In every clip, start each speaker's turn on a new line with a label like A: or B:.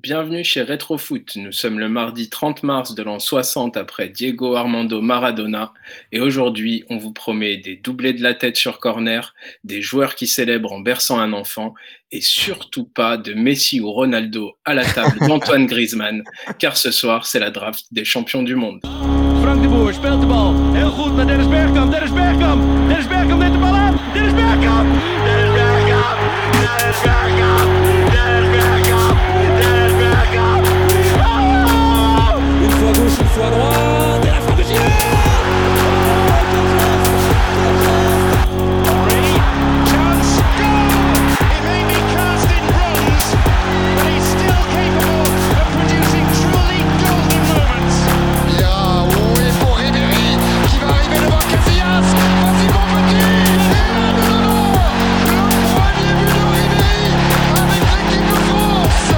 A: Bienvenue chez Retrofoot. Nous sommes le mardi 30 mars de l'an 60 après Diego Armando Maradona et aujourd'hui, on vous promet des doublés de la tête sur corner, des joueurs qui célèbrent en berçant un enfant et surtout pas de Messi ou Ronaldo à la table d'Antoine Griezmann car ce soir, c'est la draft des champions du monde.
B: Frank de Boer speelt de bal. Heel goed naar Dennis Bergkamp. Dennis Bergkamp. Dennis Bergkamp neemt de bal aan. Dennis Bergkamp. Dennis Bergkamp. Dennis Bergkamp. Dennis Bergkamp. Dennis Bergkamp.
C: Ah
B: Oh!
D: Une fois gauche, une fois droite, et la frappe de Giroud Oh, quelle classe, quelle classe
E: Brady can score! It may be cast in bronze, but he's still capable of producing truly golden moments. Il y a Aoué pour Ribéry, qui va arriver devant Casillas. Vas-y mon petit Et là nous avons le premier but de Ribéry avec l'équipe de France.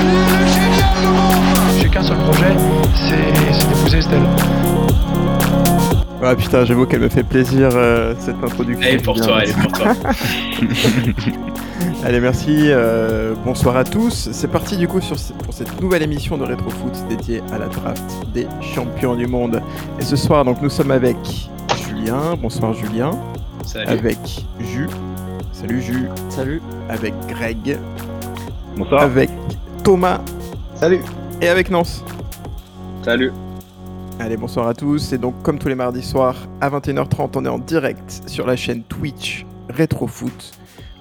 E: Le génial de monde
C: J'ai qu'un seul projet, c'est c'est d'épouser Estelle.
F: Ah putain, j'avoue qu'elle me fait plaisir euh, cette introduction.
A: Elle est Eh, pour
F: Bien,
A: toi, elle
F: merci.
A: est pour toi.
F: Allez, merci. euh, bonsoir à tous. C'est parti du coup sur, ce- pour cette nouvelle émission de Retrofoot dédiée à la draft des champions du monde. Et ce soir, donc, nous sommes avec Julien. Bonsoir Julien.
A: Salut.
F: Avec Ju. Salut Ju. Salut. Avec Greg.
G: Bonsoir.
F: Avec Thomas.
G: Salut.
F: Et avec Nance.
G: Salut.
F: Allez, bonsoir à tous. Et donc, comme tous les mardis soirs, à 21h30, on est en direct sur la chaîne Twitch Retrofoot.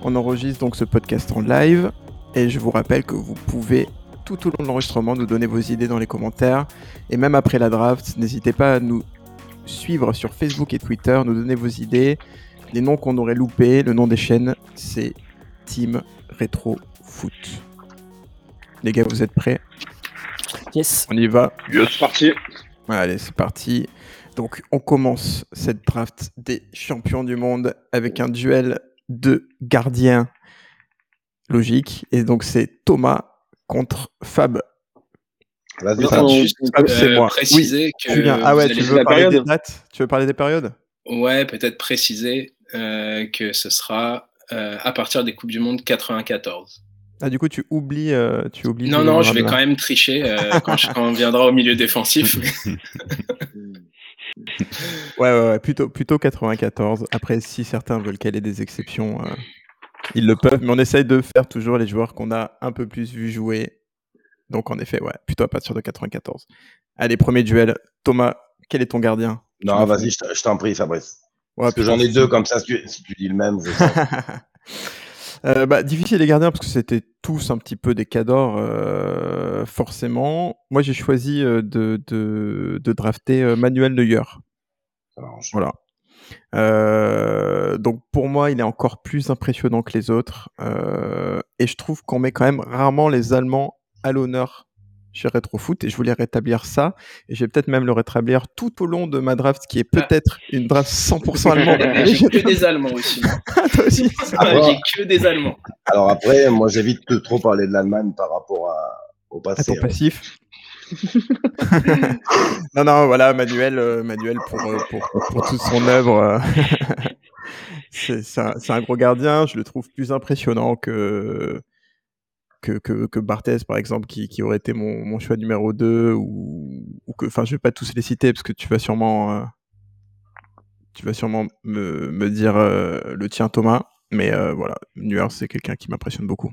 F: On enregistre donc ce podcast en live. Et je vous rappelle que vous pouvez, tout au long de l'enregistrement, nous donner vos idées dans les commentaires. Et même après la draft, n'hésitez pas à nous suivre sur Facebook et Twitter, nous donner vos idées, les noms qu'on aurait loupés, le nom des chaînes, c'est Team Retrofoot. Les gars, vous êtes prêts
H: Yes.
F: On y va
G: C'est parti.
F: Allez, c'est parti. Donc, on commence cette draft des champions du monde avec un duel de gardiens logique. Et donc, c'est Thomas contre Fab.
G: Vas-y.
F: Enfin,
A: on-
F: juste, Fab, c'est
A: Euh,
F: moi. Oui,
A: préciser que
F: Julien. Ah
A: vous
F: ouais,
A: allez-
F: tu veux
G: la
F: parler
G: période.
F: des dates Tu veux parler des périodes
A: Ouais, peut-être préciser euh, que ce sera euh, à partir des Coupes du Monde 94.
F: Ah, du coup, tu oublies. euh, tu oublies
A: Non,
F: de-
A: non, je vais quand même tricher euh, quand, je- quand on viendra au milieu défensif.
F: Ouais, ouais, ouais, plutôt, plutôt 94. Après, si certains veulent caler des exceptions, euh, ils le peuvent. Mais on essaye de faire toujours les joueurs qu'on a un peu plus vu jouer. Donc, en effet, ouais, plutôt à partir de 94. Allez, premier duel. Thomas, quel est ton gardien
I: Non, vas-y, je t- je t'en prie, Fabrice.
F: Ouais,
I: Parce que
F: putain,
I: j'en ai
F: c'est-
I: deux comme ça, si tu, si tu dis le même. Je sens.
F: Euh, bah, difficile les gardiens parce que c'était tous un petit peu des cadors, euh, forcément. Moi, j'ai choisi euh, de, de, de drafter euh, Manuel Neuer.
I: Ça m'arrange.
F: Voilà. Euh, donc pour moi, il est encore plus impressionnant que les autres. Euh, et je trouve qu'on met quand même rarement les Allemands à l'honneur chez Retrofoot. Et je voulais rétablir ça. Et je vais peut-être même le rétablir tout au long de ma draft, qui est peut-être une draft 100% allemande.
A: Et J'ai que des Allemands aussi.
F: Toi aussi.
I: Ah bon
A: J'ai que des Allemands.
I: Alors après, moi, j'évite de trop parler de l'Allemagne par rapport à- au
F: à
I: passé. hein.
F: ton passif. non, non, voilà, Manuel, euh, Manuel pour, euh, pour, pour toute son œuvre. euh, c'est c'est un, c'est un gros gardien, je le trouve plus impressionnant que, que, que, que Barthez, par exemple, qui, qui aurait été mon, mon choix numéro 2. Ou, ou que, enfin, je vais pas tous les citer parce que tu vas sûrement, euh, tu vas sûrement me, me dire euh, le tien, Thomas. Mais euh, voilà, Nuer, c'est quelqu'un qui m'impressionne beaucoup.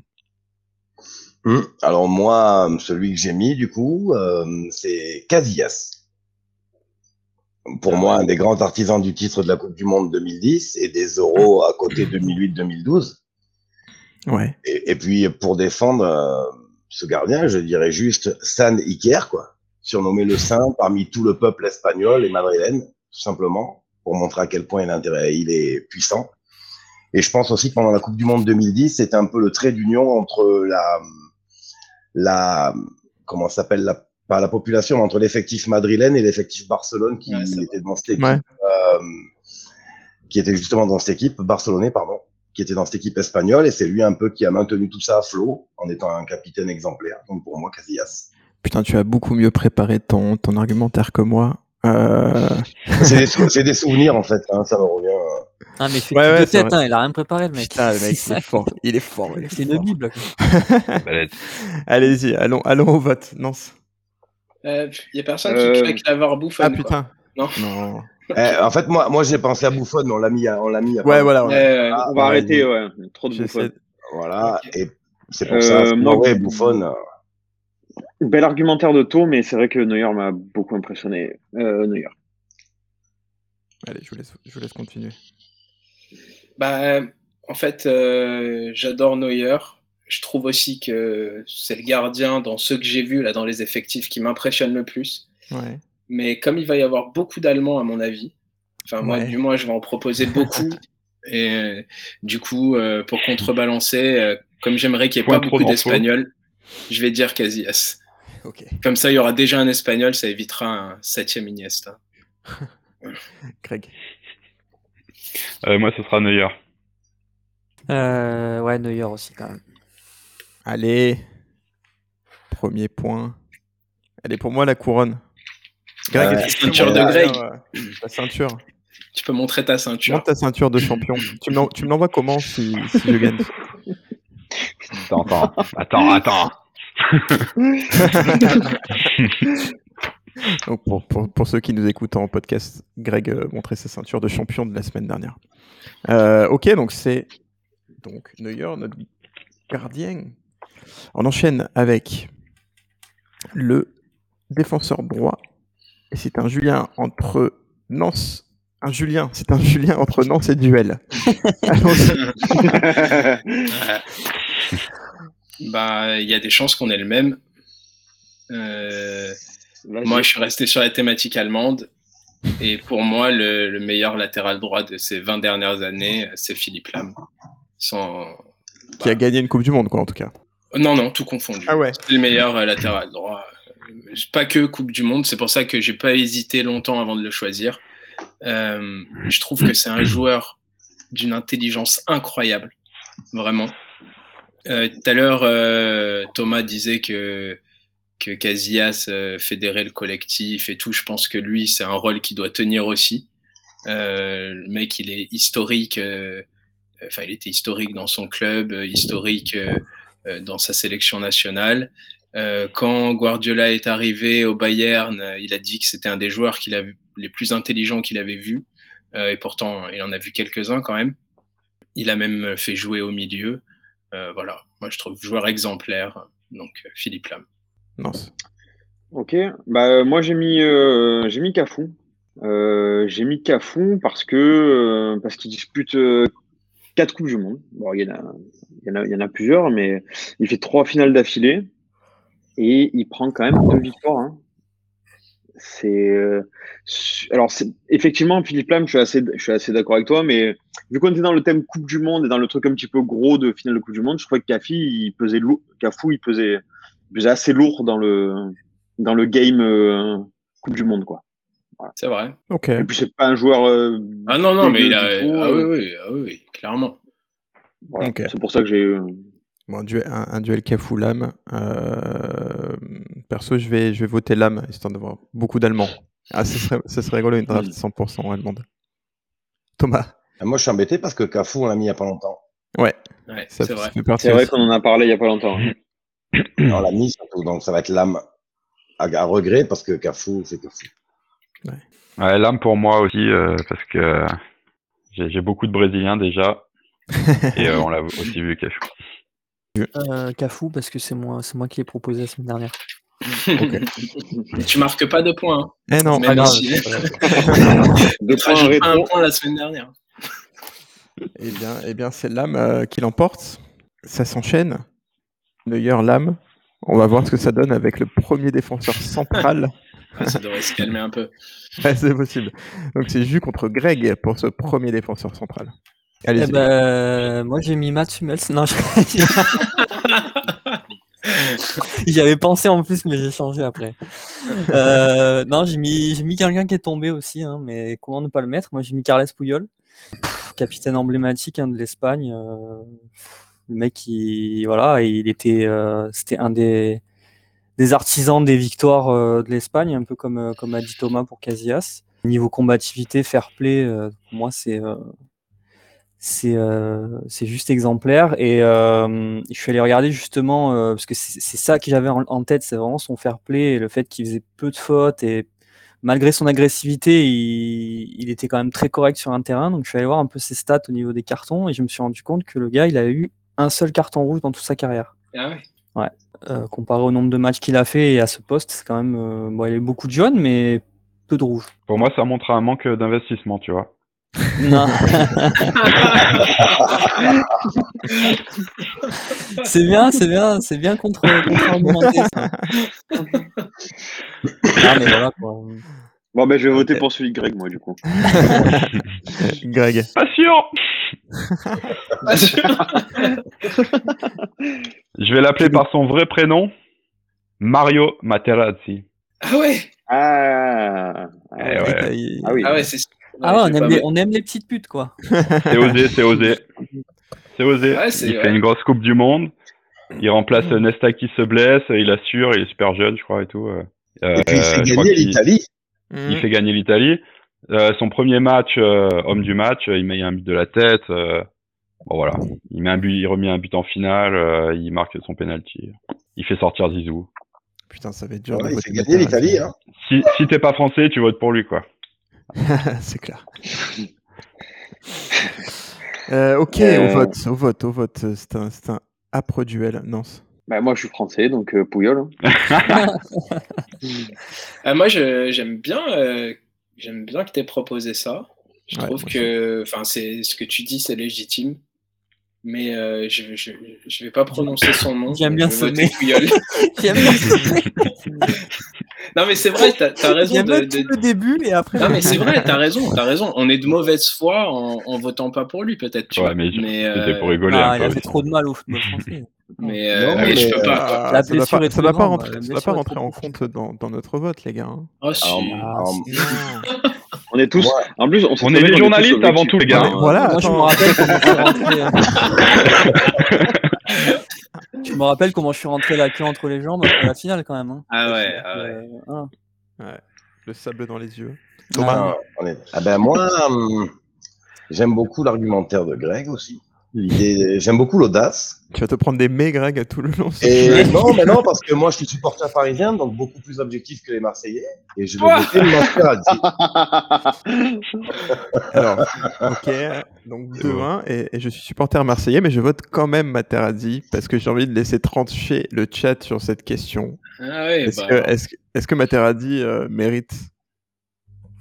I: Hum. Alors moi, euh, celui que j'ai mis, du coup, euh, c'est Casillas. Pour moi, un des grands artisans du titre de la Coupe du Monde 2010 et des euros à côté 2008-2012.
F: Ouais.
I: Et, et puis, pour défendre euh, ce gardien, je dirais juste San Iker, quoi. Surnommé le Saint parmi tout le peuple espagnol et madrilène, tout simplement, pour montrer à quel point il, a intérêt- il est puissant. Et je pense aussi que pendant la Coupe du Monde 2010, c'était un peu le trait d'union entre la, la, comment ça s'appelle, la, pas la population, mais entre l'effectif madrilène et l'effectif Barcelone qui
A: Ouais, c'est
I: était dans cette équipe,
F: Ouais.
I: euh, qui était justement dans cette équipe, barcelonais, pardon qui était dans cette équipe espagnole, et c'est lui un peu qui a maintenu tout ça à flot en étant un capitaine exemplaire. Donc pour moi, Casillas.
F: Putain, tu as beaucoup mieux préparé ton, ton argumentaire que moi. Euh,
I: C'est des, sou- c'est des souvenirs en fait, hein, ça me revient. euh.
H: Ah, mais il fait
F: Ouais,
H: tout
F: ouais,
H: de
F: c'est
H: tête,
F: vrai.
H: hein, il a rien préparé, le mec.
F: Putain, le mec,
H: C'est
F: il est fort. Il est fort. il est
H: c'est une
F: fort.
H: bible. quoi.
J: Balade.
F: Allez-y, allons, allons au vote. Nance.
A: Il n'y a personne
G: Euh,
A: qui claque la barre bouffe.
F: Ah putain.
A: Non.
F: Non.
I: Eh, en fait, moi, moi j'ai pensé à Bouffon, mais on l'a mis à. On l'a mis à
F: Ouais, Ah. voilà. voilà.
G: Euh, on va
I: ouais,
G: arrêter, ouais. Trop de
F: J'essaie-
G: bouffonnes.
I: Voilà, et c'est pour
G: Euh,
I: ça. c'est
G: moi-
I: vrai, Bouffon. euh,
G: Bel argumentaire de Tau, mais c'est vrai que Neuer m'a beaucoup impressionné. Euh, Neuer.
F: Allez, je vous laisse, je vous laisse continuer.
A: Bah, en fait, euh, j'adore Neuer. Je trouve aussi que c'est le gardien dans ceux que j'ai vus, là, dans les effectifs, qui m'impressionne le plus.
F: Ouais.
A: Mais comme il va y avoir beaucoup d'Allemands, à mon avis, enfin, moi,
F: Ouais.
A: du moins, je vais en proposer beaucoup. Et euh, du coup, euh, pour contrebalancer, euh, comme j'aimerais qu'il n'y ait
J: Point
A: pas
J: trop
A: beaucoup
J: d'infos.
A: d'Espagnols, je vais dire Casillas.
F: Ok.
A: Comme ça, il y aura déjà un Espagnol, ça évitera un septième Iniesta.
F: Greg.
J: Euh, moi, ce sera Neuer.
H: Euh, ouais, Neuer aussi, quand même.
F: Allez. Premier point. Elle est pour moi la couronne. Greg,
I: Ouais.
F: est-ce que tu peux
A: Ceinture
F: monter
A: de Greg.
F: ta- euh, Ta ceinture.
A: Tu peux montrer ta ceinture.
F: Monte ta ceinture de champion. tu me l'en- tu me l'envoies comment si, si je gagne
J: Attends, attends. attends, attends.
F: Donc pour, pour, pour ceux qui nous écoutent en podcast, Greg euh, montrait sa ceinture de champion de la semaine dernière. Euh, ok, donc c'est donc Neuer, notre gardien. On enchaîne avec le défenseur droit. Et c'est un Julien entre Nance. Un Julien, c'est un Julien entre Nance et Duel. Allons-y.
A: Bah, il y a des chances qu'on ait le même. Euh, moi, je suis resté sur la thématique allemande. Et pour moi, le, le meilleur latéral droit de ces 20 dernières années, euh, c'est Philippe Lam. Sans...
F: qui a gagné une Coupe du Monde, quoi, en tout cas.
A: Oh, Non, non, tout confondu.
F: ouais.
A: C'est le meilleur euh, latéral droit. Euh, Pas que Coupe du Monde, c'est pour ça que j'ai pas hésité longtemps avant de le choisir. Euh, je trouve que c'est un joueur d'une intelligence incroyable, vraiment. Euh, Tout à l'heure, euh, Thomas disait que que Casillas euh, fédérait le collectif et tout. Je pense que lui, c'est un rôle qui doit tenir aussi. Euh, le mec, il est historique. euh, Enfin, il était historique dans son club, euh, historique euh, euh, dans sa sélection nationale. Euh, quand Guardiola est arrivé au Bayern, euh, il a dit que c'était un des joueurs qu'il a vu- les plus intelligents qu'il avait vus. Euh, et pourtant, il en a vu quelques-uns quand même. Il a même fait jouer au milieu. Euh, voilà, moi je trouve joueur exemplaire. Donc euh, Philippe Lam.
F: Nance.
G: Ok, bah euh, moi j'ai mis euh, j'ai mis Cafou. Euh, j'ai mis Cafou parce que euh, parce qu'il dispute euh, quatre coupes du monde. Bon, il y en a il y en a il y en a plusieurs, mais il fait trois finales d'affilée et il prend quand même deux victoires. hein. C'est euh, su- alors c'est effectivement Philippe Lam, je suis assez je suis assez d'accord avec toi, mais vu qu'on était dans le thème Coupe du Monde et dans le truc un petit peu gros de finale de Coupe du Monde, je trouvais que Cafi il pesait lourd, Cafou il pesait, il pesait assez lourd dans le dans le game euh, Coupe du Monde quoi.
A: C'est vrai.
F: Ok.
G: Et puis c'est pas un joueur. euh,
A: Ah non, non, mais il a.
G: dégueu du tout,
A: ah oui,
G: euh,
A: oui, ah oui, oui, clairement.
G: voilà.
F: Ok.
G: C'est pour ça que j'ai. euh,
F: Bon, un duel, un, un duel Cafou Lame. Euh, perso, je vais, je vais voter Lame, histoire d'avoir beaucoup d'Allemands. Ah, ce serait, ce serait rigolo une
A: Mm.
F: draft 100% allemande. Thomas,
I: Moi, je suis embêté parce que Cafou, on l'a mis il n'y a pas longtemps.
A: Ouais,
F: ça
A: c'est vrai.
F: fait partie
G: C'est vrai
F: aussi.
G: qu'on en a parlé il y a pas longtemps. hein.
I: Et on l'a mis surtout, donc ça va être l'âme à, à regret parce que Cafou, c'est Cafou.
J: Ouais, l'âme pour moi aussi, euh, parce que j'ai j'ai beaucoup de Brésiliens déjà. et euh, on l'a aussi vu, Cafou.
H: Euh, Cafou, parce que c'est moi, c'est moi qui l'ai proposé la semaine dernière.
A: tu marques pas de points. hein,
F: Eh non,
A: même
F: ah, grave.
A: si-
G: Deux
A: Ah,
G: points
A: j'ai pas un
G: rétro.
A: point la semaine dernière.
F: Eh bien, eh bien c'est Lame euh, qui l'emporte. Ça s'enchaîne. Neuer, Lame. On va voir ce que ça donne avec le premier défenseur central.
A: Ah, ça devrait se calmer un peu.
F: Ouais, c'est possible. Donc, c'est Jus contre Greg pour ce premier défenseur central.
H: Eh
F: Allez-y.
H: ben, moi, j'ai mis Mats Hummels. Non, je- j'y avais pensé en plus, mais j'ai changé après. Euh, non, j'ai mis, j'ai mis quelqu'un qui est tombé aussi, hein, mais comment ne pas le mettre Moi, j'ai mis Carles Puyol, Pff, capitaine emblématique hein, de l'Espagne. euh, le mec, il, voilà, il était, euh, c'était un des, des artisans des victoires euh, de l'Espagne, un peu comme, euh, comme a dit Thomas pour Casillas. Niveau combativité, fair play, euh, pour moi, c'est euh, c'est euh, c'est juste exemplaire. Et euh, je suis allé regarder justement, euh, parce que c'est c'est ça que j'avais en, en tête, c'est vraiment son fair play et le fait qu'il faisait peu de fautes. Et malgré son agressivité, il, il était quand même très correct sur un terrain. Donc je suis allé voir un peu ses stats au niveau des cartons et je me suis rendu compte que le gars, il a eu un seul carton rouge dans toute sa carrière.
A: Ah ouais.
H: Ouais. Euh, comparé au nombre de matchs qu'il a fait et à ce poste, c'est quand même. euh, bon, il y a eu beaucoup de jaunes, mais peu de rouges.
J: Pour moi, ça montre un manque d'investissement, tu vois.
H: Non. c'est bien, c'est bien, c'est bien contre, contre-argumenté, ça. Ah, mais voilà, quoi.
G: Bon, ben, je vais voter pour celui de Greg, moi, du coup.
F: Greg.
J: Pas sûr
A: Pas sûr.
J: Je vais l'appeler par son vrai prénom, Mario Materazzi.
A: Ah ouais
G: Ah, ah,
J: Eh ouais,
F: Détaillé.
G: ah oui.
A: Ah ouais, c'est
H: Ah ouais,
A: c'est
H: on aime,
A: pas
H: les,
A: mal.
H: on aime les petites putes, quoi.
J: C'est osé, c'est osé. C'est osé.
A: Ouais,
J: il
A: c'est-
J: fait
A: ouais.
J: une grosse Coupe du Monde. Il remplace Nesta qui se blesse, il assure, il est super jeune, je crois, et tout. euh. Euh,
I: Et puis il fait
J: je crois
I: gagner
J: qu'il-
I: l'Italie.
B: Mm.
J: Il fait gagner l'Italie. Euh, son premier match, euh, homme du match, euh, il met un but de la tête. euh, bon voilà, il met un but, il remet un but en finale, euh, il marque son penalty. Il fait sortir Zizou.
F: Putain, ça va être dur. de
I: Ouais, il
F: voter
I: fait gagner l'Italie. Hein.
J: Si, si t'es pas français, tu votes pour lui quoi.
F: C'est clair. Euh, ok,
G: Euh.
F: au vote, au vote, au vote. C'est un, c'est un âpre duel, Nance.
G: Bah, moi, je suis français, donc euh, Pouyol. hein.
A: Ah, moi, je- j'aime bien, euh, j'aime bien que tu aies proposé ça. Je
F: Ouais,
A: trouve
F: moi
A: que, enfin, c'est ce que tu dis, c'est légitime. Mais euh, je, je, je vais pas prononcer son nom.
H: J'aime bien
A: je vais
H: sonner.
A: voter Puyol.
H: J'aime bien-
A: non, mais c'est vrai, t'as as raison.
H: j'aime
A: De, Ah,
H: bien tout
A: de-
H: le début et après. ah,
A: Non, mais c'est vrai, t'as raison, t'as raison. On est de mauvaise foi en, en votant pas pour lui, peut-être. tu
J: Ouais,
A: vois.
J: mais je-
A: euh,
J: C'était pour rigoler
H: Ah,
J: un
H: il
J: peu.
H: a fait
J: aussi.
H: trop de mal au football français.
A: mais, euh,
I: Non,
A: mais je
I: mais,
A: peux pas. quoi.
F: Ah,
H: La
F: ça doit
H: blessure
F: pas,
H: est
F: ça doit
H: trop
F: pas
H: grande,
F: rentrer,
H: la
F: ça doit
H: blessure
F: pas
H: est
F: rentrer
H: trop
F: en
H: grande.
F: compte dans, dans notre vote, les gars. hein.
A: Oh, si.
I: Alors,
H: Ah,
I: alors,
H: c'est-
G: On est tous.
I: moi,
G: En plus, on, s'est
J: On
G: trouvé,
J: est des
G: tous
J: journalistes avant
G: objectifs.
J: tout, les gars.
G: Ouais,
F: Mais voilà,
H: Moi, je me
F: attends.
H: rappelle comment je suis rentré. euh. Je me rappelle comment je suis rentré la queue entre les jambes à la finale quand même. hein.
A: Ah ouais, ah ouais.
H: Euh, hein.
F: Le sable dans les yeux.
H: Ah,
I: Ah, on est- ah ben moi, hum, j'aime beaucoup l'argumentaire de Greg aussi. L'idée- J'aime beaucoup l'audace.
F: Tu vas te prendre des mets, Greg, à tout le long.
I: Et non, mais non, parce que moi, je suis supporter parisien, donc beaucoup plus objectif que les Marseillais. Et je vais
A: Ah
I: voter Materazzi.
F: Alors, ok, donc 2-1, et, et je suis supporter marseillais, mais je vote quand même Materazzi, parce que j'ai envie de laisser trancher le chat sur cette question.
A: Ah
H: Eh
A: ouais,
F: Est-ce
H: ben
A: bah,
F: que, est-ce, que- est-ce que Materazzi euh, mérite,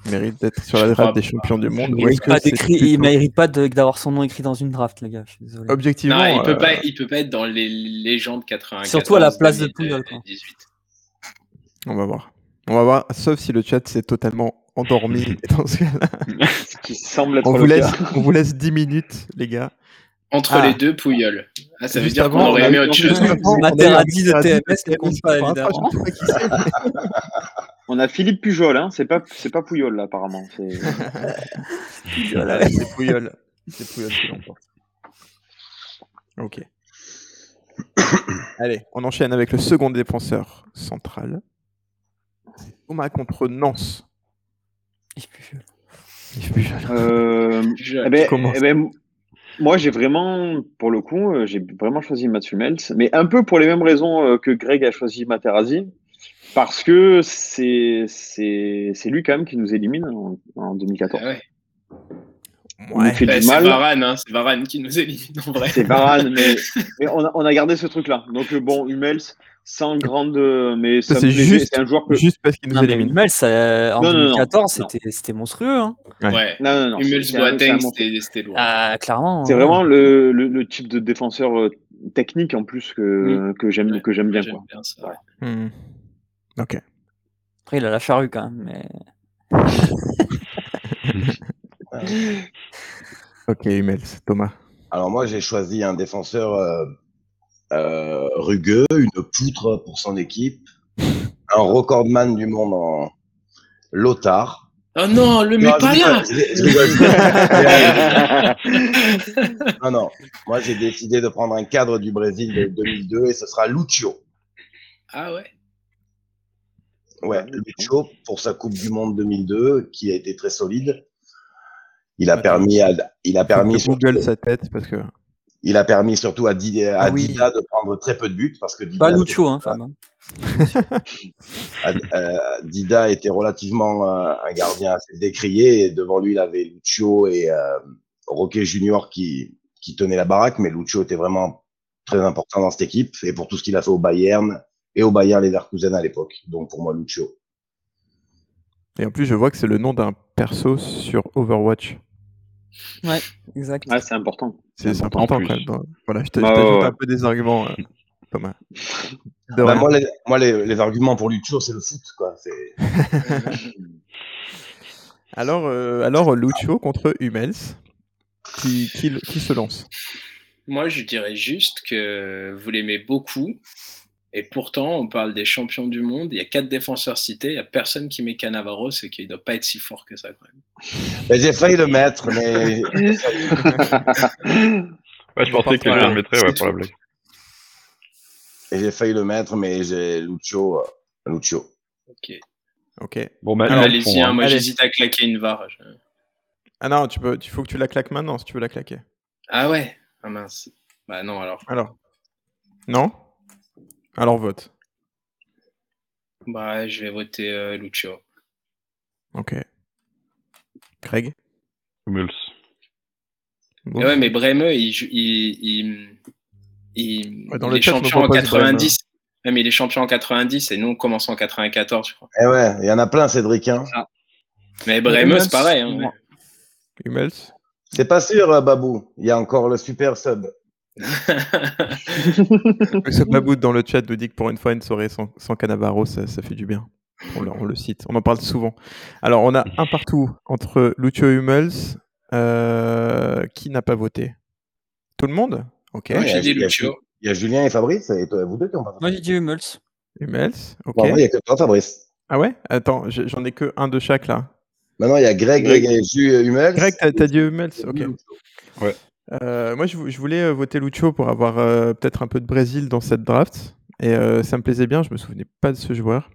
F: mérite d'être sur la
A: Je
F: draft
A: crois
F: des champions du monde
H: Il
F: ou est-ce
H: mérite
F: que
H: pas
F: c'est
H: d'écrit-
F: plutôt-
H: il mérite pas de- d'avoir son nom écrit dans une draft, les gars. Je suis désolé.
F: Objectivement,
A: Non, il
F: euh,
A: peut pas, il peut pas être dans les légendes 94.
H: Surtout à la place de Puyol, quoi.
A: 2018.
F: on va voir. On va voir, sauf si le chat s'est totalement endormi. Et dans ce cas-là,
G: Ce qui semble être
F: on, vous
G: le
F: laisse,
G: cas.
F: on vous laisse 10 minutes, les gars.
A: Entre
F: Ah.
A: les deux, Pouilleul. Ah, ça veut
F: Juste
A: dire qu'on
F: avant,
A: aurait
F: on a
A: aimé
F: eu-
A: autre chose.
F: Avant, on a eu
H: Materazzi de
F: Materazzi
H: TMS ne compte pas,
F: sur un
H: évidemment.
F: trash, je sais pas qui c'est, mais-
G: On a Philippe Pujol, hein. C'est pas, c'est pas Pouyol, là, apparemment. C'est-
F: Ah, C'est Pouyol. C'est Pouyol qui l'emporte. Ok. Allez, on enchaîne avec le second défenseur central. C'est Thomas contre Nance.
H: Et puis,
G: Euh, eh
A: Puyol.
G: ben,
F: commences.
G: eh ben, moi, j'ai vraiment, pour le coup, euh, j'ai vraiment choisi Mats Hummels, mais un peu pour les mêmes raisons euh, que Greg a choisi Materazzi, parce que c'est c'est c'est lui quand même qui nous élimine en, en 2014.
A: Ah ouais.
G: Il nous fait
A: Eh,
G: du
A: c'est
G: mal.
A: Varane, hein, c'est Varane qui nous élimine en vrai.
G: C'est Varane, mais, mais on, a, on a gardé ce truc-là. Donc euh, bon, Hummels, sans grande, euh, mais ça me
F: C'est
G: plaisait,
F: juste-
G: c'est un joueur que.
F: Juste parce qu'il nous
H: Non, mais
F: élimine.
H: Hummels, ça- en
G: Non, non, non.
H: 2014,
G: Non.
H: c'était c'était monstrueux. hein.
A: Ouais.
G: Non, non, non.
A: Hummels
G: c'est un- c'est un
A: Boateng,
G: monstre.
A: c'était c'était lourd.
H: Ah, clairement.
G: C'est
H: hein.
G: vraiment le, le, le type de défenseur euh, technique en plus que, que j'aime
A: Ouais,
G: que j'aime bien.
A: J'aime
G: Quoi.
A: bien ça.
G: Ouais.
F: Hmm. Ok.
H: Après, il a la charrue quand même. Mais...
F: Ok, Hummels, Thomas.
I: Alors moi, j'ai choisi un défenseur euh, euh, rugueux, une poutre pour son équipe, un recordman du monde en Lothar.
A: Oh non, le mets
I: Non, je
A: pas
I: rigole,
A: là
I: je- je rigole. Mais, euh, Non, non. Moi, j'ai décidé de prendre un cadre du Brésil de 2002 et ce sera Lucio.
A: Ah ouais
I: Ouais, Lucio pour sa Coupe du Monde 2002 qui a été très solide. Il a permis à, il a permis
F: Je Google
I: surtout-
F: sa tête parce que.
I: il a permis surtout à, Di- à
F: Ah oui.
I: Dida de prendre très peu de buts parce que Dida,
H: Pas Lucho, hein, Fab. hein.
I: à- euh, Dida était relativement euh, un gardien assez décrié. Et devant lui, il avait Lucio et euh, Roquet Junior qui, qui tenaient la baraque, mais Lucio était vraiment très important dans cette équipe et pour tout ce qu'il a fait au Bayern et au Bayern Leverkusen à l'époque. Donc pour moi, Lucio.
F: Et en plus, je vois que c'est le nom d'un perso sur Overwatch.
H: Exact.
G: Ah, c'est important.
F: C'est c'est
J: Important
F: important
J: plus.
F: quand même. dans- Voilà, je t'a- je
G: Ah,
F: t'ajoute
G: ouais.
F: un peu des arguments, euh, Thomas. De
I: Bah,
F: rien.
I: moi, les, moi, les- les arguments pour Lucio, c'est le foot. Quoi. C'est-
F: Alors, euh, alors Lucio contre Hummels, qui, qui, le- qui se lance
A: Moi, je dirais juste que vous l'aimez beaucoup. Et pourtant, on parle des champions du monde. Il y a quatre défenseurs cités. Il n'y a personne qui met Cannavaro, c'est qu'il ne doit pas être si fort que ça. Quand même.
I: Mais J'ai failli le mettre, mais
J: Ouais, je pensais que quelqu'un le mettrait ouais, pour la blague.
I: Et j'ai failli le mettre, mais j'ai Lucio. euh, Lucio.
A: Ok.
F: Ok.
J: Bon, bah, ils le font,
A: Allez-y, hein,
J: hein.
A: moi
F: Allez.
A: j'hésite à claquer une VAR. Je-
F: Ah non, tu peux, tu faut que tu la claques maintenant si tu veux la claquer.
A: Ah ouais Ah mince. Bah non, alors.
F: Alors. Non Alors vote.
A: Bah, je vais voter euh, Lucio.
F: Ok. Craig
J: Hummels.
F: Bon.
A: Mais ouais, mais Breme, il, ju- il, il, il-
F: Ouais, dans
A: il
F: le
A: est
F: chat, on
A: champion en
F: propose Breme.
A: 90. Ouais, mais il est champion en 90 et nous on commence en 94, je crois.
I: Eh ouais, il y en a plein, Cédric. hein.
A: Mais Breme,
H: Hummels,
A: c'est pareil. hein,
H: moi.
F: Hummels
I: C'est pas sûr, euh, Babou. Il y a encore le super sub.
F: Ce Baboud dans le chat nous dit que pour une fois, une soirée sans, sans Cannavaro, ça, ça fait du bien. On le, on le cite, on en parle souvent. Alors, on a un partout entre Lucio et Hummels. Euh, qui n'a pas voté Tout le monde Ok.
I: Ouais.
A: Moi j'ai
I: il y a-
A: dit
I: il y a-
A: Lucio.
I: Il y a Julien et Fabrice, et toi, vous deux qui en parlez.
H: Moi, j'ai dit Hummels.
F: Hummels Ok.
I: Non, en vrai, il y a que toi, Fabrice.
F: Ah ouais Attends, j'ai- j'en ai que un de chaque là.
I: Maintenant, il y a Greg,
G: Greg.
I: Greg et Ju- euh, Hummels.
F: Greg, t'as t'as dit E Hummels
I: Et
F: Ok.
I: Lucio.
F: Euh, moi, je, vou- je voulais euh, voter Lucho pour avoir euh, peut-être un peu de Brésil dans cette draft. Et euh, ça me plaisait bien, je me souvenais pas de ce joueur.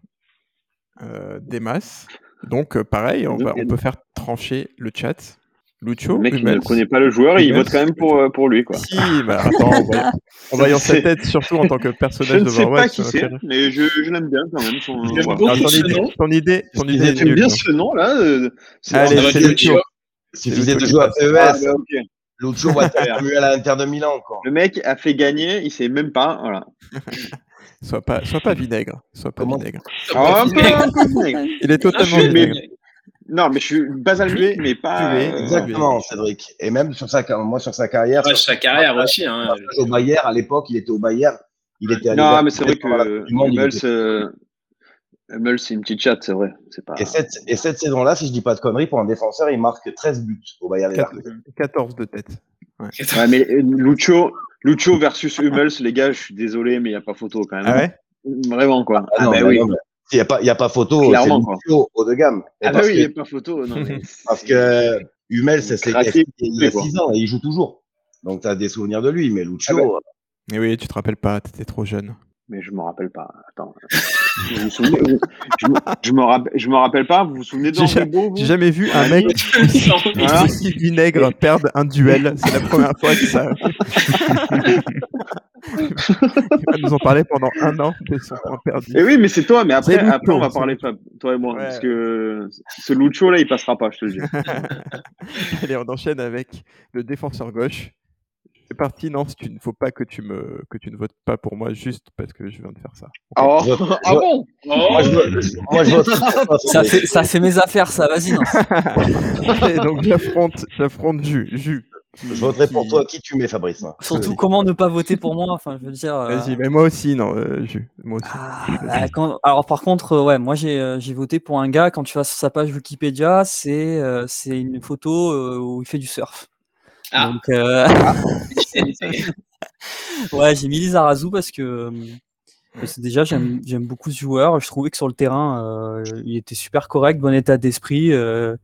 F: Euh, des masses. Donc, euh, pareil, on, va- on peut faire trancher le chat. Lucho,
G: Le mec, il ne
F: Hummels.
G: connaît pas le joueur et il vote quand même pour, euh, pour lui. Quoi.
F: Si, bah, attends, en voyant- en voyant sa tête, surtout en tant que
G: Je
F: personnage
G: ne
F: de
G: sais pas
F: Overwatch.
G: qui
F: ça m'a
G: c'est,
F: fait rire.
G: mais je, je l'aime bien quand même. Son...
A: J'aime
G: voilà.
A: beaucoup.
F: Alors, ton,
A: ce
F: idée,
A: nom.
F: ton idée,
G: Ah,
F: ton idée est
G: J'aime
F: nulle. hein.
G: bien ce nom-là. euh, c'est-
F: Allez,
G: Ah, bah,
A: c'est
G: tu-
A: Lucio.
I: Suffisait
F: Lucio
I: de
F: qui
I: jouer à E
F: passe.
G: Ah,
I: PES.
G: bah, ok.
I: Lucio va Samuel à l'Inter de Milan, quoi.
G: Le mec a fait gagner, il sait même pas. Voilà.
F: Sois pas, sois pas vinaigre. Sois pas
I: Comment
F: vinaigre.
I: Oh,
A: bah,
I: bah.
G: Ah, un peu, un peu, mec.
F: Il est totalement
G: Mais-
F: vinaigre.
G: Non, mais je suis basalmique, mais pas.
F: tu es,
G: euh,
F: exact.
I: Exactement, Cédric. Et même sur sa, moi, sur sa carrière,
A: Ouais,
I: sur-
A: sa carrière
I: Ah,
A: aussi. Hein.
I: au Bayern, à l'époque, il était au Bayern. Il était à
G: Non,
I: Liverpool
G: mais c'est vrai que
I: pendant la Coupe du Monde, il
G: Hummels,
I: était-
G: euh, Hummels, c'est une petite chatte, c'est vrai. C'est pas.
I: Et cette, et cette saison-là, si je dis pas de conneries, pour un défenseur, il marque 13 buts au Bayern
F: Quatre-
I: Leverkusen.
F: 14 de tête.
G: Ouais, mais euh, Lucho, Lucho versus Hummels, les gars, je suis désolé, mais il n'y a pas photo quand même.
F: Ah ouais
G: Vraiment, quoi.
I: Ah non,
G: bah
I: mais
G: oui.
I: non, mais Il n'y a, pas- il y a pas photo, c'est
G: Clairement, quoi.
I: Lucio haut de gamme. Et
G: Ah bah
I: parce,
G: oui, il
I: que,
G: n'y a pas photo. Non, mais
I: parce que Hummel, c'est c'est-
G: Craqué,
I: il y a
G: quoi.
I: 6 ans et il joue toujours. Donc tu as des souvenirs de lui, mais Lucio,
G: Ah
F: Et Eh oui, tu te rappelles pas, t'étais trop jeune.
G: Mais je me rappelle pas. Attends. Vous vous souvenez- je me- je me rappelle- je me rappelle pas. Vous vous souvenez
F: J'ai ja-
G: d'Henri Beau vous
F: J'ai jamais vu un mec
G: Voilà.
F: aussi vinaigre perdre un duel. C'est la première fois que ça. Il va nous en parler pendant un an de son point perdu.
G: Eh oui, mais c'est toi. Mais après,
F: C'est Lucho,
G: après on va
F: c'est
G: parler, Fab, toi et moi.
F: Ouais.
G: Parce que ce Lucho, là, il passera pas, je te le dis.
F: Allez, on enchaîne avec le défenseur gauche. C'est parti, Nance. Tu ne faut pas que tu me que tu ne votes pas pour moi juste parce que je viens de faire ça.
G: Oh,
I: euh, Je- je-
G: ah bon
I: moi, je, vote- moi je vote.
H: Ça fait, ça fait mes affaires, ça. Vas-y, hein. non.
F: Et donc j'affronte j'affronte Ju. Ju.
I: Je voterai pour toi. Qui tu mets, Fabrice hein
H: Surtout,
I: Vas-y.
H: comment ne pas voter pour moi Enfin, je veux dire. euh,
F: Vas-y, mais moi aussi, non, euh, Ju. Moi aussi.
H: Ah, bah, quand- Alors par contre, euh, ouais, moi j'ai euh, j'ai voté pour un gars. Quand tu vas sur sa page Wikipédia, c'est euh, c'est une photo euh, où il fait du surf.
A: Ah.
H: Donc euh, ouais, j'ai mis Lizarazu parce que euh, parce que déjà j'aime j'aime beaucoup ce joueur. Je trouvais que sur le terrain, euh, il était super correct, bon état d'esprit euh,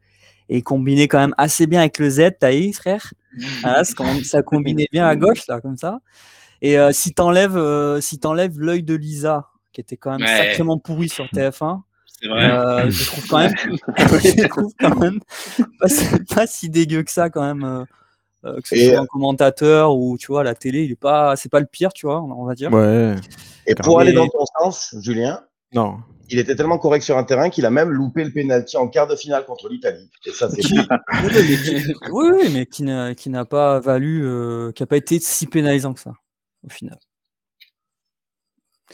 H: et combiné quand même assez bien avec le Z. T'as eu, frère Voilà, c'est quand même- Ça combinait bien à gauche là, comme ça. Et euh, si t'enlèves euh, si t'enlèves l'œil de Lisa, qui était quand même
A: Ouais.
H: sacrément pourri sur TF1.
A: C'est vrai.
H: Euh, je trouve quand même, je trouve quand même pas, si- pas si dégueu que ça quand même. euh, euh, que ce
I: Et-
H: soit un commentateur ou tu vois à la télé, il est pas, c'est pas le pire, tu vois, on va dire.
F: Ouais.
I: Et pour
H: Mais-
I: aller dans ton sens, Julien,
F: Non.
I: il était tellement correct sur un terrain qu'il a même loupé le pénalty en quart de finale contre l'Italie. Et ça, c'est
H: Qui- Oui, mais qui- oui, oui, mais qui n'a, qui n'a pas valu, euh, qui n'a pas été si pénalisant que ça, au final.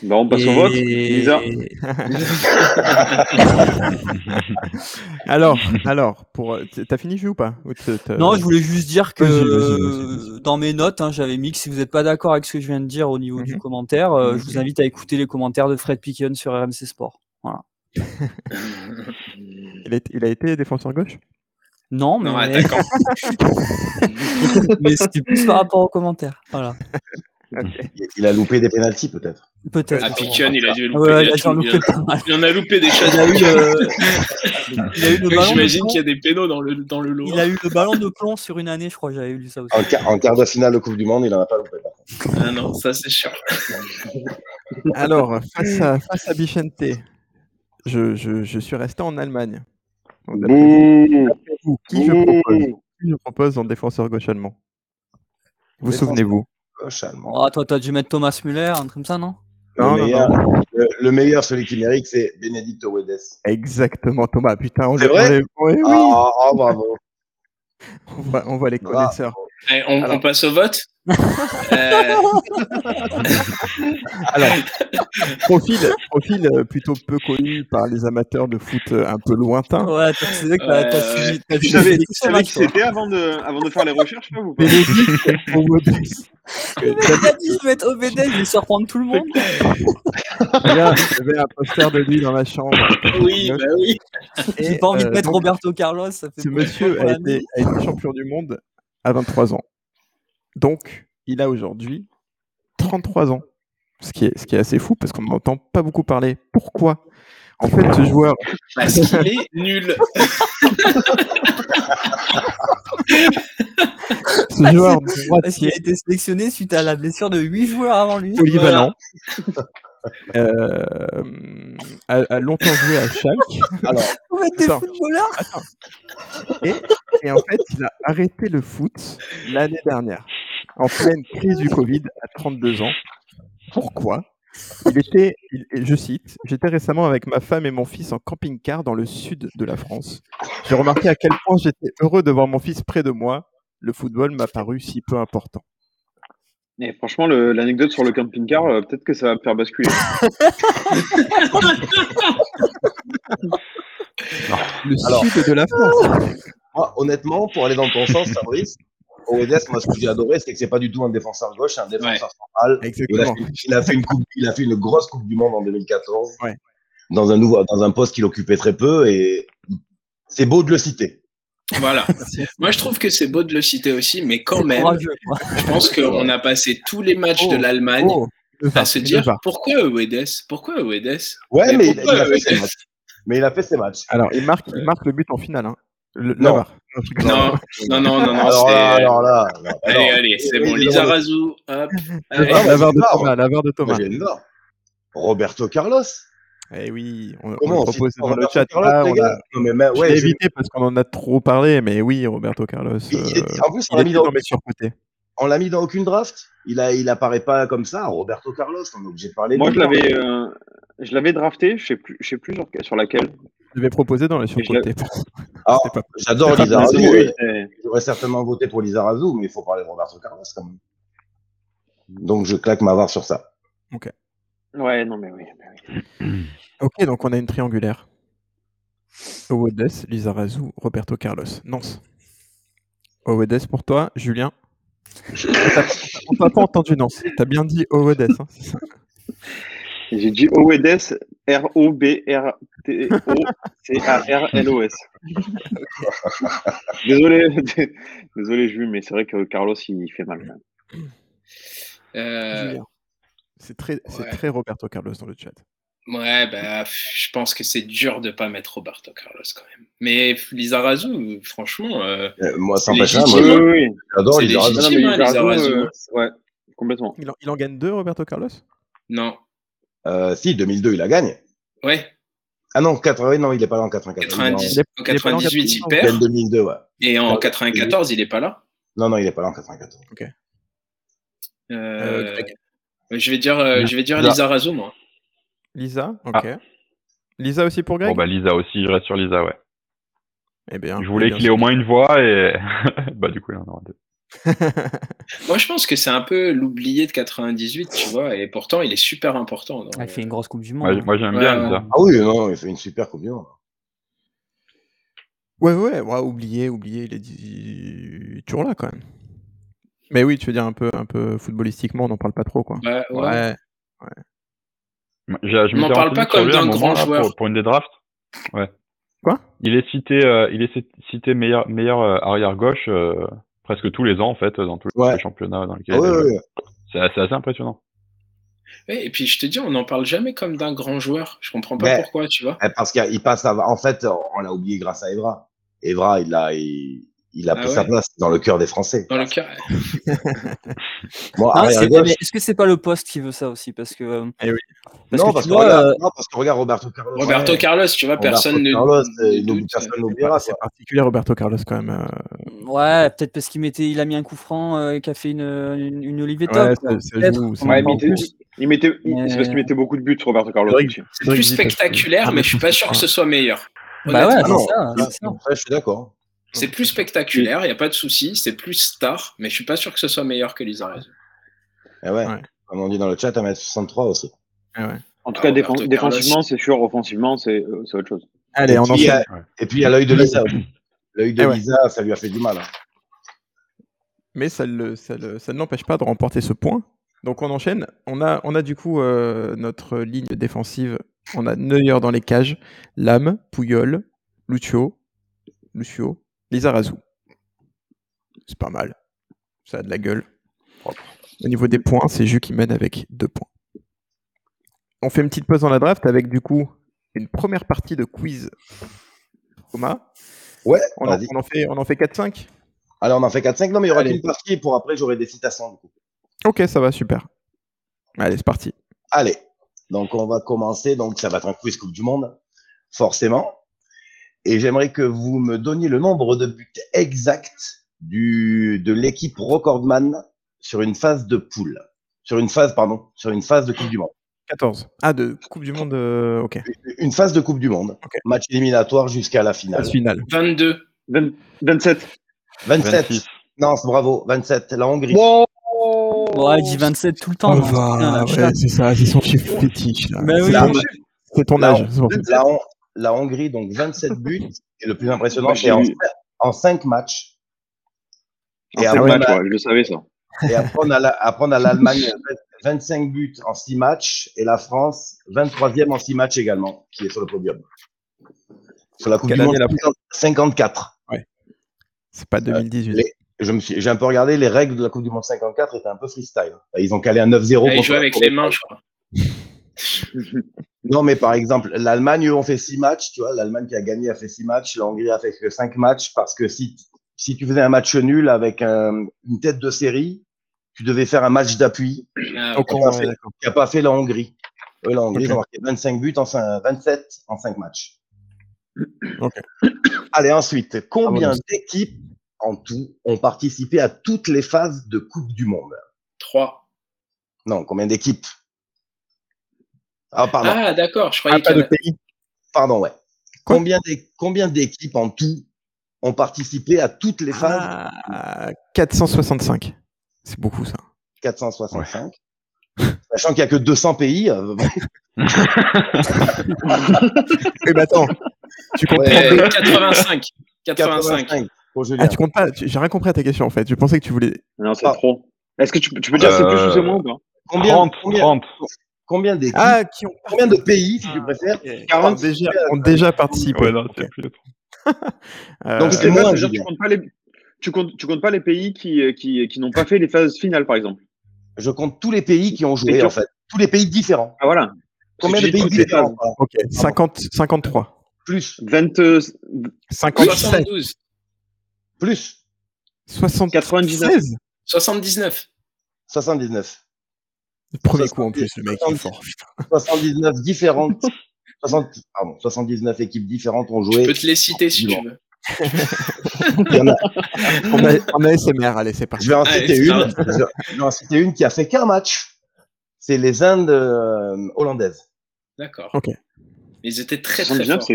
G: Bah, on passe au
H: Et-
G: vote. Lisa.
F: Alors, alors, pour, t'as fini Ju, ou pas Ou t'as- t'as-
H: Non, je voulais juste dire que
F: Vas-y, vas-y, vas-y, vas-y.
H: dans mes notes, hein, j'avais mis que si vous n'êtes pas d'accord avec ce que je viens de dire au niveau
F: Mhm.
H: du commentaire, euh, je vous invite à écouter les commentaires de Fred Piquion sur RMC Sport. Voilà.
F: il, a, été- il a été défenseur gauche
H: Non, mais,
A: Non, ah, attaquant.
H: mais c'était plus par rapport aux commentaires. Voilà.
I: Il a loupé des pénaltys peut-être.
H: Peut-être.
A: Ah, Piquion, il a dû
H: Ouais,
A: louper.
H: ouais,
A: il,
H: il
A: a
H: a
A: tout-
H: dû en
A: il a-
H: louper pas mal.
A: il en a loupé des choses.
H: Il a eu, euh, il a eu le
A: Donc,
H: ballon de
A: J'imagine
H: plomb.
A: qu'il y a des pénaux dans le, dans le lot.
H: Il a eu le ballon de plomb sur une année, je crois que j'avais lu ça aussi.
I: En, quart- en quart de finale de Coupe du Monde, il en a pas loupé. par contre.
A: Ah non, ça c'est sûr.
F: Alors, face à, face à Bichente, je, je, je suis resté en Allemagne.
I: Mmh.
F: Donc, d'après
G: Bouh.
F: vous, qui, je propose, qui je propose en défenseur gauche allemand Vous
I: Défenseur.
F: souvenez-vous
I: Gauche allemand.
H: Oh, toi, t'as dû mettre Thomas Müller, un truc comme ça, non
I: Le,
F: Non, non,
I: meilleur, Le, le meilleur, celui qui mérite, c'est Benedicto Wedes.
F: Exactement, Thomas. Putain, on
I: C'est
F: les- on
I: vrai
F: les- ouais, oui,
I: Ah, ah, bravo.
F: on, voit, on voit les
I: Bravo.
F: connaisseurs.
A: Eh, on,
F: Alors.
A: on passe au vote Euh,
F: Alors, profil, profil euh, plutôt peu connu par les amateurs de foot euh, un peu lointains.
H: Ouais, t'as- c'est vrai que t'as
A: Ouais,
H: t'as
A: ouais.
H: suivi. t'as
G: Tu
H: suivi
G: savais,
H: tout
G: tu
H: ce
G: savais qui
H: match, toi.
G: c'était avant de, avant de faire les recherches, là, ou pas
F: On me dit-
H: Il a dit je vais être OBD, je vais surprendre tout le monde.
F: Regarde, J'avais un poster de lui dans ma chambre.
A: oui, bah oui.
F: Et,
H: J'ai pas envie de
F: euh,
H: mettre
F: donc,
H: Roberto Carlos, ça fait
F: Ce
H: beaucoup de
F: monsieur
H: fois qu'on
F: a
H: l'a mis.
F: été, a été champion du monde à 23 ans. Donc, il a aujourd'hui 33 ans. Ce qui, est, ce qui est assez fou parce qu'on n'entend pas beaucoup parler. Pourquoi En fait, ce joueur,
A: Parce qu'il est nul.
F: ce joueur
H: Ah, Parce qu'il
F: droitier
H: a été sélectionné suite à la blessure de 8 joueurs avant lui.
F: polyvalent euh, a, a longtemps joué à Schalke.
I: Alors,
H: Vous êtes des
F: Attends.
H: footballeurs
F: Et, et en fait, il a arrêté le foot l'année dernière, en pleine crise du Covid, à 32 ans. Pourquoi il était, il- je cite, j'étais récemment avec ma femme et mon fils en camping-car dans le sud de la France. J'ai remarqué à quel point j'étais heureux de voir mon fils près de moi. Le football m'a paru si peu important.
G: Et franchement, le- l'anecdote sur le camping-car, euh, peut-être que ça va me faire basculer.
F: Le
I: Alors-
F: sud de la France.
I: moi, Ah, honnêtement, pour aller dans ton sens, Fabrice, Wedes, moi, ce que j'ai adoré, c'est que c'est pas du tout un défenseur gauche, c'est un défenseur central. Il a,
F: Exactement.
I: fait, il a fait une coupe, il a fait une grosse Coupe du Monde en 2014.
F: Ouais.
I: Dans un nouveau, dans un poste qu'il occupait très peu et c'est beau de le citer.
A: Voilà. Moi, je trouve que c'est beau de le citer aussi, mais quand
H: C'est
A: même,
H: courageux, quoi.
A: je pense qu'on a passé tous les matchs de
F: Oh,
A: l'Allemagne
F: Oh, le
A: à
F: VAR,
A: se
F: le
A: dire
F: VAR.
A: pourquoi Oedes Pourquoi Oedes
I: Ouais,
A: Mais
I: mais, il,
A: pourquoi,
I: il a fait
A: ouais.
I: ses matchs. Mais il a fait ses matchs.
F: Alors, il marque, il marque le but en finale. hein. Le,
I: Non.
F: le VAR. Non, je
A: Euh.
F: rigole.
A: Non, non, non, non, non.
I: alors,
A: c'est-
I: là, alors là, non,
A: allez,
I: alors,
A: allez, c'est
I: oui,
A: bon.
I: oui,
A: Lisa
I: oui.
A: Razou, hop.
F: Le
A: Allez.
F: VAR, la VAR de
I: c'est pas,
F: Thomas. La VAR de Thomas.
I: moi, j'ai une mort. Roberto Carlos.
F: Eh oui, on, on
I: Comment
F: le
I: on
F: propose
I: cite
F: dans
I: pas
F: le
I: Roberto
F: chat.
I: Carlos,
F: là,
I: les
F: on
I: gars
F: a-
I: Non, mais même-
F: Je
I: ouais,
F: l'ai
I: je-
F: évité parce qu'on en a trop parlé, mais oui, Roberto Carlos.
I: il- il
F: euh,
I: était- en plus, on
F: il
I: l'a
F: est
I: mis
F: dans
I: dans,
F: mes surcotés.
I: on l'a mis dans aucune draft. Il a, il apparaît pas comme ça. Roberto Carlos, on est obligé de parler.
G: Moi,
I: de
G: je
I: lui.
G: l'avais, euh, je l'avais drafté, je sais plus, je sais plus sur, sur laquelle.
F: Je l'avais proposé dans les
G: l'ai-
F: surcotés.
I: Alors,
F: C'était pas-
I: Ah, J'adore
G: Ah,
F: C'est pas
I: Lizarazu.
F: possible,
I: et-
G: Euh,
I: J'aurais certainement voté pour Lizarazu, mais il faut parler de Roberto Carlos quand même. Donc je claque ma barre sur ça.
G: Ouais, non, mais oui. mais oui.
F: Ok, donc on a une triangulaire. Owedes, Lizarazu, Roberto Carlos. Nance. Owedes pour toi, Julien. on t'a pas entendu Nance. T'as bien dit Owedes. hein.
G: J'ai dit E OEDS, R-O-B-R-T-O-C-A-R-L-O-S. désolé, désolé, Jules, mais c'est vrai que Carlos, il fait mal. quand même.
A: Euh,
F: Julien. C'est très, c'est
A: ouais.
F: très Roberto Carlos dans le chat.
A: ouais, bah, pff, je pense que c'est dur de pas mettre Roberto Carlos quand même. Mais Lisa Razou, franchement, euh,
I: Euh, moi, sans pas
A: Légitime.
I: moi
A: Oui,
G: oui, oui.
I: j'adore
A: C'est
I: Lizarazu.
A: légitime.
G: Non, non, mais
A: hein, les
G: Lizarazu,
A: Arazo.
G: euh, ouais, complètement.
F: Il en, il en gagne deux, Roberto Carlos
A: non.
I: Euh, si, 2002, il la gagne.
A: Ouais.
I: Ah non, 80, non, il n'est pas là en 94.
A: 90
I: Euh, il est
A: en 98, il
I: en- il est en
A: perd.
I: 2002, ouais.
A: Et en 94, il n'est pas là.
I: Non, non, il n'est pas là en 94.
A: Euh, je vais dire, euh, je vais dire
J: Là.
A: Lisa Razou, moi.
F: Lisa, ok.
J: Ah.
F: Lisa aussi pour Greg
J: Bon, bah, Lisa aussi, je reste sur Lisa, ouais.
F: Eh bien.
J: Je voulais qu'il ait au moins une voix et. bah, du coup, il en aura deux.
A: Moi, je pense que c'est un peu l'oublié de 98, tu vois, et pourtant, il est super important. euh, dans
H: Elle
A: le-
H: fait une grosse Coupe du Monde.
J: Moi, moi, j'aime
A: Ouais,
J: bien
A: ouais.
J: Lisa.
I: Ah oui, non, il fait une super Coupe du Monde.
F: Ouais, ouais, ouais, oublié, oublié, il est dit- toujours là quand même. Mais oui, tu veux dire un peu, un peu footballistiquement, on n'en parle pas trop quoi.
A: Bah, ouais.
F: Ouais.
J: Je, je
A: On n'en
J: m'étais
A: parle pas
J: renseigné sur
A: comme
J: lui à un
A: d'un
J: moment,
A: grand
J: là, pour-
A: joueur.
J: Pour, une des drafts. Ouais.
F: Quoi
J: Il est cité, euh, il est cité meilleur, meilleur euh, arrière gauche euh, presque tous les ans en fait dans tous
I: Ouais.
J: les championnats dans lesquels.
I: Ah ouais,
J: il a
I: ouais,
J: joué.
I: ouais.
J: C'est assez, assez impressionnant.
A: Ouais, Et puis, je te dis, on n'en parle jamais comme d'un grand joueur. Je comprends pas
I: Mais-
A: pourquoi, tu vois.
I: Eh, Parce qu'il passe avant. En fait, on l'a oublié grâce à Evra. Evra, il a, il, il a
A: Ah
I: pris sa
A: ouais.
I: place dans le cœur des Français.
A: Dans le cas,
I: Moi,
H: Non,
I: arrière
H: c'est-
I: gauche,
H: mais Est-ce que c'est pas le poste qui veut ça aussi Parce que. euh,
F: Eh oui.
H: Parce
I: non,
H: que
I: parce
H: tu
I: que
H: vois,
I: regarde,
H: euh,
I: non, parce que regarde Roberto Carlos.
A: Roberto
I: Ouais.
A: Carlos, tu vois,
I: Roberto
A: personne ne.
I: Carlos, euh,
A: ne
I: il n'oublie-
A: doute.
I: personne n'oubliera.
F: C'est
I: quoi.
F: particulier Roberto Carlos quand même. euh,
H: ouais, peut-être parce qu'il mettait, il a mis un coup franc euh, qui a fait une, une, une Olivetta.
F: Ouais,
H: quoi.
F: ça- ça
H: Peut-être.
F: joue, ça
H: Ouais,
G: Ouais, mais
H: mais
G: il, était- il mettait, il-
H: Mais-
G: c'est parce qu'il mettait beaucoup de buts, Roberto Carlos.
F: Rodrigue.
G: aussi.
A: C'est plus
F: Rodrigue, parce que-
J: Ah,
A: spectaculaire, mais je suis pas sûr que ce soit meilleur.
H: Bah ouais,
I: Ah non,
H: c'est ça.
I: là,
H: c'est ça.
I: ça, je suis d'accord.
A: C'est plus spectaculaire, il n'y a pas de souci, c'est plus star, mais je suis pas sûr que ce soit meilleur que Lisa Razou.
I: Eh ouais.
F: Ouais.
I: Comme on dit dans le chat, 1m63 aussi.
F: ah ouais.
G: En tout
A: Ah,
G: cas,
A: Roberto
G: défen-
A: Carlos.
G: défensivement, c'est sûr. Offensivement, c'est euh, c'est autre chose.
F: Allez, on
I: et, puis, il y
F: enchaîne.
I: a- et puis il y a l'œil de Lisa. L'œil de
F: Eh ouais.
I: Lisa, ça lui a fait du mal. hein.
F: Mais ça, le- ça le- ça ne l'empêche pas de remporter ce point. Donc on enchaîne. On a, on a du coup euh, notre ligne défensive. On a Neuer dans les cages, Lame, Pouyol, Lucio, Lucio, Lizarazu. C'est pas mal. Ça a de la gueule. Au niveau des points, c'est Jus qui mène avec deux points. On fait une petite pause dans la draft avec du coup une première partie de quiz. Thomas,
I: Ouais,
F: on en,
I: vas-y.
F: on en fait, on en fait 4-5
I: Alors on en fait 4-5. Non, mais il y aura
F: Allez.
I: qu'une partie pour après, j'aurai des citations du coup.
F: Ok, ça va, super. Allez, c'est parti.
I: Allez, donc on va commencer. Donc ça va être un quiz Coupe du Monde, forcément. Et j'aimerais que vous me donniez le nombre de buts exacts du, de l'équipe recordman sur une phase de poule. Sur une phase, pardon, sur une phase de Coupe du Monde.
F: 14. Ah, de Coupe du Monde, euh, ok.
I: Une phase de Coupe du Monde,
F: Ok.
I: match éliminatoire jusqu'à la finale.
F: Phase finale.
A: 22.
G: 20 27.
I: 27.
J: 26.
I: Non, c'est bravo, 27, la Hongrie.
H: Ouais, il dit 27 tout le temps. non, putain, la chatte.
F: Oh, bah, c'est ça, c'est son chiffre fétiche.
H: Mais oui.
F: c'est,
I: Là,
F: ton, c'est ton âge. c'est bon.
I: La, Hon- la Hongrie, donc 27 buts. Et le plus impressionnant,
G: Bah,
I: c'est en,
G: j'ai eu-
I: en 5 matchs.
G: En
I: Et
G: cinq
I: après,
G: matchs,
I: on a-
G: ouais, je le savais, ça.
I: Et après, on a la- après, on a l'Allemagne, 25 buts en 6 matchs, et la France, 23e en 6 matchs également, qui est sur le podium. Sur la Coupe
F: Quelle
I: du Monde,
F: année, la
I: 50 54.
F: C'est pas 2018.
I: les- Je me suis- J'ai un peu regardé, les règles de la Coupe du Monde 54 étaient un peu freestyle. Ils ont calé un 9-0.
A: Ah, il
I: contre
A: joue
I: la
A: avec
I: Corée.
A: les mains, je crois.
I: Non, mais par exemple, l'Allemagne, eux, ont fait 6 matchs, tu vois, l'Allemagne qui a gagné a fait 6 matchs, la Hongrie a fait que 5 matchs, parce que si, si tu faisais un match nul avec un- une tête de série, tu devais faire un match d'appui
A: Ah,
F: Donc,
I: qui
F: on-
I: n'a pas, fait- qui a pas fait la Hongrie. Eux, la Hongrie,
F: Ok.
I: ils ont marqué 25 buts en cin- 27 en 5 matchs.
F: Ok.
I: Allez, ensuite, combien
F: Ah, bon,
I: d'équipes en tout ont participé à toutes les phases de Coupe du Monde
A: 3.
I: Non, combien d'équipes Ah, pardon,
A: Ah, d'accord, je
F: Ah,
A: croyais
F: pas
A: qu'il y
F: de
A: en a-
F: pays.
I: pardon, ouais.
F: Quoi
I: Combien d'é- combien d'équipes en tout ont participé à toutes les phases
F: Ah, 465. C'est beaucoup ça.
I: 465. Sachant qu'il n'y a que 200 pays. euh, bon,
G: Eh ben,
F: Oui, bah attends. tu comptes
I: Ouais.
A: Euh, 85. 85.
I: 85. Faut que je
F: Ah,
I: lise.
F: tu comptes pas tu- J'ai rien compris à ta question en fait. Je pensais que tu voulais.
G: Non, c'est
I: Ah.
G: trop. Est-ce que tu, tu peux dire c'est plus ou c'est moins ou pas
I: Combien,
J: 30,
I: combien-
J: 30.
I: combien d'équipes
F: Ah, qui ont,
I: Combien de pays, si tu préfères
F: ont
I: 40
F: déjà, ont déjà participé.
J: Ouais, non,
F: Ok.
J: c'est plus de 30.
F: Euh,
I: Donc,
G: C'est
I: c'est
G: pas-
I: moins,
G: c'est-à-dire, tu
I: Julien.
G: comptes pas les tu comptes, tu comptes pas les pays qui, euh, qui, qui n'ont pas fait les phases finales, par exemple.
I: Je compte tous les pays qui ont
G: Et
I: joué,
G: que-
I: en fait. Tous les pays différents.
G: Ah voilà.
I: Combien
G: tu
I: de
G: dis
I: pays
G: toutes les
I: différents
G: phases.
I: voilà.
F: ok, 50, 53.
I: Plus,
G: 20, euh,
F: 57.
A: 72.
I: plus,
F: 76
A: 79.
I: 79.
F: Premier coup en plus, le mec il est
I: 70.
F: fort.
I: 79 différentes 60 pardon, 79 équipes différentes ont joué.
A: Je peux te les citer si tu veux.
I: Il y en a-
F: On a, on a SMR, allez, c'est parti.
I: Je vais en
A: Allez,
I: citer
A: Ah, c'est
I: une. Je vais en citer une qui a fait qu'un match. C'est les Indes euh, hollandaises.
A: D'accord.
F: Ok.
A: Ils étaient très très
G: 79,
A: forts.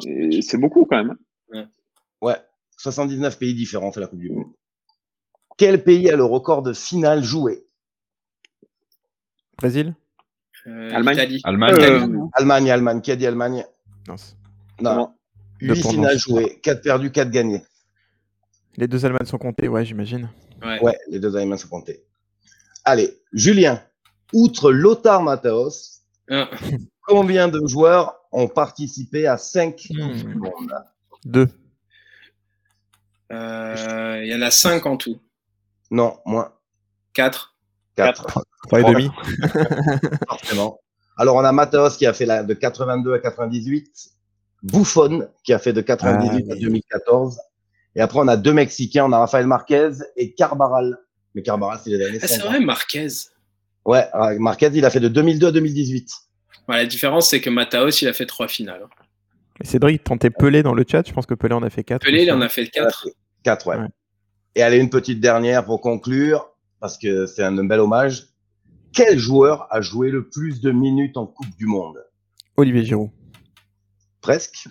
G: c'est- c'est c'est beaucoup quand même. hein.
I: Ouais. 79 pays différents fait la Coupe du Monde. Quel pays a le record de finale jouée
F: Brésil
A: Euh,
G: Allemagne.
A: l'Italie.
I: Ah,
J: Allemagne.
G: Euh,
I: Allemagne, Allemagne. Qui a dit Allemagne
F: Non, c'est-
I: Non.
F: De
I: 8
F: pronom-
I: finales jouées, 4 perdues, 4 gagnées.
F: Les deux Allemands sont comptés, ouais, j'imagine.
A: Ouais.
I: Ouais, les deux Allemands sont comptés. Allez, Julien, outre Lothar Matthäus,
A: Un.
I: combien de joueurs ont participé à 5
A: Mmh.
F: Hmm. Deux.
A: Euh, Il y en a 5 en tout.
I: Non, moins
A: 4.
I: 4.
F: Trois et
I: Oh.
F: demi.
I: Forcément. Alors, on a Matos qui a fait la, de 82 à 98, Buffon qui a fait de 98
F: Ah,
I: à
F: oui.
I: 2014, et après, on a deux Mexicains, on a Rafael Marquez et Carbaral. Mais Carbaral, c'est les derniers.
A: Ah, c'est
I: cinq, hein.
A: vrai, Marquez.
I: Ouais, euh, Marquez, il a fait de 2002 à 2018.
A: Ouais, la différence, c'est que Mataos, il a fait 3 finales. hein.
F: Et Cédric tentait Pelé dans le chat, je pense que Pelé en a fait quatre.
A: Pelé, il en a fait 4.
I: 4, ouais.
F: Ouais.
I: Et allez, une petite dernière pour conclure, parce que c'est un bel hommage. Quel joueur a joué le plus de minutes en Coupe du Monde
F: Olivier Giroud.
I: Presque.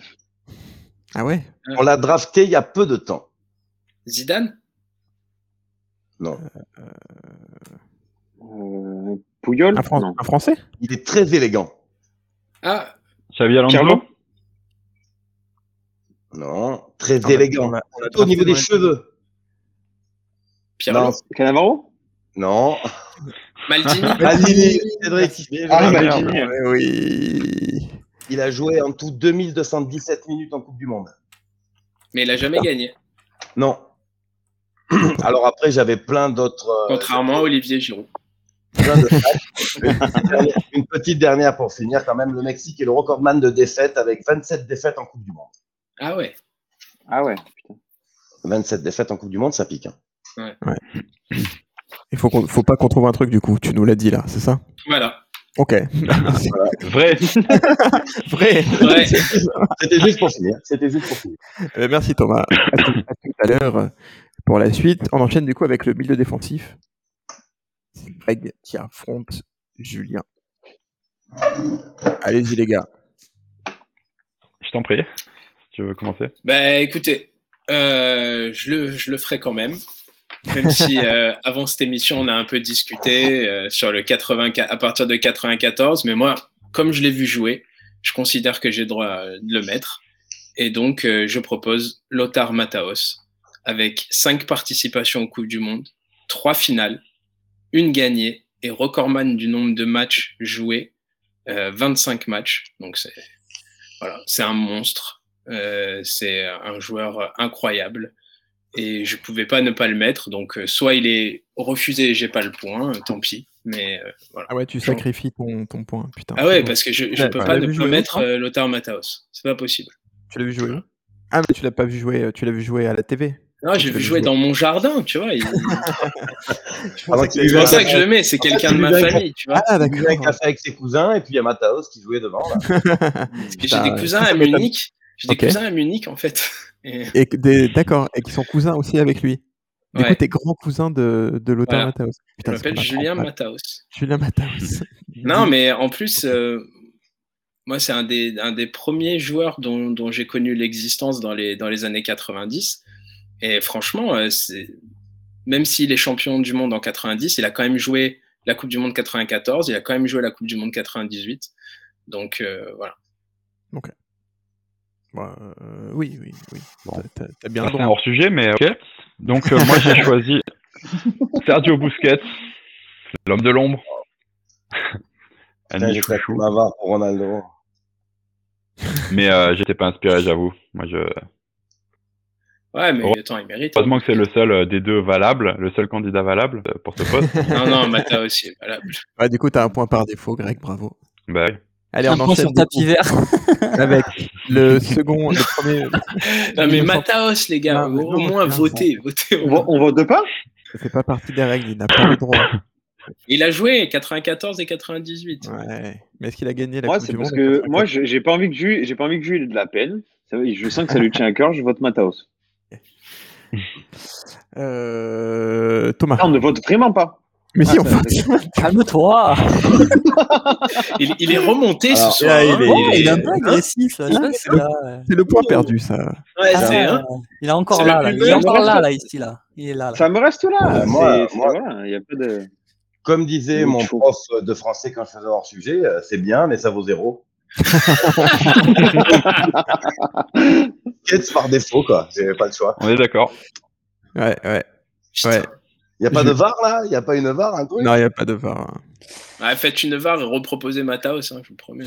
F: Ah ouais
I: On l'a drafté il y a peu de temps.
A: Zidane
I: Non.
G: Euh, Pouyol
F: un, Fran-
G: Non.
F: un Français
I: Il est très élégant.
A: Ah,
J: Xavier Alonso
G: Carlo
I: Non. Très
F: On a-
I: élégant.
F: on a- on a
I: Au niveau des
F: drafté-
I: cheveux.
A: Pirlo.
I: Non.
G: Cannavaro
I: Non.
A: Maldini
I: Maldini, Cédric.
G: Ah,
J: merde.
G: Maldini.
F: Ouais, oui.
I: Il a joué en tout 2217 minutes en Coupe du Monde.
A: Mais il a jamais gagné.
I: Non. Alors après, j'avais plein d'autres. euh,
A: Contrairement à Olivier Giroud.
I: plein de facts. Une dernière- Une petite dernière pour finir quand même. Le Mexique est le recordman de défaites avec 27 défaites en Coupe du Monde.
A: Ah ouais.
G: Ah ouais.
I: 27 défaites en Coupe du Monde, ça pique. hein.
F: Il faut, qu'on- faut pas qu'on trouve un truc du coup, tu nous l'as dit là, c'est ça
A: Voilà.
F: Ok.
J: Vrai.
F: Vrai
A: Ouais.
I: C'était juste pour finir. C'était juste pour finir.
F: Eh, Merci Thomas. À tout, à tout à l'heure euh, pour la suite. On enchaîne du coup avec le milieu défensif. C'est Greg qui affronte Julien. Allez-y les gars.
J: Je t'en prie. Si tu veux commencer.
A: Bah écoutez, euh, je, le, je le ferai quand même. Même si euh, avant cette émission, on a un peu discuté euh, sur le 84, à partir de 94, mais moi, comme je l'ai vu jouer, je considère que j'ai droit euh, de le mettre. Et donc, euh, je propose Lothar Mataos avec cinq participations aux Coupes du Monde, trois finales, une gagnée et recordman du nombre de matchs joués, euh, 25 matchs. Donc, c'est voilà, c'est un monstre. Euh, c'est un joueur incroyable et je pouvais pas ne pas le mettre. Donc euh, soit il est refusé, et j'ai pas le point, euh, tant pis. Mais euh, voilà.
F: Ah ouais, tu sacrifies ton, ton point, putain.
A: Ah ouais, parce que je, je
F: Ouais,
A: peux
F: bah,
A: pas
F: t'as
A: ne
F: vu
A: pas
F: jouer
A: mettre
F: l'autre,
A: euh, Lothar Matthäus. C'est pas possible.
F: tu l'as vu jouer. Ah mais tu l'as pas vu jouer, euh, tu l'as vu jouer à la TV.
A: Non, j'ai
F: tu
A: vu
F: l'as
A: jouer
F: joué.
A: dans mon jardin, tu vois. il-
I: Avant
F: pensais que
A: C'est
F: t'allais
I: qu'il lui
A: pour
I: mette
A: ça
I: un-
A: que je le mets. C'est quelqu'un de ma
I: tu lui as-
A: famille, tu vois.
F: Ah
I: il jouait un
F: d'accord.
I: café avec ses cousins et puis il y a Mataos qui jouait devant. là.
A: Et J'ai des
F: Putain,
A: cousins à Munich. J'ai des
F: Ah, Ok.
A: cousins à Munich en fait. Et-
F: Et que des- D'accord, et qui sont cousins aussi avec lui. Du
A: Ouais.
F: coup, t'es grand cousin de, de Lothar
A: Voilà.
F: Matthäus.
A: Je
F: Putain, c'est
A: m'appelle
F: qu'on
A: Julien
F: apprend pas.
A: Matthäus.
F: Julien Matthäus.
A: Non, mais en plus, euh, moi, c'est un des, un des premiers joueurs dont, dont j'ai connu l'existence dans les, dans les années 90. Et franchement, euh, c'est- même s'il est champion du monde en 90, il a quand même joué la Coupe du Monde 94, il a quand même joué la Coupe du Monde 98. Donc euh, voilà.
F: Ouais, euh, oui, oui, oui.
J: Bon.
F: T'as- T'as t'as bien
J: Ah,
F: le
J: C'est
F: droit.
J: un hors sujet, mais ok. Donc euh, moi j'ai choisi Sergio Busquets, l'homme de l'ombre.
I: Putain,
J: Ami
I: J'étais
J: chouchou.
I: bavard pour Ronaldo.
J: Mais euh, j'étais pas inspiré, j'avoue. Moi, je...
A: Ouais, mais
J: Oh.
A: attends, il mérite.
J: Heureusement que c'est le seul euh, des deux valable, le seul candidat valable euh, pour ce poste.
A: Non, non, Mata aussi est valable.
F: Ouais, du coup, t'as un point par défaut, Greg, bravo.
J: bah, oui.
F: Allez,
H: un
F: on
H: point
F: enchaîne
H: sur tapis
F: du
H: vert.
F: coup avec le second, le premier.
A: Non, mais Mataos, les gars,
F: Non, mais
A: au
F: non,
A: moins
F: non.
A: votez, votez.
G: On, vo- on vote pas
F: Ça fait pas partie des règles, il n'a pas le droit.
A: Il a joué 94 et 98.
F: Ouais. Mais est-ce qu'il a gagné la
G: Moi,
F: Coupe
G: c'est
F: du
G: parce
F: Monde
G: que moi, je- j'ai pas envie que Jules, j'ai pas envie que Jules ait de la peine. Ça, je sens que ça lui tient à cœur. Je vote Mataos.
F: Euh, Thomas.
G: Ah, on ne vote vraiment pas.
F: Mais si,
G: Ah,
F: on
G: ça-
H: Calme-toi
A: Il, il est remonté
I: Alors,
A: ce soir.
I: là, il
A: hein.
I: est-
H: Oh,
I: il
H: Il est un
I: est-
H: peu agressif, là. je sais pas si c'est là, ouais.
F: C'est le point perdu, ça.
A: Ouais,
H: Ah,
A: c'est-
H: euh,
A: hein.
H: Il est encore
A: C'est
H: là,
A: le
H: là.
A: plus
H: Il est
A: bel
H: encore
G: endroit.
H: là, là, ici, là. Il est là, là.
G: Ça me reste là.
I: Euh, moi,
G: C'est- c'est-
I: moi-
G: voilà, il y a pas de.
I: Comme disait
G: Oui,
I: mon
G: chaud.
I: prof de français quand je faisais hors sujet, euh, c'est bien, mais ça vaut zéro. Quête par défaut, quoi. J'avais pas le choix.
J: On est d'accord.
F: Ouais, ouais.
A: Putain.
F: ouais.
I: Il n'y a pas
F: Je-
I: de VAR, là Il n'y a pas une VAR, un truc
F: Non, il n'y a pas de VAR. hein.
A: Ah, faites une VAR et reproposez Mataos, hein, je vous promets.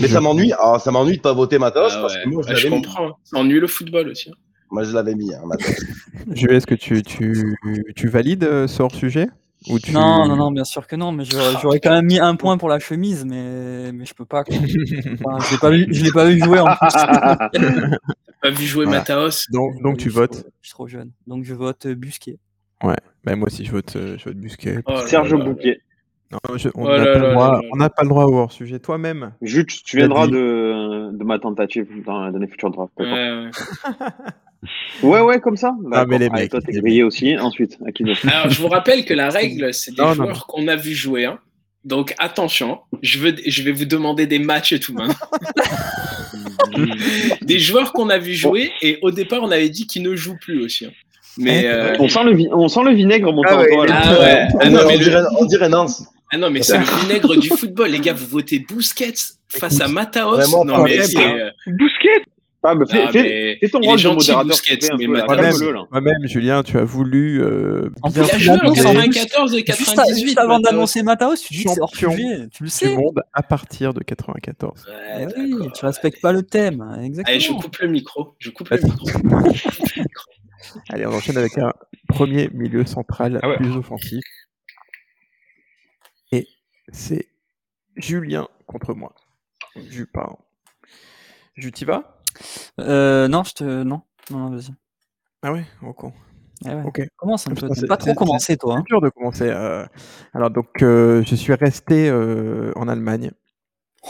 I: Mais ça m'ennuie. Alors, ça m'ennuie de pas voter Matos,
A: Ah
I: parce
A: ouais.
I: que moi, je
A: Ah, je
I: l'avais mis.
A: comprends. hein. Ça ennuie le football aussi. hein.
I: Moi, je l'avais mis, hein, Matos.
F: Jules, est-ce que tu, tu, tu valides euh, ce hors-sujet Ou tu...
H: Non, non, non, bien sûr que non, mais j'aurais j'aurais quand même mis un point pour la chemise, mais, mais je peux pas. quoi. Enfin, je l'ai pas vu- je l'ai pas vu jouer en plus.
A: T'as Pas vu jouer
F: Voilà.
A: Mataos.
F: Donc, donc tu
H: Je suis
F: votes.
H: trop- Je suis trop jeune. Donc je vote euh, Busquet.
F: Bah, moi aussi, je vote, euh, je vote Busquet.
A: Oh là
G: Serge
A: là là.
G: Bouquet.
F: Non, je- on
A: Oh
F: n'a
A: là là
F: pas, le droit-
A: là là
F: on n'a pas le droit au hors-sujet. Toi-même,
G: Jules, tu- tu
F: T'as
G: viendras
F: dit.
G: de, de ma tentative dans, dans les futurs drafts.
A: Ouais,
G: d'accord
A: euh, ouais.
G: Ouais, ouais, comme ça. D'accord.
F: Ah, mais les
G: Allez,
F: mecs,
G: Toi, t'es
F: les
G: grillé aussi. Ensuite, à qui d'autre
A: Alors, je vous rappelle que la règle, c'est des
F: Non, non,
A: joueurs qu'on a vu jouer. hein. Donc, attention, je, veux, je vais vous demander des matchs et tout maintenant. des joueurs qu'on a vu jouer et au départ, on avait dit qu'ils ne jouent plus aussi. hein. Mais.
F: Eh,
A: euh,
G: on, sent le vi- on sent le vinaigre monter
F: Ah
G: en
F: ouais,
G: toi, là.
A: Ah ouais. Ah non,
I: on,
A: mais le-
I: dirait, on dirait Nance.
A: Ah non, mais c'est le vinaigre du football, les gars. Vous votez Busquets face à Mataos.
I: Vraiment,
A: non, mais
I: pas
A: c'est.
I: faible,
A: euh,
J: Bousquet
G: Ah, bah, fais,
A: non,
G: fais-
A: mais
G: fais ton
A: il est
G: rôle de
A: gentil,
G: modérateur.
A: Busquets,
G: s'il te plaît,
A: mais
G: un peu, là.
A: Mataos.
G: Calme-le, là.
F: moi-même, Julien, tu as voulu euh,
H: En
F: bien
H: plus,
A: Il a
H: tu
A: joué
H: l'as
A: en
H: annoncé.
F: figurer
A: 94 et
H: Juste, à-
A: 98.
H: juste avant
A: Mataos.
H: d'annoncer Mataos, tu dis que c'est hors
F: Champion
H: sujet. Tu le
F: du
H: sais.
F: monde à partir de 94.
A: Ouais,
H: Eh oui,
A: d'accord.
H: tu respectes pas le thème. hein, Exactement.
A: Allez, je coupe le micro. Je coupe le
F: Attends.
A: micro.
F: Allez, on enchaîne avec un premier milieu central
J: Ah ouais.
F: plus offensif. Et c'est Julien contre moi. Ju, pardon. Ju, t'y vas
H: Euh, non, je te. Non. Non, non, vas-y.
F: Ah ouais, oh con.
H: Eh ouais.
F: Ok.
H: Commence un
F: Putain,
H: peu. T'aimes
F: c'est-
H: pas trop
F: c'est-
H: commencer, toi. hein.
F: C'est dur de commencer. euh. Alors donc, euh, je suis resté euh, en Allemagne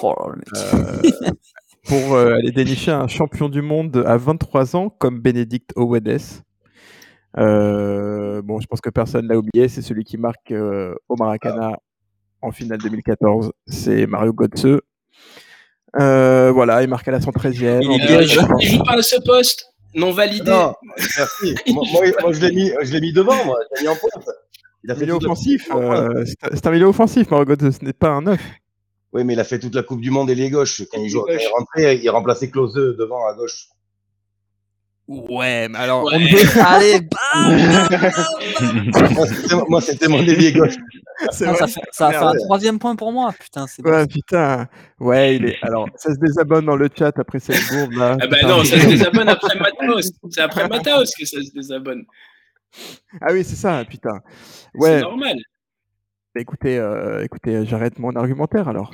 H: Oh là, le mec.
F: euh, pour euh, aller dénicher un champion du monde à 23 ans comme Benedict Owedes. Euh, bon, je pense que personne l'a oublié. C'est celui qui marque euh, au Maracana en finale 2014. C'est Mario Götze. Euh, voilà, il marque à la 113e.
H: Il est
F: en
A: Euh,
H: piège.
A: je, je vous parle à ce poste. Non validé.
I: Non, merci. moi, moi, moi, je l'ai mis, je l'ai mis devant, moi. Je l'ai mis en pointe. Il a fait
F: milieu
I: toute la-
F: offensif.
I: en pointe.
F: euh, c'est un- c'est un milieu offensif, Mario Götze. Ce n'est pas un neuf.
I: Oui, mais il a fait toute la Coupe du Monde et les gauches. Quand il, joue, quand
A: Gauche.
I: il rentrait, il remplaçait Klose devant à gauche.
F: Ouais, mais alors.
A: Ouais.
H: Allez, bam
I: Moi, c'était- moi, c'était mon ailier gauche.
F: C'est
H: Non,
F: vrai.
H: ça, fait, ça a fait un
F: Merde.
H: troisième point pour moi. Putain, c'est
F: Ouais, putain. Ouais, il est. Alors, ça se désabonne dans le chat après cette gourde là.
A: Ah bah
F: Putain.
A: non, ça se désabonne après Mataos. C'est après Mataos que ça se désabonne.
F: Ah oui, c'est ça, putain.
A: C'est
F: Ouais,
A: normal.
F: bah écoutez, euh, écoutez, j'arrête mon argumentaire alors.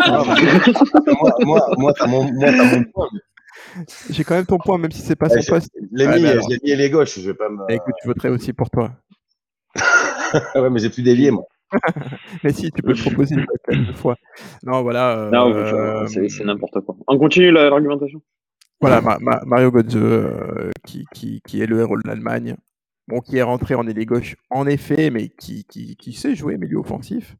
A: Ah,
I: Non, mais- moi, moi, moi, t'as mon, moi, t'as mon point.
F: J'ai quand même ton point, même si c'est pas
I: Ouais,
F: son poste.
I: Je l'ai
F: Ouais,
I: mis,
F: mais
I: je
F: alors.
I: l'ai mis ailier gauche. Je vais pas me...
F: Bah, écoute, je voterai aussi pour toi.
I: Ah ouais, mais j'ai plus d'ailier, moi.
F: Mais si, tu peux le proposer une fois, peut-être deux fois. Non, voilà. euh,
G: Non, mais, euh, c'est c'est n'importe quoi. On continue la- l'argumentation.
F: Voilà, Ma- Ma- Mario Götze, euh, qui, qui, qui est le héros de l'Allemagne, bon, qui est rentré en ailier gauche, en effet, mais qui, qui, qui sait jouer milieu offensif.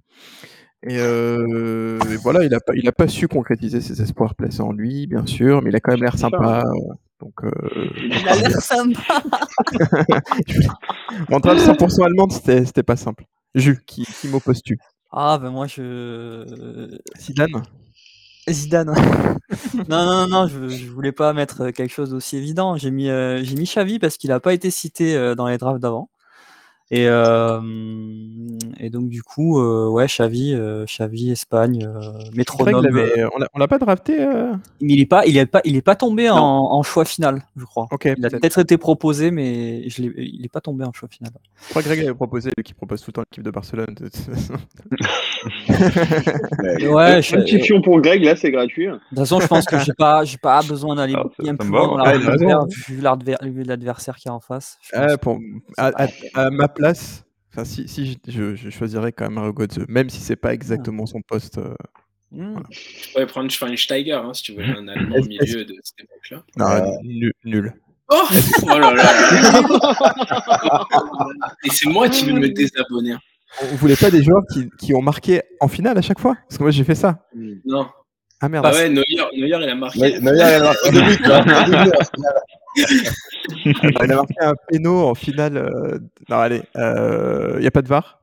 F: Et, euh, et voilà, il n'a pas, il a pas su concrétiser ses espoirs placés en lui, bien sûr, mais il a quand même l'air sympa. euh, donc, euh,
H: Il a l'air sympa.
F: Montrer le 100% allemande, c'était c'était pas simple. Jus, qui, qui m'opposes-tu
H: Ah, ben moi, je.
F: Zidane
H: Zidane. non, non, non, non, je, je voulais pas mettre euh, quelque chose d'aussi évident. J'ai mis, euh, j'ai mis Xavi parce qu'il n'a pas été cité euh, dans les drafts d'avant. Et, euh, et donc, du coup, euh, ouais, Xavi, euh, Xavi, Espagne, euh,
F: C'est vrai qu'il
H: métronome. euh,
F: avait- On l'a- on l'a pas drafté euh
H: mais il est pas, il est pas, il est pas tombé en,
F: Non.
H: en choix final, je crois.
F: Ok,
H: Il a
F: peut-être.
H: peut-être été proposé, mais je l'ai- il n'est pas tombé en choix final.
F: je crois que Greg avait proposé, lui qui propose tout le temps l'équipe de Barcelone. de toute façon.
I: Ouais.
H: Ouais, je-
G: Un
A: euh,
G: petit pion pour Greg, là, c'est gratuit.
H: De toute façon, je pense que j'ai pas, j'ai pas besoin d'aller
J: Ah, ça-
H: bien
J: ça
H: plus
J: me va,
H: loin dans
J: hein.
H: la
F: Ah, il a raison,
H: l'adversaire- vu l'adversaire qui est en face. Je pense
F: Ah, pour- à, à- à ma place, Enfin, si, si je, je- je choisirais quand même Mario Götze, même si c'est pas exactement son poste. euh,
H: Hmm.
A: Tu pourrais prendre Schweinsteiger hein, si tu voulais un Allemand au
F: Est-ce-
A: milieu de cette époque-là.
F: non,
I: Euh,
F: nul, nul.
A: Oh, oh là là Et c'est moi qui vais me désabonner.
F: Vous voulez pas des joueurs qui, qui ont marqué en finale à chaque fois Parce que moi j'ai fait ça.
A: Non.
F: Ah merde.
A: Ah ouais, Neuer, Neuer, il a marqué.
I: Mais- mais il y a- il y a- il y a- il y a- il y a- il y a-
F: Il a marqué un péno en finale. euh, Non, allez, il n'y a pas de VAR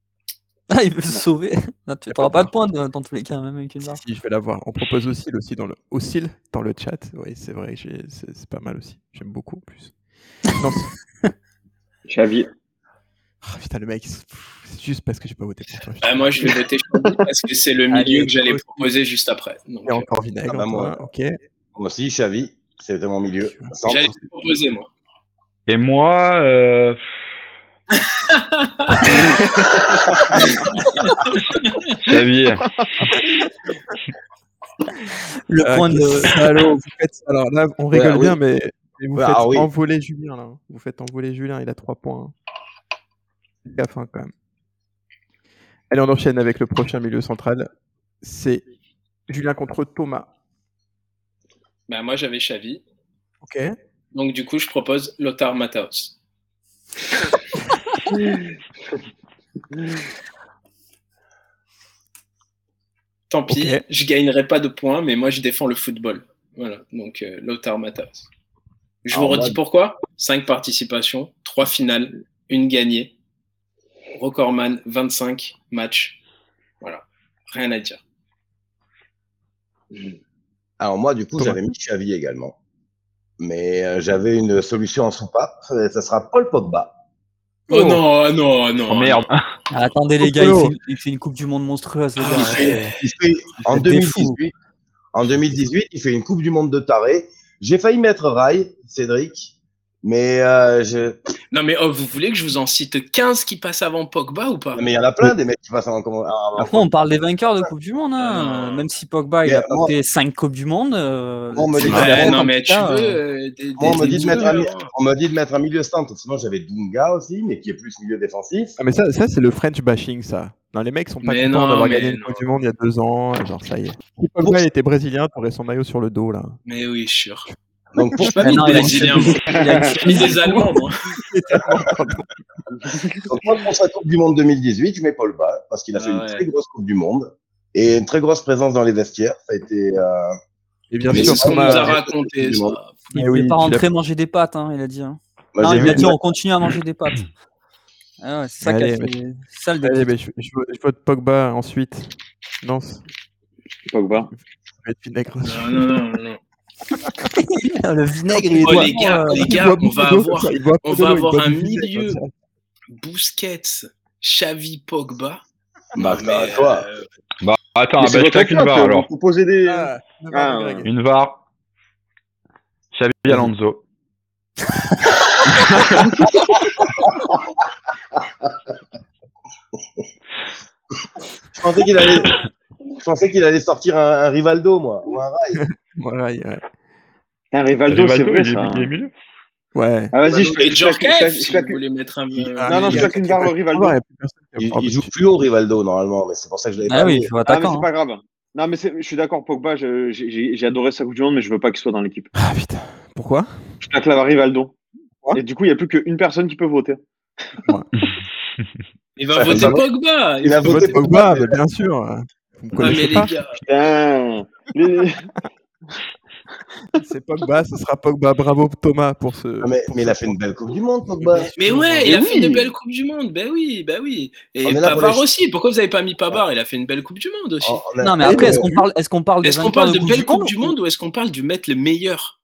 H: Ah, il veut se sauver. Non, tu
F: Y a
H: n'auras
F: pas
H: pas
F: de
H: de point dans dans tous les cas, même avec une barre.
F: Si, je vais l'avoir. On propose Oscil aussi dans le, Oscil dans le chat. Oui, c'est vrai, j'ai- c'est c'est pas mal aussi. J'aime beaucoup en plus. Non, c'est-
G: Xavier.
F: Ah, putain, le mec, c'est pff, c'est juste parce que j'ai pas voté pour toi.
A: Ah, moi, je vais voter Chandou parce que c'est le milieu
F: Allez,
A: que j'allais
F: aussi.
A: proposer juste après. Donc,
F: Et encore Vinaigre.
I: Ah bah moi.
F: Antoine, ok.
I: Moi aussi, Xavi, c'était mon milieu.
A: euh,
I: Centre.
A: j'allais te proposer, moi.
J: Et moi, euh, Xavier,
H: Le
F: Ah,
H: point de.
F: qu'est-ce- Allô, vous faites- Alors là, on rigole
I: ah oui.
F: bien, mais mais vous
I: Ouais,
F: faites
I: ah oui.
F: envoler Julien là. Vous faites envoler Julien, il a 3 points. hein. Faites Gaffe hein, quand même. Allez, on enchaîne avec le prochain milieu central. C'est Julien contre Thomas.
A: Bah, moi, j'avais Xavi.
F: Ok.
A: Donc, du coup, je propose Lothar Matthaus. Tant pis,
F: Ok.
A: je gagnerai pas de points, mais moi, je défends le football. Voilà, donc euh, Lothar Matthaus. Je vous
I: Alors,
A: redis
I: moi-
A: pourquoi. 5 participations, 3 finales, une gagnée. Recordman, 25 matchs. Voilà, rien à dire.
I: Alors moi, du coup,
F: Thomas.
I: j'avais mis Xavi également. Mais euh, j'avais une solution en soupape. et Ça sera Paul Pogba.
A: Oh, non, oh non, oh non.
J: oh merde.
H: Ah, attendez, les gars, il
F: Coco.
H: fait, une, il fait une Coupe du Monde monstrueuse,
A: Ah,
H: le gars.
I: Il fait- en,
H: T'es
I: 2018, en 2018, il fait une Coupe du Monde de taré. J'ai failli mettre Rai, Cédric. Mais euh, je...
A: Non, mais oh, vous voulez que je vous en cite 15 qui passent avant Pogba ou pas
I: Ah, mais il y en a plein des mecs qui passent en comment.
H: Après, on parle des vainqueurs de Coupe du Monde. hein.
A: Euh,
H: Même si Pogba, il a
I: mais moi-
H: porté 5 Coupes du Monde. euh,
I: Moi, on me
H: c'est
I: dit-
H: pas
I: Ouais,
H: vraiment
A: non,
H: comme
A: mais tu
H: ça,
A: veux.
H: euh.
A: euh, des- euh.
I: Moi, on
A: des-
I: m'a dit
A: des-
I: de mettre
A: des-
I: un- On m'a dit de mettre un milieu centre. Sinon, j'avais Dunga aussi, mais qui est plus milieu défensif.
F: Ah, mais ça, ça c'est le French bashing, ça. Non, les mecs sont pas
A: Mais
F: contents
A: non,
F: d'avoir
A: mais
F: gagné une
A: non.
F: Coupe du Monde il y a deux ans. et Genre, ça y est. Si Pogba il était brésilien, t'aurais son maillot sur le dos, là.
A: Mais oui, sûr.
I: Donc pour,
A: Pas
H: Ah
A: mis
H: non,
A: de
H: il a-
A: Brésilien. moi.
H: Il a une
A: J'ai mis des Allemands, moi.
I: donc moi, pour sa Coupe du Monde 2018, je mets Paul Bas parce qu'il a fait
A: Ah
I: une
A: ouais.
I: très grosse Coupe du Monde et une très grosse présence dans les vestiaires. Ça a été. euh,
F: Et bien
I: Mais
A: C'est
F: sûr,
A: ce qu'on nous
I: Thomas-
A: a raconté, ça.
H: Il
F: Eh
H: ne
F: oui,
H: voulait pas
F: tu l'as-
H: rentrer manger des pâtes, hein, il a dit. hein.
I: moi,
H: Non,
I: Bah, j'ai
H: il a
I: vu-
H: dit on continue à manger des pâtes. Ah ouais, c'est ça qui a
F: Allez,
H: fait c'est ça le
F: Allez,
H: déclic.
F: mais je, je, je vote Pogba ensuite. Non, ça
G: Pogba.
F: va être vinaigre.
A: Non, non, non, non.
H: Le vinaigre, il est
A: Oh, les gars,
H: vraiment,
A: les
H: euh,
F: Il
A: gars,
F: boit
A: on
F: beaucoup
A: va
F: d'eau,
A: avoir
F: il boit
A: on
F: beaucoup
A: va
F: d'eau, il
A: avoir
F: boit
A: un
F: du vinaigre,
A: milieu.
F: ça.
A: Busquets, Xavi, Pogba.
I: Bah,
A: Mais,
I: bah, toi.
A: euh,
J: Bah, attends,
G: Mais
J: bah,
G: c'est
J: je
G: votre
J: claque une
G: faute,
J: barre
G: euh,
J: alors.
G: Vous posez des.
F: Ah,
G: Ah,
F: Greg.
J: Une VAR. Xavi Alonso.
I: Je pensais qu'il allait. Je pensais qu'il allait sortir un, un Rivaldo, moi, ou un Rai.
A: Ah.
F: Voilà, il- ouais.
G: Putain, Rivaldo, c'est vrai
J: il est-
G: ça. hein.
J: il est milieu.
F: Ouais.
G: Ah, vas-y, je
A: Et
G: fais. je claque- je
A: Djorkaeff,
G: claque- je
A: si vous
G: claque-
A: voulez mettre un.
F: Ah,
G: non, non, je claque une barre au Rivaldo.
A: Ah,
F: Ouais, plus personne qui va
I: Il,
F: pouvoir
I: il joue
F: me tuer.
I: plus haut Rivaldo normalement, mais c'est pour ça que je l'avais
H: Ah
I: pas
H: oui,
I: mis.
H: il joue
G: Ah, mais
H: attaquant.
G: c'est
H: hein.
G: pas grave. Non, mais c'est- je suis d'accord, Pogba, je- j'ai- j'ai j'ai adoré sa Coupe du Monde, mais je veux pas qu'il soit dans l'équipe.
F: Ah putain. Pourquoi
G: Je claque la Rivaldo.
F: Quoi
G: Et du coup, il n'y a plus qu'une personne qui peut voter.
A: Il va voter Pogba.
I: Il a
F: Je vote
I: voté
F: Pogba, mais bien sûr. Vous me
A: Ah, mais
F: connaissez
A: les
F: pas.
A: gars,
G: Putain. Les-
F: C'est Pogba, ce sera Pogba. Bravo Thomas pour ce.
I: Ah, mais,
F: pour
I: mais
F: ce
I: il a fait
F: point.
I: une belle Coupe du Monde, Pogba.
A: Mais ouais, il a
G: oui.
A: fait une belle Coupe du Monde. Ben oui, ben oui. Et
I: On est Ah, là pour Ah.
A: Pavard
I: les-
A: aussi. Pourquoi vous avez pas mis Pavard Il a fait une belle Coupe du Monde aussi.
I: On- on a-
H: Non, mais après, est-ce qu'on parle, est-ce qu'on parle des
A: Est-ce qu'on
H: vainqueurs
A: parle de
H: Coupe
A: belle Coupe du Monde ou est-ce qu'on parle du mettre le meilleur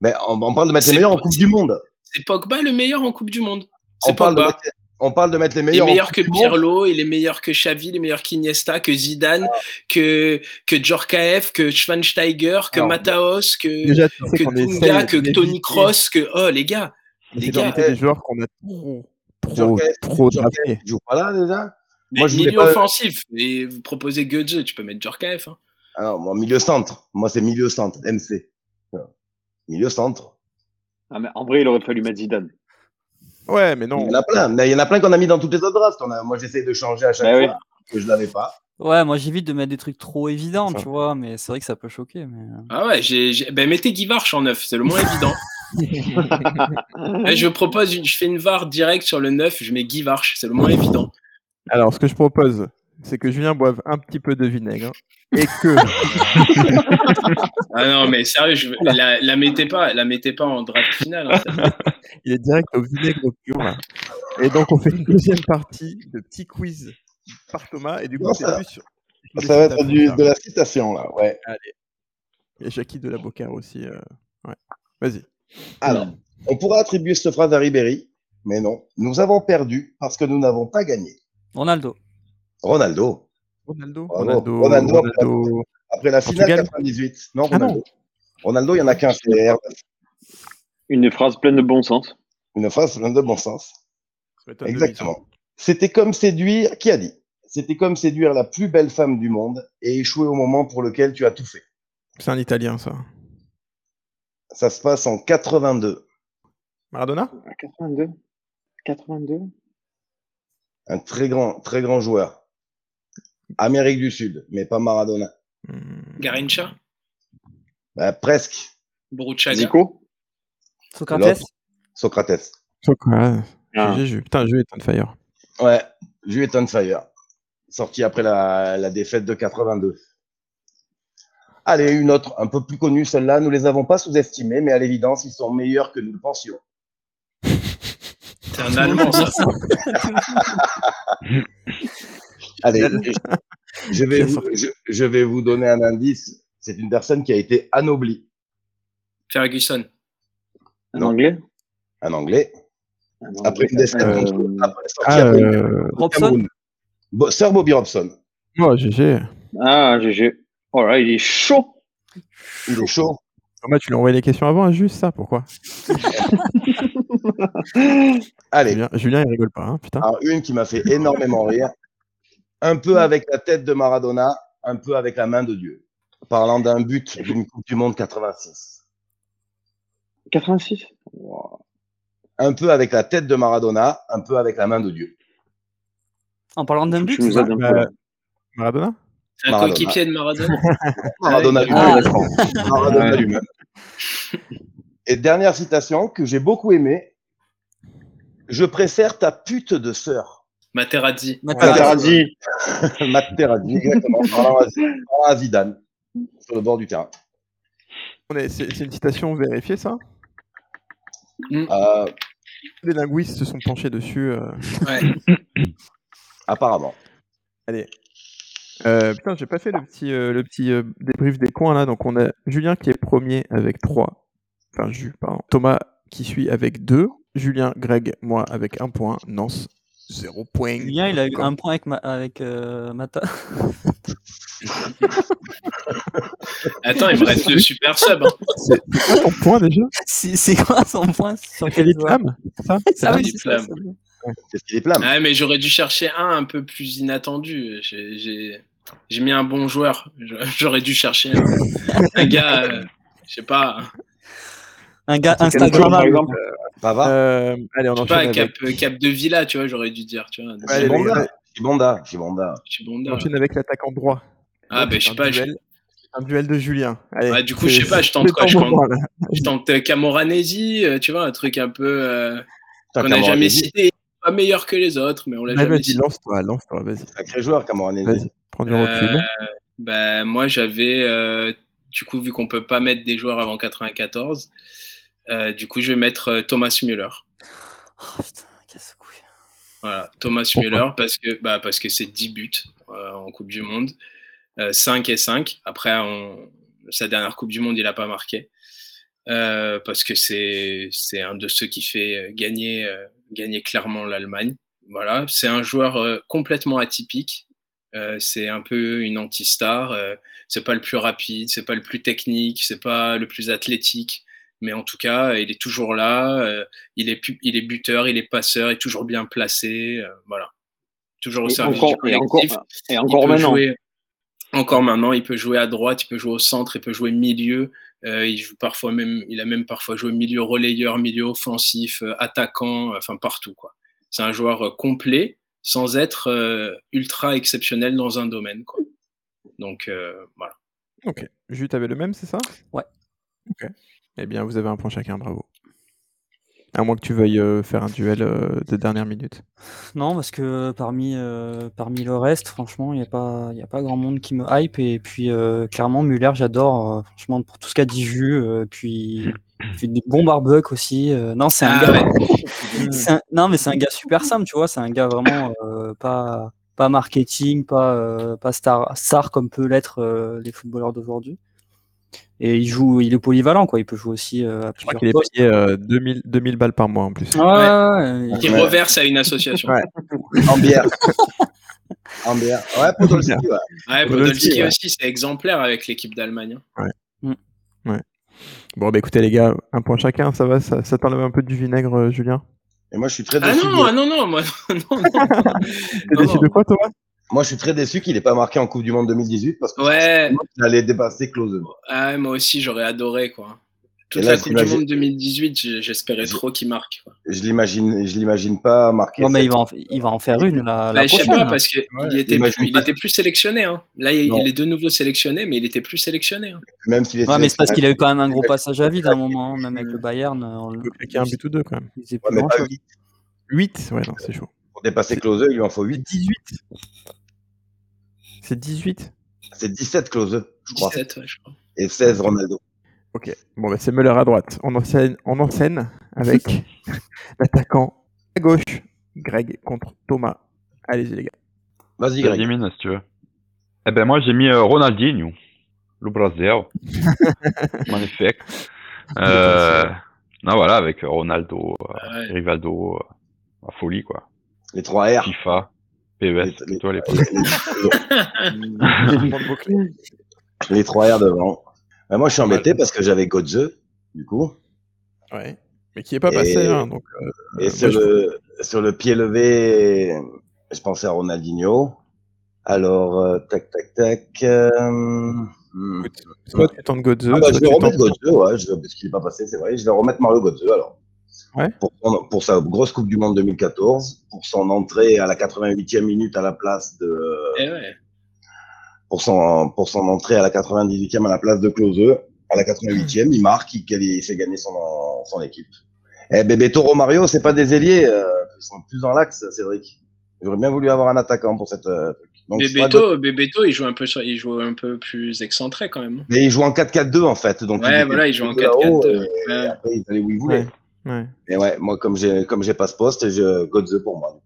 I: Mais on, on parle de mettre
A: C'est
I: les meilleurs en
A: pas-
I: Coupe du Monde.
A: C'est Pogba le meilleur en Coupe du Monde.
I: On
A: C'est
I: parle, de
A: Pogba.
I: mettre, on parle de mettre les
A: Il est
I: meilleurs. en
A: meilleur
I: Coupe
A: que
I: du Monde.
A: Pirlo, il est meilleur que Xavi, il est meilleur qu'Iniesta, que Zidane,
I: Ah.
A: que, que Djorkaeff, que Schweinsteiger, que
F: Alors,
A: Mataos, que,
F: Déjà, tu sais
A: que
F: qu'on
A: Dunga,
F: essaye
A: que
F: d'éviter-
A: Tony Cross, que. Oh les gars,
F: on
A: les
F: essaie d'éviter
I: gars. euh,
F: des joueurs qu'on a trop, trop,
I: Djorkaeff,
F: trop
I: Djorkaeff,
F: draftés.
I: Il joue pas là déjà Moi,
A: mais
I: je voulais
A: milieu
I: pas-
A: offensif. Et vous proposez Goethe, tu peux mettre Djorkaeff. hein.
I: Ah non, moi, milieu centre. Moi, c'est milieu centre, MC. Milieu centre.
G: Ah, mais en vrai, il aurait fallu mettre Zidane.
F: Ouais, mais non.
I: Il y en a plein. Mais Il y en a plein qu'on a mis dans toutes les autres drafts. On a- Moi, j'essaie de changer à chaque
G: Bah
I: fois que je l'avais pas.
H: Ouais, moi j'évite de mettre des trucs trop évidents, tu vois, mais c'est vrai que ça peut choquer. Mais... euh,
A: Ah ouais, j'ai, j'ai- ben mettez Guy Varche en 9, c'est le moins évident. Eh, je propose, une- je fais une VAR direct sur le 9, je mets Guy Varche, c'est le moins évident.
F: Alors, ce que je propose, c'est que Julien boive un petit peu de vinaigre et que.
A: Ah non, mais sérieux, je, la, la mettez pas, la mettez pas en draft final. hein, celle-là.
F: Il est direct au vinaigre pur là. Et donc on fait une deuxième partie de petit quiz par Thomas et du coup
I: Non,
F: c'est
I: ça-
F: plus sur.
I: Ça va être du- de la citation, là. Ouais.
F: Et Jackie de la Bocard aussi. euh, Ouais. Vas-y.
I: Alors,
F: Hmm.
I: on pourrait attribuer cette phrase à Ribéry, mais non. Nous avons perdu parce que nous n'avons pas gagné.
H: Ronaldo.
I: Ronaldo.
F: Ronaldo.
I: Bravo.
F: Ronaldo.
I: Ronaldo,
F: Ronaldo.
I: Après la finale
F: Portugal.
I: 98. Non,
F: Ah non.
I: Ronaldo. Ronaldo, il y en a qu'un. c'est Hervé.
G: Une phrase pleine de bon sens.
I: Une phrase pleine de bon sens.
F: Ça m'étonne de lui, ça.
I: Exactement. C'était comme séduire, qui a dit C'était comme séduire la plus belle femme du monde et échouer au moment pour lequel tu as tout fait.
F: C'est un Italien ça.
I: Ça se passe en 82.
F: Maradona
G: 82 82
I: Un très grand, très grand joueur. Amérique du Sud, mais pas Maradona.
F: Hmm.
A: Garincha,
I: Bah, presque.
A: Boruchaga.
G: Zico
H: Socrates.
I: Socrates.
F: Socrates.
G: Ah.
F: GG, Putain, le jeu est on fire.
I: Ouais. Jus est on fire. Sorti après la, la défaite de 82. Allez, une autre, un peu plus connue, celle-là. Nous les avons pas sous-estimés, mais à l'évidence, ils sont meilleurs que nous le pensions.
A: C'est un Allemand, Ah, ça.
I: Allez, je, je vais
F: Bien
I: vous,
F: sûr.
I: je, je vais vous donner un indice. C'est une personne qui a été anoblie.
A: Ferguson.
G: Un
I: Non.
G: anglais
I: Un Anglais.
G: Un Anglais.
I: Après une descente
G: Euh,
I: contre- après la sortie
F: Ah,
I: après une-
F: euh...
I: au
H: Robson.
I: Cameroun. Bo- Sir Bobby Robson.
F: oh, GG.
G: Ah, GG. Oh là, il est chaud
I: Il est chaud.
F: Thomas, tu lui as envoyé les questions avant, hein, juste ça, pourquoi
I: Allez,
F: Julien, Julien, il rigole pas, hein, putain.
I: alors une qui m'a fait énormément rire. Un peu avec la tête de Maradona, un peu avec la main de Dieu. Parlant d'un but d'une Coupe du Monde 86.
G: 86
I: Un peu avec la tête de Maradona, un peu avec la main de Dieu.
H: En parlant d'un but.
G: Tu nous aides un peu. là.
F: Euh, Maradona
A: C'est un
I: Maradona.
A: coéquipier de Maradona.
I: Maradona
H: Ah.
I: lui-même. Maradona lui-même. Et dernière citation que j'ai beaucoup aimée. Je préfère ta pute de sœur.
A: Materazzi.
H: Materazzi.
G: Materazzi
I: Materazzi, exactement. Parlant à- parlant à Zidane, sur le bord du terrain.
F: On est- C'est c'est une citation vérifiée, ça
I: Euh,
F: Les linguistes se sont penchés dessus. euh,
A: Ouais.
I: apparemment.
F: Euh, putain, j'ai pas fait le petit, euh, le petit euh, débrief des coins là. Donc on a Julien qui est premier avec 3. Enfin, Ju, pardon. Thomas qui suit avec 2. Julien, Greg, moi avec 1 point. Nance, 0 point.
H: Julien, il a eu
F: Comme-
H: un point avec, ma- avec euh, Mata.
A: Attends, il me reste le super sub. hein.
F: C'est c'est quoi ton point déjà
H: C'est c'est quoi son point sur quel
F: Philippe
H: joueur
F: Lam ça
H: Ah oui,
A: Philippe
H: c'est ça,
A: Lam.
H: c'est bon.
I: C'est ce qu'il est plein.
A: Ah Ouais, mais j'aurais dû chercher un un peu plus inattendu. J'ai- J'ai j'ai mis un bon joueur. Je- J'aurais dû chercher un, un gars, euh, je sais pas,
H: Un gars
G: Quel joueur, par
H: Instagram.
G: exemple
I: Pavard,
F: Euh, Allez, on
A: je sais
F: enchaîne
A: pas,
F: avec,
A: cap, euh, cap de Villa, tu vois, j'aurais dû dire, tu vois. un-
F: Ouais, allez, les
I: Chibonda.
F: gars.
I: Chibonda, Chibonda.
A: je suis bon
F: on
A: là.
F: enchaîne avec l'attaquant droit.
A: Ah,
F: Donc,
A: ben, je
F: un
A: sais pas, je-
F: duel- Un duel de Julien. Allez,
A: Ouais, du coup,
F: c'est-
A: je sais pas, je tente
F: c'est
A: quoi,
F: ton
A: je
F: moment, là.
A: Je tente euh, Camoranesi, euh, tu vois, un truc un peu euh, qu'on
I: Putain,
A: n'a
I: Camoranesi,
A: jamais cité. Pas meilleur que les autres, mais on l'a
F: Ouais,
A: jamais
F: Vas-y,
A: cité.
F: lance-toi, lance-toi, vas-y.
I: Sacré joueur, Camoranesi.
F: Vas-y, prends du recul.
A: Euh, bah, moi, j'avais, euh, du coup, vu qu'on peut pas mettre des joueurs avant 94, euh, du coup, je vais mettre euh, Thomas Müller.
H: Oh putain, casse-couille.
A: Voilà, Thomas
F: Pourquoi
A: Müller, parce que bah, parce que c'est 10 buts euh, en Coupe du Monde, 5 et 5. Après, on- sa dernière Coupe du Monde, il n'a pas marqué. Euh, parce que c'est c'est un de ceux qui fait euh, gagner, euh, gagner clairement l'Allemagne. Voilà, c'est un joueur euh, complètement atypique. Euh, c'est un peu une anti-star. Euh, c'est pas le plus rapide, c'est pas le plus technique, c'est pas le plus athlétique. Mais en tout cas, il est toujours là. euh, il est, pu- il est buteur, il est passeur, il est toujours bien placé. euh, voilà. Toujours au
G: Et
A: service
G: encore-
A: du
G: et
A: collectif.
G: encore- Et
A: il
G: encore
A: peut
G: maintenant.
A: jouer. Encore maintenant, il peut jouer à droite, il peut jouer au centre, il peut jouer milieu. Euh, il, joue parfois même, il a même parfois joué milieu relayeur, milieu offensif, euh, attaquant, euh, enfin partout. quoi. C'est un joueur euh, complet sans être euh, ultra exceptionnel dans un domaine. Quoi. Donc euh, voilà.
F: Ok. Jut avait le même, c'est ça
H: Ouais.
F: Ok. Eh bien, vous avez un point chacun, bravo. À moins que tu veuilles euh, faire un duel euh, de dernière minute.
H: Non, parce que parmi, euh, parmi le reste, franchement, il n'y a, pas- il y a pas grand monde qui me hype. Et puis, euh, clairement, Muller, j'adore, euh, franchement, pour tout ce qu'a dit Jus. euh, puis, il fait des bons barbecues aussi. euh, non, c'est un
A: Ah
H: gars. c'est un- non, mais c'est un gars super simple, tu vois. C'est un gars vraiment euh, pas, pas marketing, pas, euh, pas star, star comme peut l'être euh, les footballeurs d'aujourd'hui. Et il joue, il est polyvalent, quoi. Il peut jouer aussi euh, à
F: Je crois
H: plusieurs
F: qu'il est
H: postes.
F: payé euh, 2000, 2000 balles par mois en plus.
H: Ouais, ouais, ouais.
A: Il
I: Ouais.
A: reverse à une association.
F: Ouais.
I: En bière. en bière. Ouais, Podolski, ouais.
A: Ouais,
F: Podolski,
A: Podolski
F: ouais.
A: aussi, c'est exemplaire avec l'équipe d'Allemagne. hein.
F: Bon, bah écoutez les gars, un point chacun, ça va Ça, ça t'enlève un peu du vinaigre, euh, Julien
I: Et moi, je suis très
A: Ah
I: déçu.
A: non,
I: de-
A: ah non, non, moi, non, non.
F: T'es
A: Non,
F: déçu
A: non.
F: de quoi, Thomas
I: Moi, je suis très déçu qu'il n'ait pas marqué en Coupe du Monde 2018 parce que
A: Ouais,
I: il allait dépasser Closement.
A: ah, moi aussi, j'aurais adoré, quoi. Toute
I: Et là,
A: la Coupe du
I: j'imagine-
A: Monde 2018, j'- j'espérais trop qu'il marque. quoi.
I: Je l'imagine, je l'imagine pas marquer.
H: Non, mais il
I: cette-
H: va, en, il va en faire une la, la
A: Bah, je sais
H: prochaine. hein.
A: pas, parce qu'il
I: Ouais,
A: était,
I: j'imagine
A: plus- il
I: pas.
A: était plus sélectionné. hein. Là, il,
I: Non.
A: il est de nouveau sélectionné, mais il était plus sélectionné. hein.
I: Même s'il est
H: Ouais, mais c'est parce
I: sélectionné.
H: qu'il a eu quand même un gros passage à vide à un moment, hein, même avec le Bayern. euh, on
F: Il
H: le-
F: peut claquer un but ou deux quand même.
H: il faisait
I: Ouais,
H: plus
I: mais pas
H: grand-chose.
I: huit.
F: 8 Ouais, non, c'est chaud.
I: Pour dépasser Closeux, il lui en faut 8.
F: 18 C'est 18
I: C'est 17 Closeux, je crois.
A: 17, ouais, je crois.
I: Et 16 Ronaldo.
F: Ok. Bon, bah c'est Müller à droite. On enchaîne, on enchaîne avec l'attaquant à gauche, Greg contre Thomas. Allez-y les gars.
I: Vas-y,
J: Vas-y,
I: Greg.
J: Mine, si tu veux. Eh ben, moi, j'ai mis euh, Ronaldinho, le Brésil. Magnifique. Euh, non, voilà, avec Ronaldo, euh,
A: Ah ouais.
J: Rivaldo, euh, la folie, quoi.
I: Les 3 R.
J: FIFA,
I: Les-
J: PES, plutôt à l'époque.
I: Les 3 R devant. Bah, moi, je suis embêté parce que j'avais Godze, du coup.
F: Ouais. Mais qui est pas
I: Et-
F: passé, hein, donc. euh,
I: Et
F: euh,
I: sur,
F: moi, je-
I: le, sur le pied levé, je pensais à Ronaldinho. Alors, euh, tac, tac, tac. euh, hmm.
F: Écoute, Soit tu tentes Godze,
I: Ah bah,
F: soit
I: je
F: tu
I: vais remettre
F: tentes-
I: Godze, ouais, je, parce qu'il n'est pas passé, c'est vrai. Je vais remettre Mario Godze, alors.
F: Ouais.
I: Pour, son- pour sa grosse Coupe du Monde 2014, pour son entrée à la 88e minute à la place de.
A: Eh ouais.
I: Pour son, pour son entrée à la 98e à la place de Close. À la 88e, il marque, il, il s'est gagné son, son équipe. Eh, bébé Toro Mario, c'est pas des ailiers, euh, ils sont plus dans l'axe, Cédric. J'aurais bien voulu avoir un attaquant pour cette. euh, truc. Donc, c'est pas
A: Bebeto, Bebeto, il joue un peu, sur- il joue un peu plus excentré quand même. hein.
I: Mais il joue en 4-4-2 en fait. Donc
A: Ouais,
I: était
A: voilà, il joue en
I: là-haut,
A: 4-4-2.
I: Et, et
A: Ouais.
I: après, il allait où il voulait.
F: Ouais. Ouais.
I: Mais ouais, moi, comme j'ai comme j'ai pas ce poste, je Godze pour moi.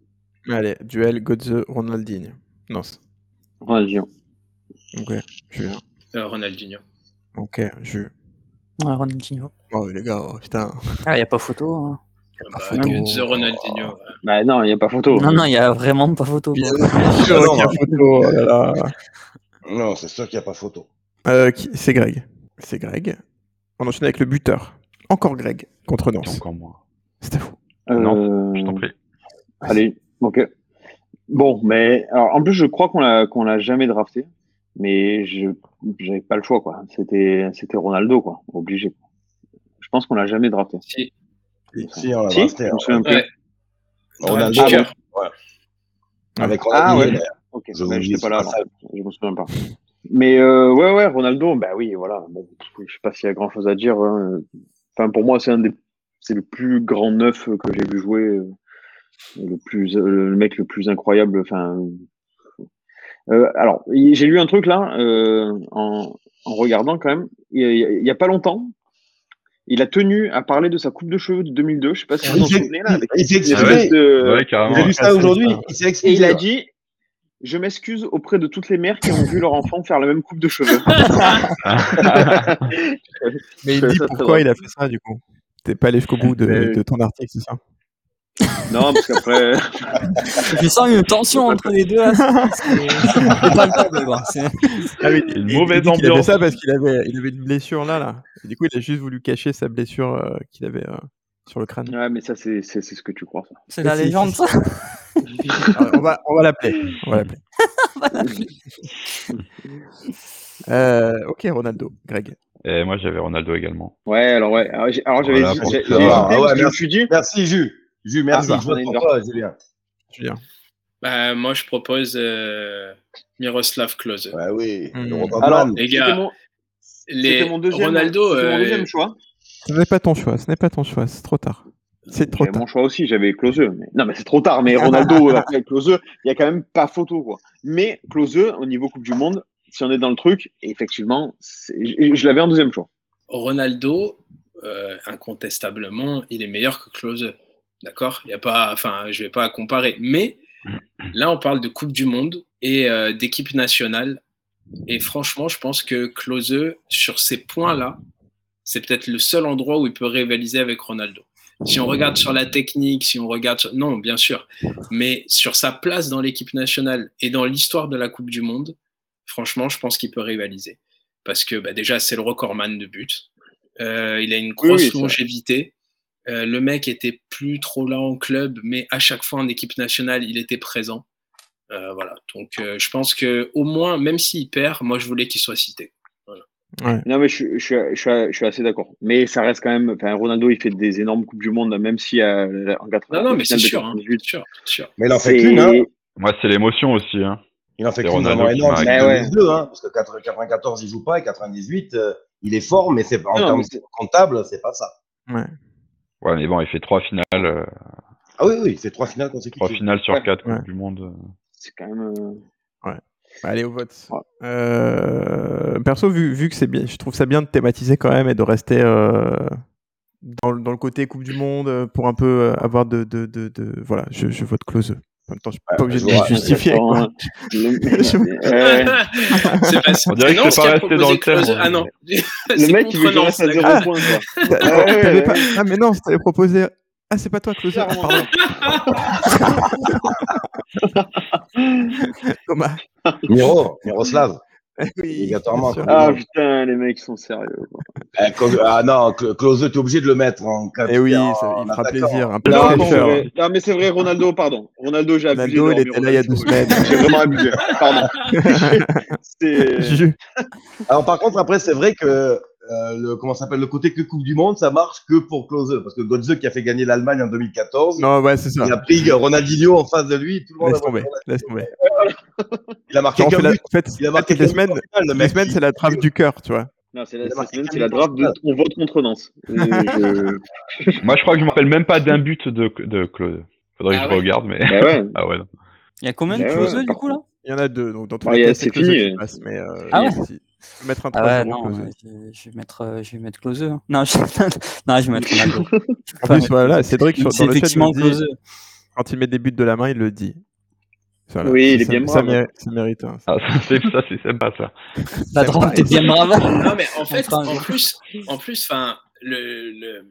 F: Allez, duel Godze Ronaldinho. Non, c'est-
G: Ronaldinho.
F: ok, Julien.
A: Euh, Ronaldinho.
F: Ok, je.
H: Ouais, Ronaldinho.
F: Oh les gars, oh, putain.
H: Ah, il n'y a pas photo. hein.
A: Bah,
F: photo.
A: Götze, Ronaldinho. ouais.
G: Bah non, il n'y a pas photo.
H: Non, non, il n'y a vraiment pas photo. quoi.
I: Ah non, hein.
F: Quelle photo, oh là là.
I: non, c'est sûr qu'il n'y a pas photo.
F: Euh, qui- C'est Greg. C'est Greg. On enchaîne avec le buteur. Encore Greg contre
J: Et
F: Nantes.
J: Encore moi.
F: C'est à vous.
J: Non,
G: Euh,
J: Je t'en prie.
G: Allez, ok. Bon, mais alors, en plus, je crois qu'on l'a qu'on l'a jamais drafté, mais je j'avais pas le choix quoi. C'était c'était Ronaldo quoi, obligé. Je pense qu'on l'a jamais drafté.
A: Si.
I: Si, on l'a
G: Si, Ah,
I: drafté,
G: je
I: hein.
G: me souviens plus.
A: Ouais.
I: Ronaldo,
A: Joker.
I: avec- avec Ronaldo.
G: Ah, ouais.
I: d'ailleurs.
G: Ok,
I: Je
G: mais
I: vous
G: j'étais
I: dis,
G: pas là,
I: c'est
G: alors.
I: pas
G: je me souviens pas. Mais euh, ouais, ouais, Ronaldo, bah oui, voilà. Bon, pff, je sais pas s'il y a grand chose à dire. hein. Enfin, pour moi, c'est un des, c'est le plus grand neuf euh, que j'ai vu jouer, euh, et le plus, euh, le mec le plus incroyable. Enfin, euh, alors y- j'ai lu un truc là euh, en, en regardant quand même. Il y, a- il y a pas longtemps, il a tenu à parler de sa coupe de cheveux de 2002. Je sais pas si vous vous en
I: Il s'est-
G: souvenez là. Avec
I: il s'est
G: des
J: Ah ouais.
I: exprimé.
G: espèces de-
J: Ouais, carrément.
I: J'ai
J: ouais.
I: vu ça aujourd'hui. Il s'est
G: et
I: exprimé.
G: il a dit Je m'excuse auprès de toutes les mères qui ont vu leur enfant faire la même coupe de cheveux.
F: Mais il
G: Ça,
F: dit
G: ça, ça
F: pourquoi
G: va.
F: il a fait ça du coup. T'es pas allé jusqu'au bout de,
G: Euh,
F: de ton article, c'est ça
G: non, parce qu'après.
H: Je sens une tension entre les deux. là, c'est- C'est c'est palpable.
F: bah,
H: quoi. C'est-
J: Ah Une
F: Il-
J: mauvaise
F: il dit qu'il avait
J: ambiance.
F: ça parce qu'il avait, il avait une blessure là, là. Et du coup, il a juste voulu cacher sa blessure euh, qu'il avait. euh, sur le crâne.
G: Ouais, mais ça, c'est c'est- c'est ce que tu crois. ça.
H: C'est la
F: Si, si,
H: légende,
F: si.
H: ça
F: Alors, Ah, on va, on va l'appeler. On va l'appeler. Euh, ok, Ronaldo, Greg.
J: Et moi, j'avais Ronaldo également.
G: Ouais, alors ouais. Alors j'ai- alors, j'avais
J: Voilà,
G: j'ai-
J: pour
G: j'ai-
J: ça.
G: j'ai hésité
I: Ah ouais,
G: parce que je me
I: merci.
G: suis dit.
I: Merci, Jus. Jus, merci.
G: Ah,
I: je vote
G: j'en ai
I: pour
G: une
I: toi, Julien.
F: Julien.
A: Bah, moi, je propose euh, Miroslav Klose.
I: Ouais, oui.
F: Hmm.
I: le Rotterdam.
G: Alors,
A: Les
G: c'était
A: gars,
G: mon,
A: Les...
G: c'était mon deuxième,
A: Ronaldo,
G: c'était mon
A: euh,
G: deuxième choix.
F: Ce n'est pas ton choix, ce n'est pas ton choix, c'est trop tard. C'est trop
G: J'avais
F: tard.
G: mon choix aussi, j'avais Closeux. Mais... Non, mais c'est trop tard, mais Ronaldo euh, après Closeux, il n'y a quand même pas photo. Quoi. Mais Closeux, au niveau Coupe du Monde, si on est dans le truc, effectivement, c'est- je, je l'avais en deuxième choix.
A: Ronaldo, euh, incontestablement, il est meilleur que Klose. D'accord Il y a pas, enfin, je vais pas comparer. Mais là, on parle de Coupe du Monde et euh, d'équipe nationale. Et franchement, je pense que Klose, sur ces points-là, c'est peut-être le seul endroit où il peut rivaliser avec Ronaldo. Si on regarde sur la technique, si on regarde, sur- non, bien sûr, mais sur sa place dans l'équipe nationale et dans l'histoire de la Coupe du Monde, franchement, je pense qu'il peut rivaliser parce que bah, déjà, c'est le recordman de buts. Euh, il a une grosse
G: Oui, oui, c'est
A: longévité. Euh, le mec était plus trop là en club, mais à chaque fois en équipe nationale, il était présent. Euh, voilà. Donc, euh, je pense que au moins, même s'il perd, moi, je voulais qu'il soit cité.
G: Non, mais je, je, je, je, je suis assez d'accord. Mais ça reste quand même. Enfin, Ronaldo, il fait des énormes Coupes du Monde, même si euh, en 98.
A: Non, non, mais c'est
G: finale de
A: sûr, hein,
G: 98,
A: c'est sûr, c'est sûr.
I: Mais il en fait
G: c'est-
I: qu'une, hein.
J: Moi, c'est l'émotion aussi. Hein.
I: Il en fait
J: C'est
I: qu'une
J: Ronaldo
I: vraiment
J: qui
I: énorme.
J: marque.
I: C'est
G: Eh ouais.
I: 2002, hein, parce que 4- 94, il joue pas, et 98, euh, il est fort, mais c'est en
G: Non,
I: termes
G: mais c'est-
I: comptables, c'est pas ça.
J: Ouais, mais bon, il fait trois finales, euh,
I: Ah oui, oui, il fait trois finales
J: trois
I: consécutives.
J: finales sur
I: Ouais.
J: quatre
F: Ouais.
J: Coupes du Monde.
G: C'est quand même. euh,
F: Allez au vote.
G: Ouais.
F: Euh, perso, vu, vu que c'est bien, je trouve ça bien de thématiser quand même et de rester euh, dans, le- dans le côté Coupe du Monde euh, pour un peu euh, avoir de, de, de, de- voilà, je, je vote close. En même temps, je suis pas
I: Ouais,
F: obligé
I: je
F: de me
I: vois,
F: justifier.
G: attends,
F: quoi.
G: hein. Le- euh,
A: c'est pas
J: On dirait que
A: non, qui
J: c'est pas
A: a
J: resté
A: proposé
J: dans le thème,
A: Klose.
J: mais-
A: Ah non.
G: Le mec, il veut que je reste à zéro
F: Ah.
G: point. Quoi.
F: Attends,
G: ouais,
F: t'avais
G: ouais.
F: pas- Ah mais non, je t'avais proposé. Ah c'est pas toi close. Ah,
G: Clairement.
F: pardon, Thomas.
I: Miro, Miroslav,
F: Oui,
I: obligatoirement.
F: bien sûr.
G: Ah putain, les mecs sont sérieux. quoi.
I: Eh, Clo- ah non, Cl- Klose, t'es obligé de le mettre en cas
F: Eh oui,
I: en
F: ça- il me fera
I: attaquant.
F: plaisir. Un peu
G: Non,
F: de
G: non, c'est
F: fraîcheur.
G: vrai. Non, mais c'est vrai, Ronaldo, pardon. Ronaldo, j'ai abusé.
F: Ronaldo,
G: de
F: il
G: Romero
F: était là il y a deux
G: Ronaldo.
F: semaines.
G: J'ai vraiment abusé, pardon. C'est-
F: Ju-
I: Alors par contre, après, c'est vrai que euh, le, comment ça s'appelle, le côté que Coupe du Monde, ça marche que pour Klose. Parce que Götze qui a fait gagner l'Allemagne en 2014,
F: Non, ouais, c'est ça.
I: il a pris Ronaldinho en face de lui, tout le monde a
F: Laisse
I: voté
F: tomber,
I: Ronaldinho.
F: laisse tomber.
I: Il a marqué
F: Genre, on fait
I: qu'un
F: la-
I: but.
F: en fait,
I: Il a
F: toutes
I: marqué
F: les
I: qu'un but
F: semaines,
I: en finale, le
F: toutes les
I: mec,
F: semaines,
I: il-
F: c'est la trappe du cœur, tu vois.
G: Non, c'est
I: Il
G: la,
I: a
G: cette
I: marqué
G: semaine,
I: quatre
G: c'est la
I: buts
G: draft
I: en
G: de
I: finale.
G: on vote contre Nance. Et je-
J: Moi, je crois que je me rappelle même pas d'un but de, de Klose. Faudrait que
A: Ah
J: je
A: ouais.
J: regarde, mais.
G: Bah ouais.
J: Ah ouais, non.
H: Il y a combien de
G: Ouais, ouais,
H: closeux, du
G: par
H: coup, là
F: Il y en a deux, donc dans tous
G: Ah,
F: les
G: il y a-
F: cas,
G: c'est
F: c'est Klose
G: fini.
F: qui passe. Mais, euh,
H: Ah ouais.
F: si- si- je vais mettre un 3
H: Ah ouais,
F: euros,
H: non,
F: Klose.
H: ouais, je, je vais mettre, euh, je vais mettre Closeux. Non, je... non, je vais mettre Ronaldo. Je peux
F: En
H: pas
F: plus,
H: mettre-
F: voilà, Cédric, sur,
H: C'est
F: dans le chat,
H: effectivement
F: nous dit,
H: Closeux.
F: quand il met des buts de la main, il le dit. Voilà.
G: Oui, il est
F: Ça-
G: bien
F: ça,
G: brave.
F: mérite- ça mérite. hein.
J: Ah, ça, c'est ça, c'est sympa, ça.
F: C'est
H: La drôle
F: pareil.
H: de bien brave.
A: Non, mais en fait,
H: Enfin,
A: en
H: je-
A: plus, en plus, enfin, le, le,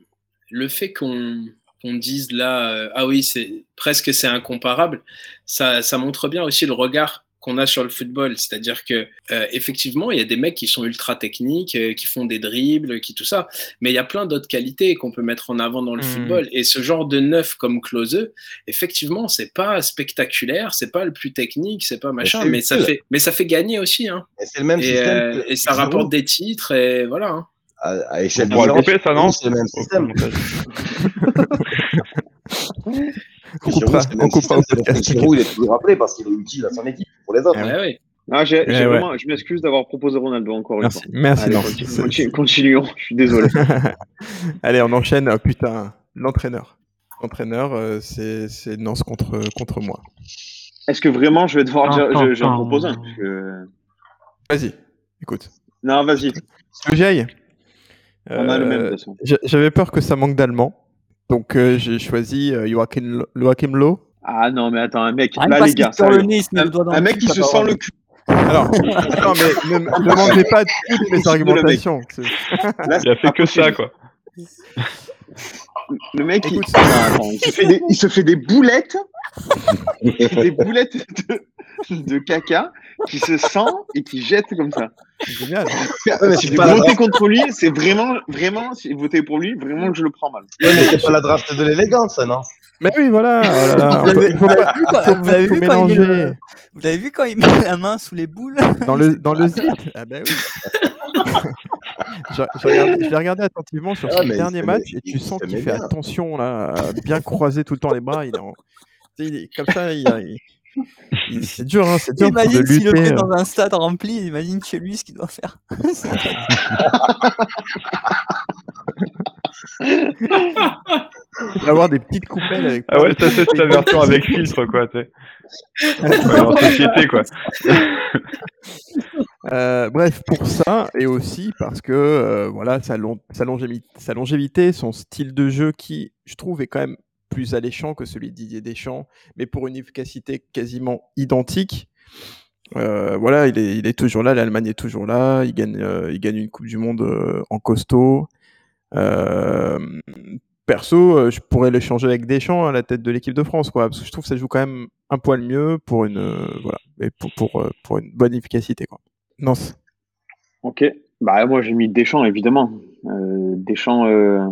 A: le fait qu'on qu'on dise là, euh, ah oui, c'est presque c'est incomparable, ça, ça montre bien aussi le regard qu'on a sur le football. C'est-à-dire que euh, effectivement, il y a des mecs qui sont ultra techniques, euh, qui font des dribbles, qui tout ça, mais il y a plein d'autres qualités qu'on peut mettre en avant dans le
F: Mm.
A: football. Et ce genre de neuf comme Klose, effectivement, c'est pas spectaculaire, c'est pas le plus technique, c'est pas machin,
I: c'est
A: mais ça
I: utile.
A: fait, mais ça fait gagner aussi, hein.
I: Et c'est le même
A: Et,
I: système.
A: euh,
I: que-
A: et ça
I: que
A: rapporte
I: Giroud.
A: des titres et voilà. hein.
I: À, à échelle
J: On pourra le
I: d'Iran,
J: couper, ça, non
I: C'est le même
J: Au
I: système.
J: montage.
F: On
I: Giroud,
F: coupera-
I: c'est le
F: on
I: même
F: coupera
I: système,
F: au
I: c'est pour
F: podcast.
I: que Giroud, il est toujours appelé parce qu'il est utile à son équipe pour les autres.
F: Ah
A: Ouais, ouais.
G: Ah, j'ai- j'ai
F: ouais.
G: vraiment- Je m'excuse d'avoir proposé Ronaldo encore une
F: Merci,
G: fois.
F: merci,
G: Allez,
F: Laurent.
G: continu-
F: C'est-
G: continu- continuons, je suis désolé.
F: Allez, on enchaîne. Ah, putain, l'entraîneur. L'entraîneur, euh, c'est c'est Nance contre, contre moi.
G: Est-ce que vraiment je vais devoir dire,
H: Attends,
G: je, je vais en
H: attends.
G: proposer un parce que-
F: Vas-y, écoute.
G: Non, vas-y,
F: Que j'y aille
G: on a le même de
F: Euh,
G: toute façon.
F: J'a- J'avais peur que ça manque d'allemand. Donc euh, j'ai choisi euh, Joachim, Lo- Joachim Low.
G: Ah non, mais attends, un mec,
H: Rien que
G: là
H: parce
G: les
H: qu'il
G: gars,
H: se tord le
G: sérieux.
H: nez, il se met le doigt dans
G: un
H: le
G: mec
H: cul,
G: qui
H: t'as
G: se
H: pas
G: sent
H: le
G: le cul.
F: Alors, non, mais ne me demandez pas toutes mes argumentations. c'est-
G: Là,
J: Il a fait
G: c'est
J: que ça,
G: impossible.
J: quoi.
G: Le mec, il...
F: Écoute.
G: Ah, attends, il se fait des... il se fait des boulettes, des boulettes de, de caca qui se sent et qui jette comme ça.
F: Génial.
I: mais
G: si
I: c'est
G: vous
I: pas la
G: votez
I: draft.
G: contre lui, c'est vraiment, vraiment, si vous votez pour lui, vraiment que je le prends mal.
I: Ouais, mais c'est pas la draft de l'élégance, ça, non
F: Mais oui, voilà. oh là là,
I: Vous
F: on peut-
I: avez-
F: il faut pas-
D: Vous
F: faut
D: avez
F: pas
D: vu euh quand
F: tout
D: il met le-
F: mélanger.
D: Vous avez vu quand il met la main sous les boules
F: Dans le, dans le zip Ah ben oui Je, je regarde- je l'ai regardé attentivement sur
I: Ah,
F: son
I: mais il
F: dernier
I: s'aimait-
F: match et
I: il-
F: tu
I: il
F: sens qu'il
I: s'aimait
F: fait
I: bien.
F: attention là, à bien croisé tout le temps les bras. Il est en- tu sais, il est- comme ça, il, a- il- il- c'est dur, hein, c'est dur de
D: Imagine s'il le
F: lutter.
D: fait
F: euh.
D: dans un stade rempli, imagine chez lui ce qu'il doit faire.
F: Il va avoir des petites coupelles avec.
J: Ah ouais, ça c'est ta version avec filtre, quoi. tu sais. Ouais, en société, quoi.
F: Euh, bref, pour ça et aussi parce que euh, voilà sa, long- sa longévité, sa longévité, son style de jeu qui, je trouve, est quand même plus alléchant que celui de Didier Deschamps, mais pour une efficacité quasiment identique. Euh, voilà, il est, il est toujours là, l'Allemagne est toujours là, il gagne, euh, il gagne une Coupe du Monde euh, en costaud. Euh, perso, euh, je pourrais l'échanger avec Deschamps à la tête de l'équipe de France, quoi, parce que je trouve que ça joue quand même un poil mieux pour une, euh, voilà, et pour, pour, euh, pour une bonne efficacité, quoi. Non, c'est-
G: Ok. Bah moi j'ai mis Deschamps évidemment. Euh, Deschamps euh,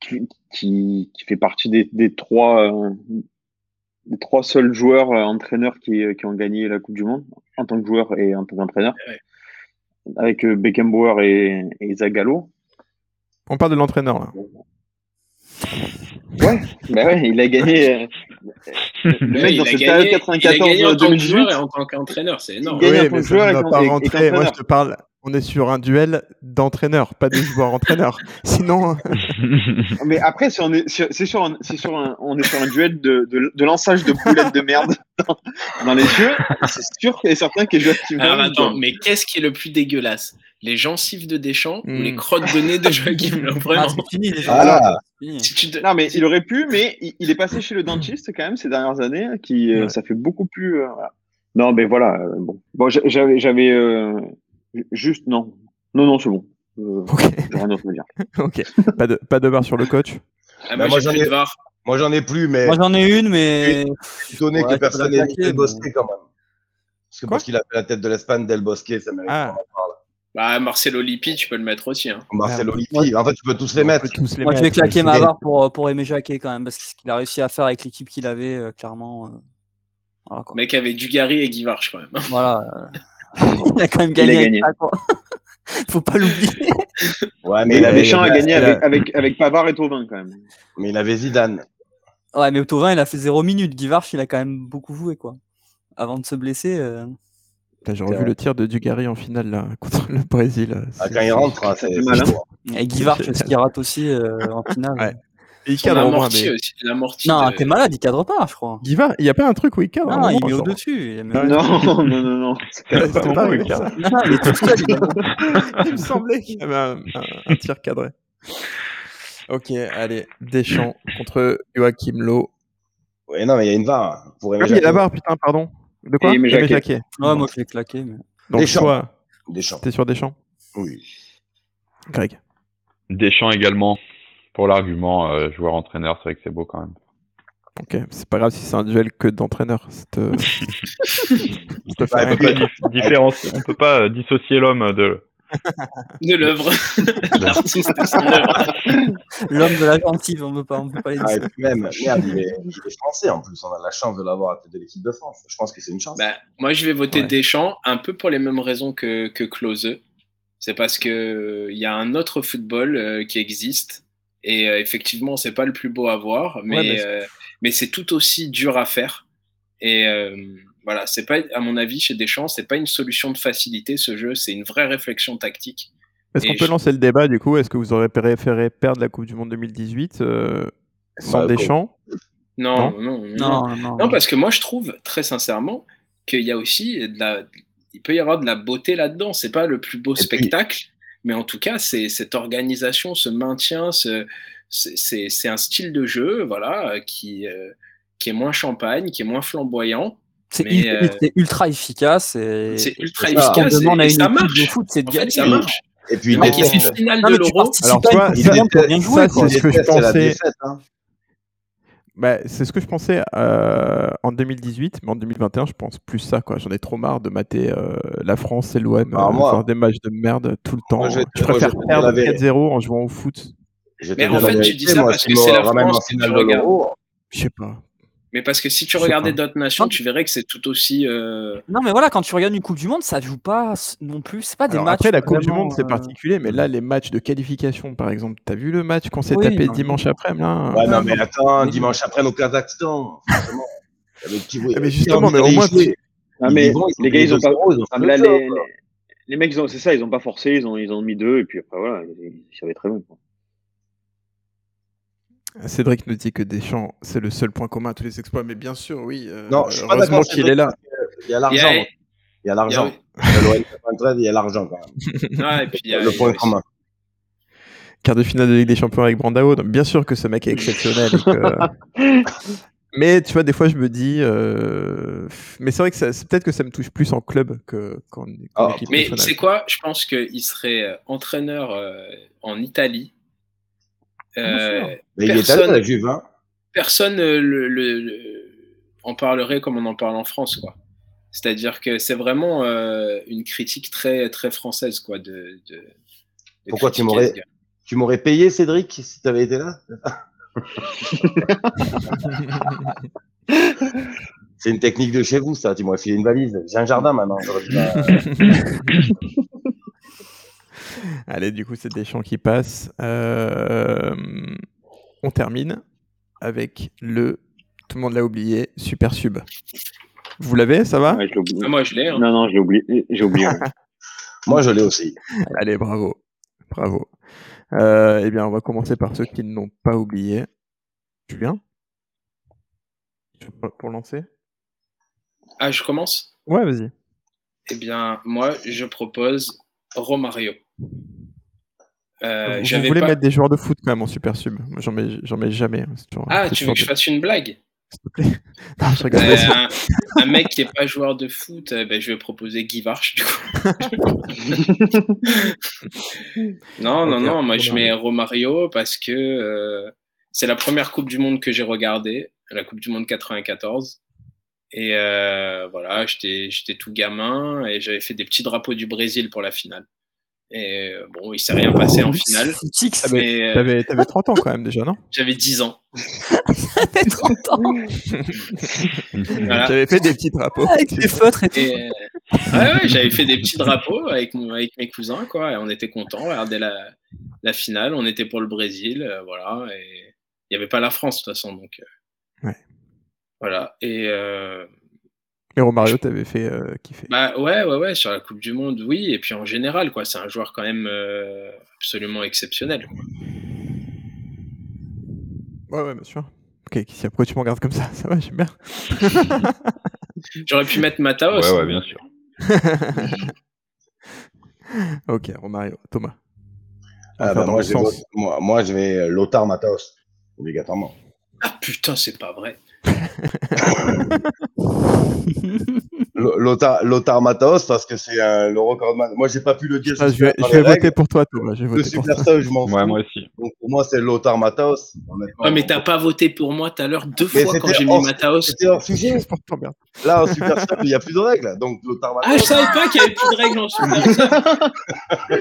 G: qui, qui, qui fait partie des, des trois euh, des trois seuls joueurs euh, entraîneurs qui, euh, qui ont gagné la Coupe du Monde en tant que joueur et en tant qu'entraîneur.
A: Ouais.
G: Avec euh, Beckenbauer et, et Zagallo.
F: on parle de l'entraîneur là.
G: Bah ouais, il a gagné. euh, le mec
A: il,
G: dans E
A: a
G: cette
A: gagné,
G: période
A: il a gagné en tant que
G: 94-2018.
A: joueur et en tant qu'entraîneur, c'est énorme.
G: gagne en tant que
F: mais ça
G: joueur
F: ne
G: et
F: va
G: qu'en-
F: pas
G: et- et
F: rentrer. Moi,
G: qu'entraîneur.
F: je te parle. On est sur un duel d'entraîneurs, pas de joueurs-entraîneurs. Sinon,
G: Mais après, si on est, si- c'est sur, un- c'est sur un, on est sur un duel de, de, de lançage de boulettes de merde dans, dans les yeux. C'est sûr et certain que Joachim
A: Alors
G: Löw
A: attends,
G: gagne.
A: mais qu'est-ce qui est le plus dégueulasse Les gencives de Deschamps ou
F: Hmm.
A: les crottes de nez de Joachim Löw
D: Ah,
A: Vraiment
D: c'est fini les gens.
I: Ah,
D: c'est fini.
A: Si tu te-
G: Non, mais il aurait pu, mais il, il est passé chez le dentiste quand même ces dernières années, hein, qui euh,
F: Ouais.
G: ça fait beaucoup plus. euh, voilà. Non, mais voilà. euh, bon, bon, j'a- j'avais, j'avais euh, juste non, non, non, c'est bon. Euh,
F: ok,
G: j'ai rien d'autre à dire.
F: ok. Pas de, pas de barre sur le coach.
A: Ah,
I: Bah,
A: moi,
I: moi,
A: j'ai
I: j'en
A: plus
I: ai-
A: de VAR.
I: moi j'en ai plus, mais
H: Moi j'en ai une, mais
I: je suis étonné
H: Ouais,
I: que
H: je
I: personne
H: peux
I: n'ait mis
H: l'attaquer,
I: Del Bosque
H: mais-
I: quand même. Parce que
F: Quoi
I: parce qu'il a fait la tête de l'Espagne, Del Bosque, ça mérite.
F: Ah.
I: qu'on en parle.
A: Bah, Marcelo Lippi, tu peux le mettre aussi. hein.
I: Marcelo
F: Ouais.
I: Lippi, en fait, tu peux tous les
F: Ah, On
I: mettre.
F: peut tous les
H: moi je vais
F: mettre,
H: claquer
F: mais
H: ma
F: c'est-
H: barre pour, euh, pour aimer Jacquet quand même, parce que ce qu'il a réussi à faire avec l'équipe qu'il avait, euh, clairement. euh, Voilà, quoi.
A: Le Mec avec Dugarry et Guy Varche, quand même. hein.
H: Voilà, euh, il a quand même
G: Il a
H: gagné. avec
G: gagné.
H: ça, quoi. Faut pas l'oublier.
I: Ouais,
G: Mais il a
I: il
G: Deschamps à
I: avait-
G: gagner
I: il a-
G: avec, avec avec Pavard et Tauvin quand même.
I: Mais il avait Zidane.
H: Ouais, mais Tovin il a fait 0 minute. Guivarch il a quand même beaucoup joué quoi. Avant de se blesser. euh,
F: Putain, J'ai revu le tir de Dugarry en finale là, contre le Brésil. euh,
I: Ah,
F: c'est-
I: quand il rentre, hein,
G: c'est
I: c'est
G: malin.
I: c'est lourd.
H: Et Guivarch ce qu'il rate aussi euh, en finale.
F: Ouais. Et il
A: Il
F: cadre au moins.
A: amorti
F: Mais...
A: aussi. Il amorti.
H: Non,
A: de-
H: t'es malade, il cadre pas, je crois.
F: Il va. Il y a pas un truc où il cadre.
H: Non,
F: à un
H: Ah, il
F: moment,
H: est
F: genre.
H: au-dessus. il est même-
F: Ouais.
G: Non, non, non, non.
F: C'est pas
J: Vraiment,
F: vrai,
J: il cadre.
F: ça.
H: Non, non, il est tout seul. il est-
F: Il me semblait qu'il y avait un, un- un tir cadré. Ok, allez, Deschamps contre Joachim Lowe.
I: Ouais, non, mais il y a une VAR. hein, Pour
F: Ah,
I: aimer
F: il y a la
I: Jacquet.
F: barre, putain, pardon. De quoi
G: Et Aimé
F: Aimé
G: Jacquet.
F: Jacquet.
H: Ouais, moi je l'ai claqué. Mais...
F: Donc,
I: Deschamps.
F: toi,
I: Deschamps.
F: t'es sur Deschamps
I: Oui.
F: Greg.
J: Deschamps également. Pour l'argument, euh, joueur-entraîneur, c'est vrai que c'est beau quand même.
F: Ok, c'est pas grave si c'est un duel que d'entraîneur. cette, euh, cette affaire.
I: Ouais,
J: On peut pas dif- différenci- on peut pas euh, dissocier l'homme de.
A: de l'œuvre. L'artiste et son œuvre.
H: L'homme de la gentille, on peut pas, on peut pas les
I: Ah, et
H: dire.
I: puis même, merde, il est, il est français en plus. On a la chance de l'avoir à la tête de l'équipe de France. Je pense que c'est une chance.
A: Bah, moi, je vais voter
F: Ouais.
A: Deschamps un peu pour les mêmes raisons que, que Klose. C'est parce que euh, il y a un autre football euh, qui existe. Et euh, effectivement, c'est pas le plus beau à voir, mais,
F: mais c'est-
A: euh, mais c'est tout aussi dur à faire. Et euh, voilà, c'est pas, à mon avis, chez Deschamps, c'est pas une solution de facilité ce jeu, c'est une vraie réflexion tactique.
F: Est-ce qu'on
A: Et
F: peut
A: je-
F: lancer le débat du coup Est-ce que vous aurez préféré perdre la Coupe du Monde 2018 euh, sans
I: Bah,
F: Deschamps
A: Non, non, non.
H: Non, non.
A: Non, parce que moi, je trouve très sincèrement qu'il y a aussi de la. Il peut y avoir de la beauté là-dedans. C'est pas le plus beau
I: puis-
A: spectacle, mais en tout cas, c'est cette organisation, ce maintien, ce... c'est- c'est c'est un style de jeu, voilà, euh, qui euh, qui est moins champagne, qui est moins flamboyant.
H: C'est
A: mais,
H: ul-
A: euh,
H: c'est ultra efficace. Et...
A: C'est ultra
I: c'est ça.
H: Ce qu'on
A: efficace et,
H: demande à
A: et
H: une
A: ça
H: équipe de
A: marche.
H: foot, c'est de
A: En fait,
H: gagner.
A: ça marche.
I: Et puis,
A: Le mec
I: il
A: qui fait
I: déteste-
A: finale
H: Non,
A: de
H: mais tu
A: l'euro.
H: participes
F: Alors,
H: pas à
F: toi,
H: une Coupe du
I: ça-
H: Monde pour bien jouer,
F: ça,
H: quoi.
F: c'est-
I: il
F: ce que je
I: déteste la
F: pensais.
I: défaite, hein.
F: Bah, c'est ce que je pensais euh, en 2018, mais en 2021, je pense plus ça. quoi. J'en ai trop marre de mater euh, la France et l'OM,
I: Alors
F: euh,
I: Bah, moi-
F: faire des matchs de merde tout le temps.
I: Moi, je vais te-
F: je
I: moi, je vais
F: préfère
I: te dire
F: perdre
I: la vérité.
F: 4-0 en jouant au foot.
I: Je vais te
A: Mais
I: dire
A: en
I: la
A: fait, tu
I: vérité,
A: dis ça
I: moi,
A: parce
I: si
A: que
I: on
A: c'est la
I: ramène
A: France
I: en
A: que
I: finale
A: tu
I: de
A: regardes.
I: l'Euro,
F: Je sais pas.
A: Mais parce que si tu
F: Je sais
A: regardais
F: pas.
A: d'autres nations, tu verrais que c'est tout aussi. euh,
H: Non, mais voilà, quand tu regardes une Coupe du Monde, ça joue pas s- non plus. C'est pas des
F: Alors
H: matchs.
F: après, la Coupe du
H: vraiment,
F: Monde, c'est
H: euh,
F: particulier, mais là, les matchs de qualification, par exemple, t'as vu le match qu'on s'est
H: Oui,
F: tapé
H: non.
F: dimanche après là
I: Ouais, non, mais attends,
H: Mais-
I: dimanche après, au Kazakhstan. forcément. Avec qui, oui,
F: Ah, mais
I: avec qui
F: justement,
I: envie
F: mais au
I: d'aller
F: moins,
I: jouer
F: tu-
G: Ah, mais
I: Ils vont,
G: les gars, ils ont pas.
I: 2-0, ils ont
G: Ah,
I: fait
G: mais
I: le
G: là,
I: job,
G: les,
I: quoi.
G: les- les mecs, ils ont- c'est ça, ils ont pas forcé, ils ont, ils ont mis deux, et puis après, voilà, ils, ils savaient très bien. quoi.
F: Cédric nous dit que Deschamps, c'est le seul point commun à tous les exploits, mais bien sûr, oui. euh,
I: Non, je suis pas
F: heureusement
I: d'accord.
F: qu'il est là.
I: Il y
A: il
I: a
A: y
I: l'argent.
A: a-
I: Il y a
A: il y a-
I: l'argent. Le LOL 93, il y a l'argent quand même.
A: ouais, et puis il y a-
I: Le point commun.
F: Quart de finale de Ligue des Champions avec Brandao, donc bien sûr que ce mec est exceptionnel. et que- mais tu vois, des fois, je me dis. euh, Mais c'est vrai que ça- c'est peut-être que ça me touche plus en club que- qu'en qu'en
I: Ah,
F: équipe
A: Mais
F: nationale.
A: c'est quoi Je pense qu'il serait euh, entraîneur euh, en Italie. Euh,
I: Mais il est
A: Personne.
I: allé à la Juve, hein.
A: personne euh, le, le- le- en parlerait comme on en parle en France, quoi. C'est-à-dire que c'est vraiment euh, une critique très très française, quoi. De, de- de
I: Pourquoi tu
A: critiquer
I: m'aurais-
A: ce gars.
I: Tu m'aurais payé, Cédric, si t'avais été là C'est une technique de chez vous, ça. Tu m'aurais filé une valise. J'ai un jardin maintenant. j'aurais bah, pu la-
F: Allez, du coup, c'est Deschamps qui passe. Euh, On termine avec le. Tout le monde l'a oublié, Super Sub. Vous l'avez, ça va
G: Ouais, je l'ai oublié.
A: Ah, moi, je l'ai. hein.
G: Non, non, je l'ai oublié. J'ai oublié. ouais.
I: Moi, je l'ai aussi.
F: Allez, bravo. Bravo. Euh, eh bien, on va commencer par ceux qui ne l'ont pas oublié. Julien Tu veux pas- Pour lancer
A: Ah, je commence.
F: Ouais, vas-y.
A: Eh bien, moi, je propose Romario. Euh,
F: Vous- Vous
A: j'avais
F: voulez
A: pas-
F: mettre des joueurs de foot quand même en super sub Moi, j'en mets, j'en mets jamais. hein. C'est toujours-
A: Ah,
F: c'est
A: tu veux
F: toujours
A: que je
F: des-
A: fasse une blague
F: S'il te plaît. Non, je
A: Euh,
F: regarde. pas.
A: un, un mec qui n'est pas joueur de foot, euh, ben, je vais proposer Guy Varche, du coup. non, non,
F: Ok,
A: non, moi je
F: Romario.
A: mets Romario parce que euh, c'est la première Coupe du Monde que j'ai regardée, la Coupe du Monde 94. Et euh, voilà, j'étais j'étais tout gamin et j'avais fait des petits drapeaux du Brésil pour la finale. Et euh, bon, il s'est rien passé en finale.
H: Footix,
F: Ah, mais
A: mais, euh,
F: T'avais t'avais 30 ans quand même déjà, non
A: J'avais 10 ans.
H: t'avais 30 ans
A: Voilà.
F: J'avais fait des petits drapeaux.
H: avec des feutres et tout.
A: Et, euh, ouais, ouais, j'avais fait des petits drapeaux avec, mon- avec mes cousins, quoi, et on était contents. On regardait la, la finale, on était pour le Brésil, euh, voilà, et il n'y avait pas la France, de toute façon, donc. euh,
F: Ouais.
A: Voilà, et. euh,
F: Et Romario, t'avais fait euh, kiffer.
A: bah ouais, ouais, ouais, sur la Coupe du Monde, oui, et puis en général, quoi, c'est un joueur quand même euh, absolument exceptionnel. quoi.
F: Ouais, ouais, bien sûr. Ok, Kissia, pourquoi tu me regardes comme ça Ça va, j'aime bien.
A: J'aurais pu mettre Mataos.
J: Ouais, ouais, bien sûr.
F: ok, Romario, Thomas. On va faire
I: Ah, bah,
F: dans
I: moi,
F: le
I: je vais,
F: sens.
I: moi, moi, je vais euh, Lothar Matos, obligatoirement.
A: Ah putain, c'est pas vrai.
I: Lo- Lothar, Lothar Matos, parce que c'est euh, le recordman. Moi, j'ai pas pu le dire.
F: Ah,
I: je
F: je vais,
I: suis pas
F: je vais
I: dans les
F: voter pour toi, Thomas. Je vais
I: règles. Le
F: voter pour toi.
I: super sub, je m'en fous.
J: Ouais, moi aussi.
I: Donc, pour moi, c'est Lothar Matos. honnêtement.
A: Ouais, Ah, mais t'as pas voté pour moi tout à l'heure deux
I: Mais
A: fois quand
I: c'était
A: j'ai
I: hors-
A: mis Mataos.
I: C'était hors sujet.
F: Juste pour t'emmerder.
I: Là, en super sub, il n'y a plus de règles. Donc, Lothar Matos.
A: Ah, je savais pas qu'il y avait plus de règles en Super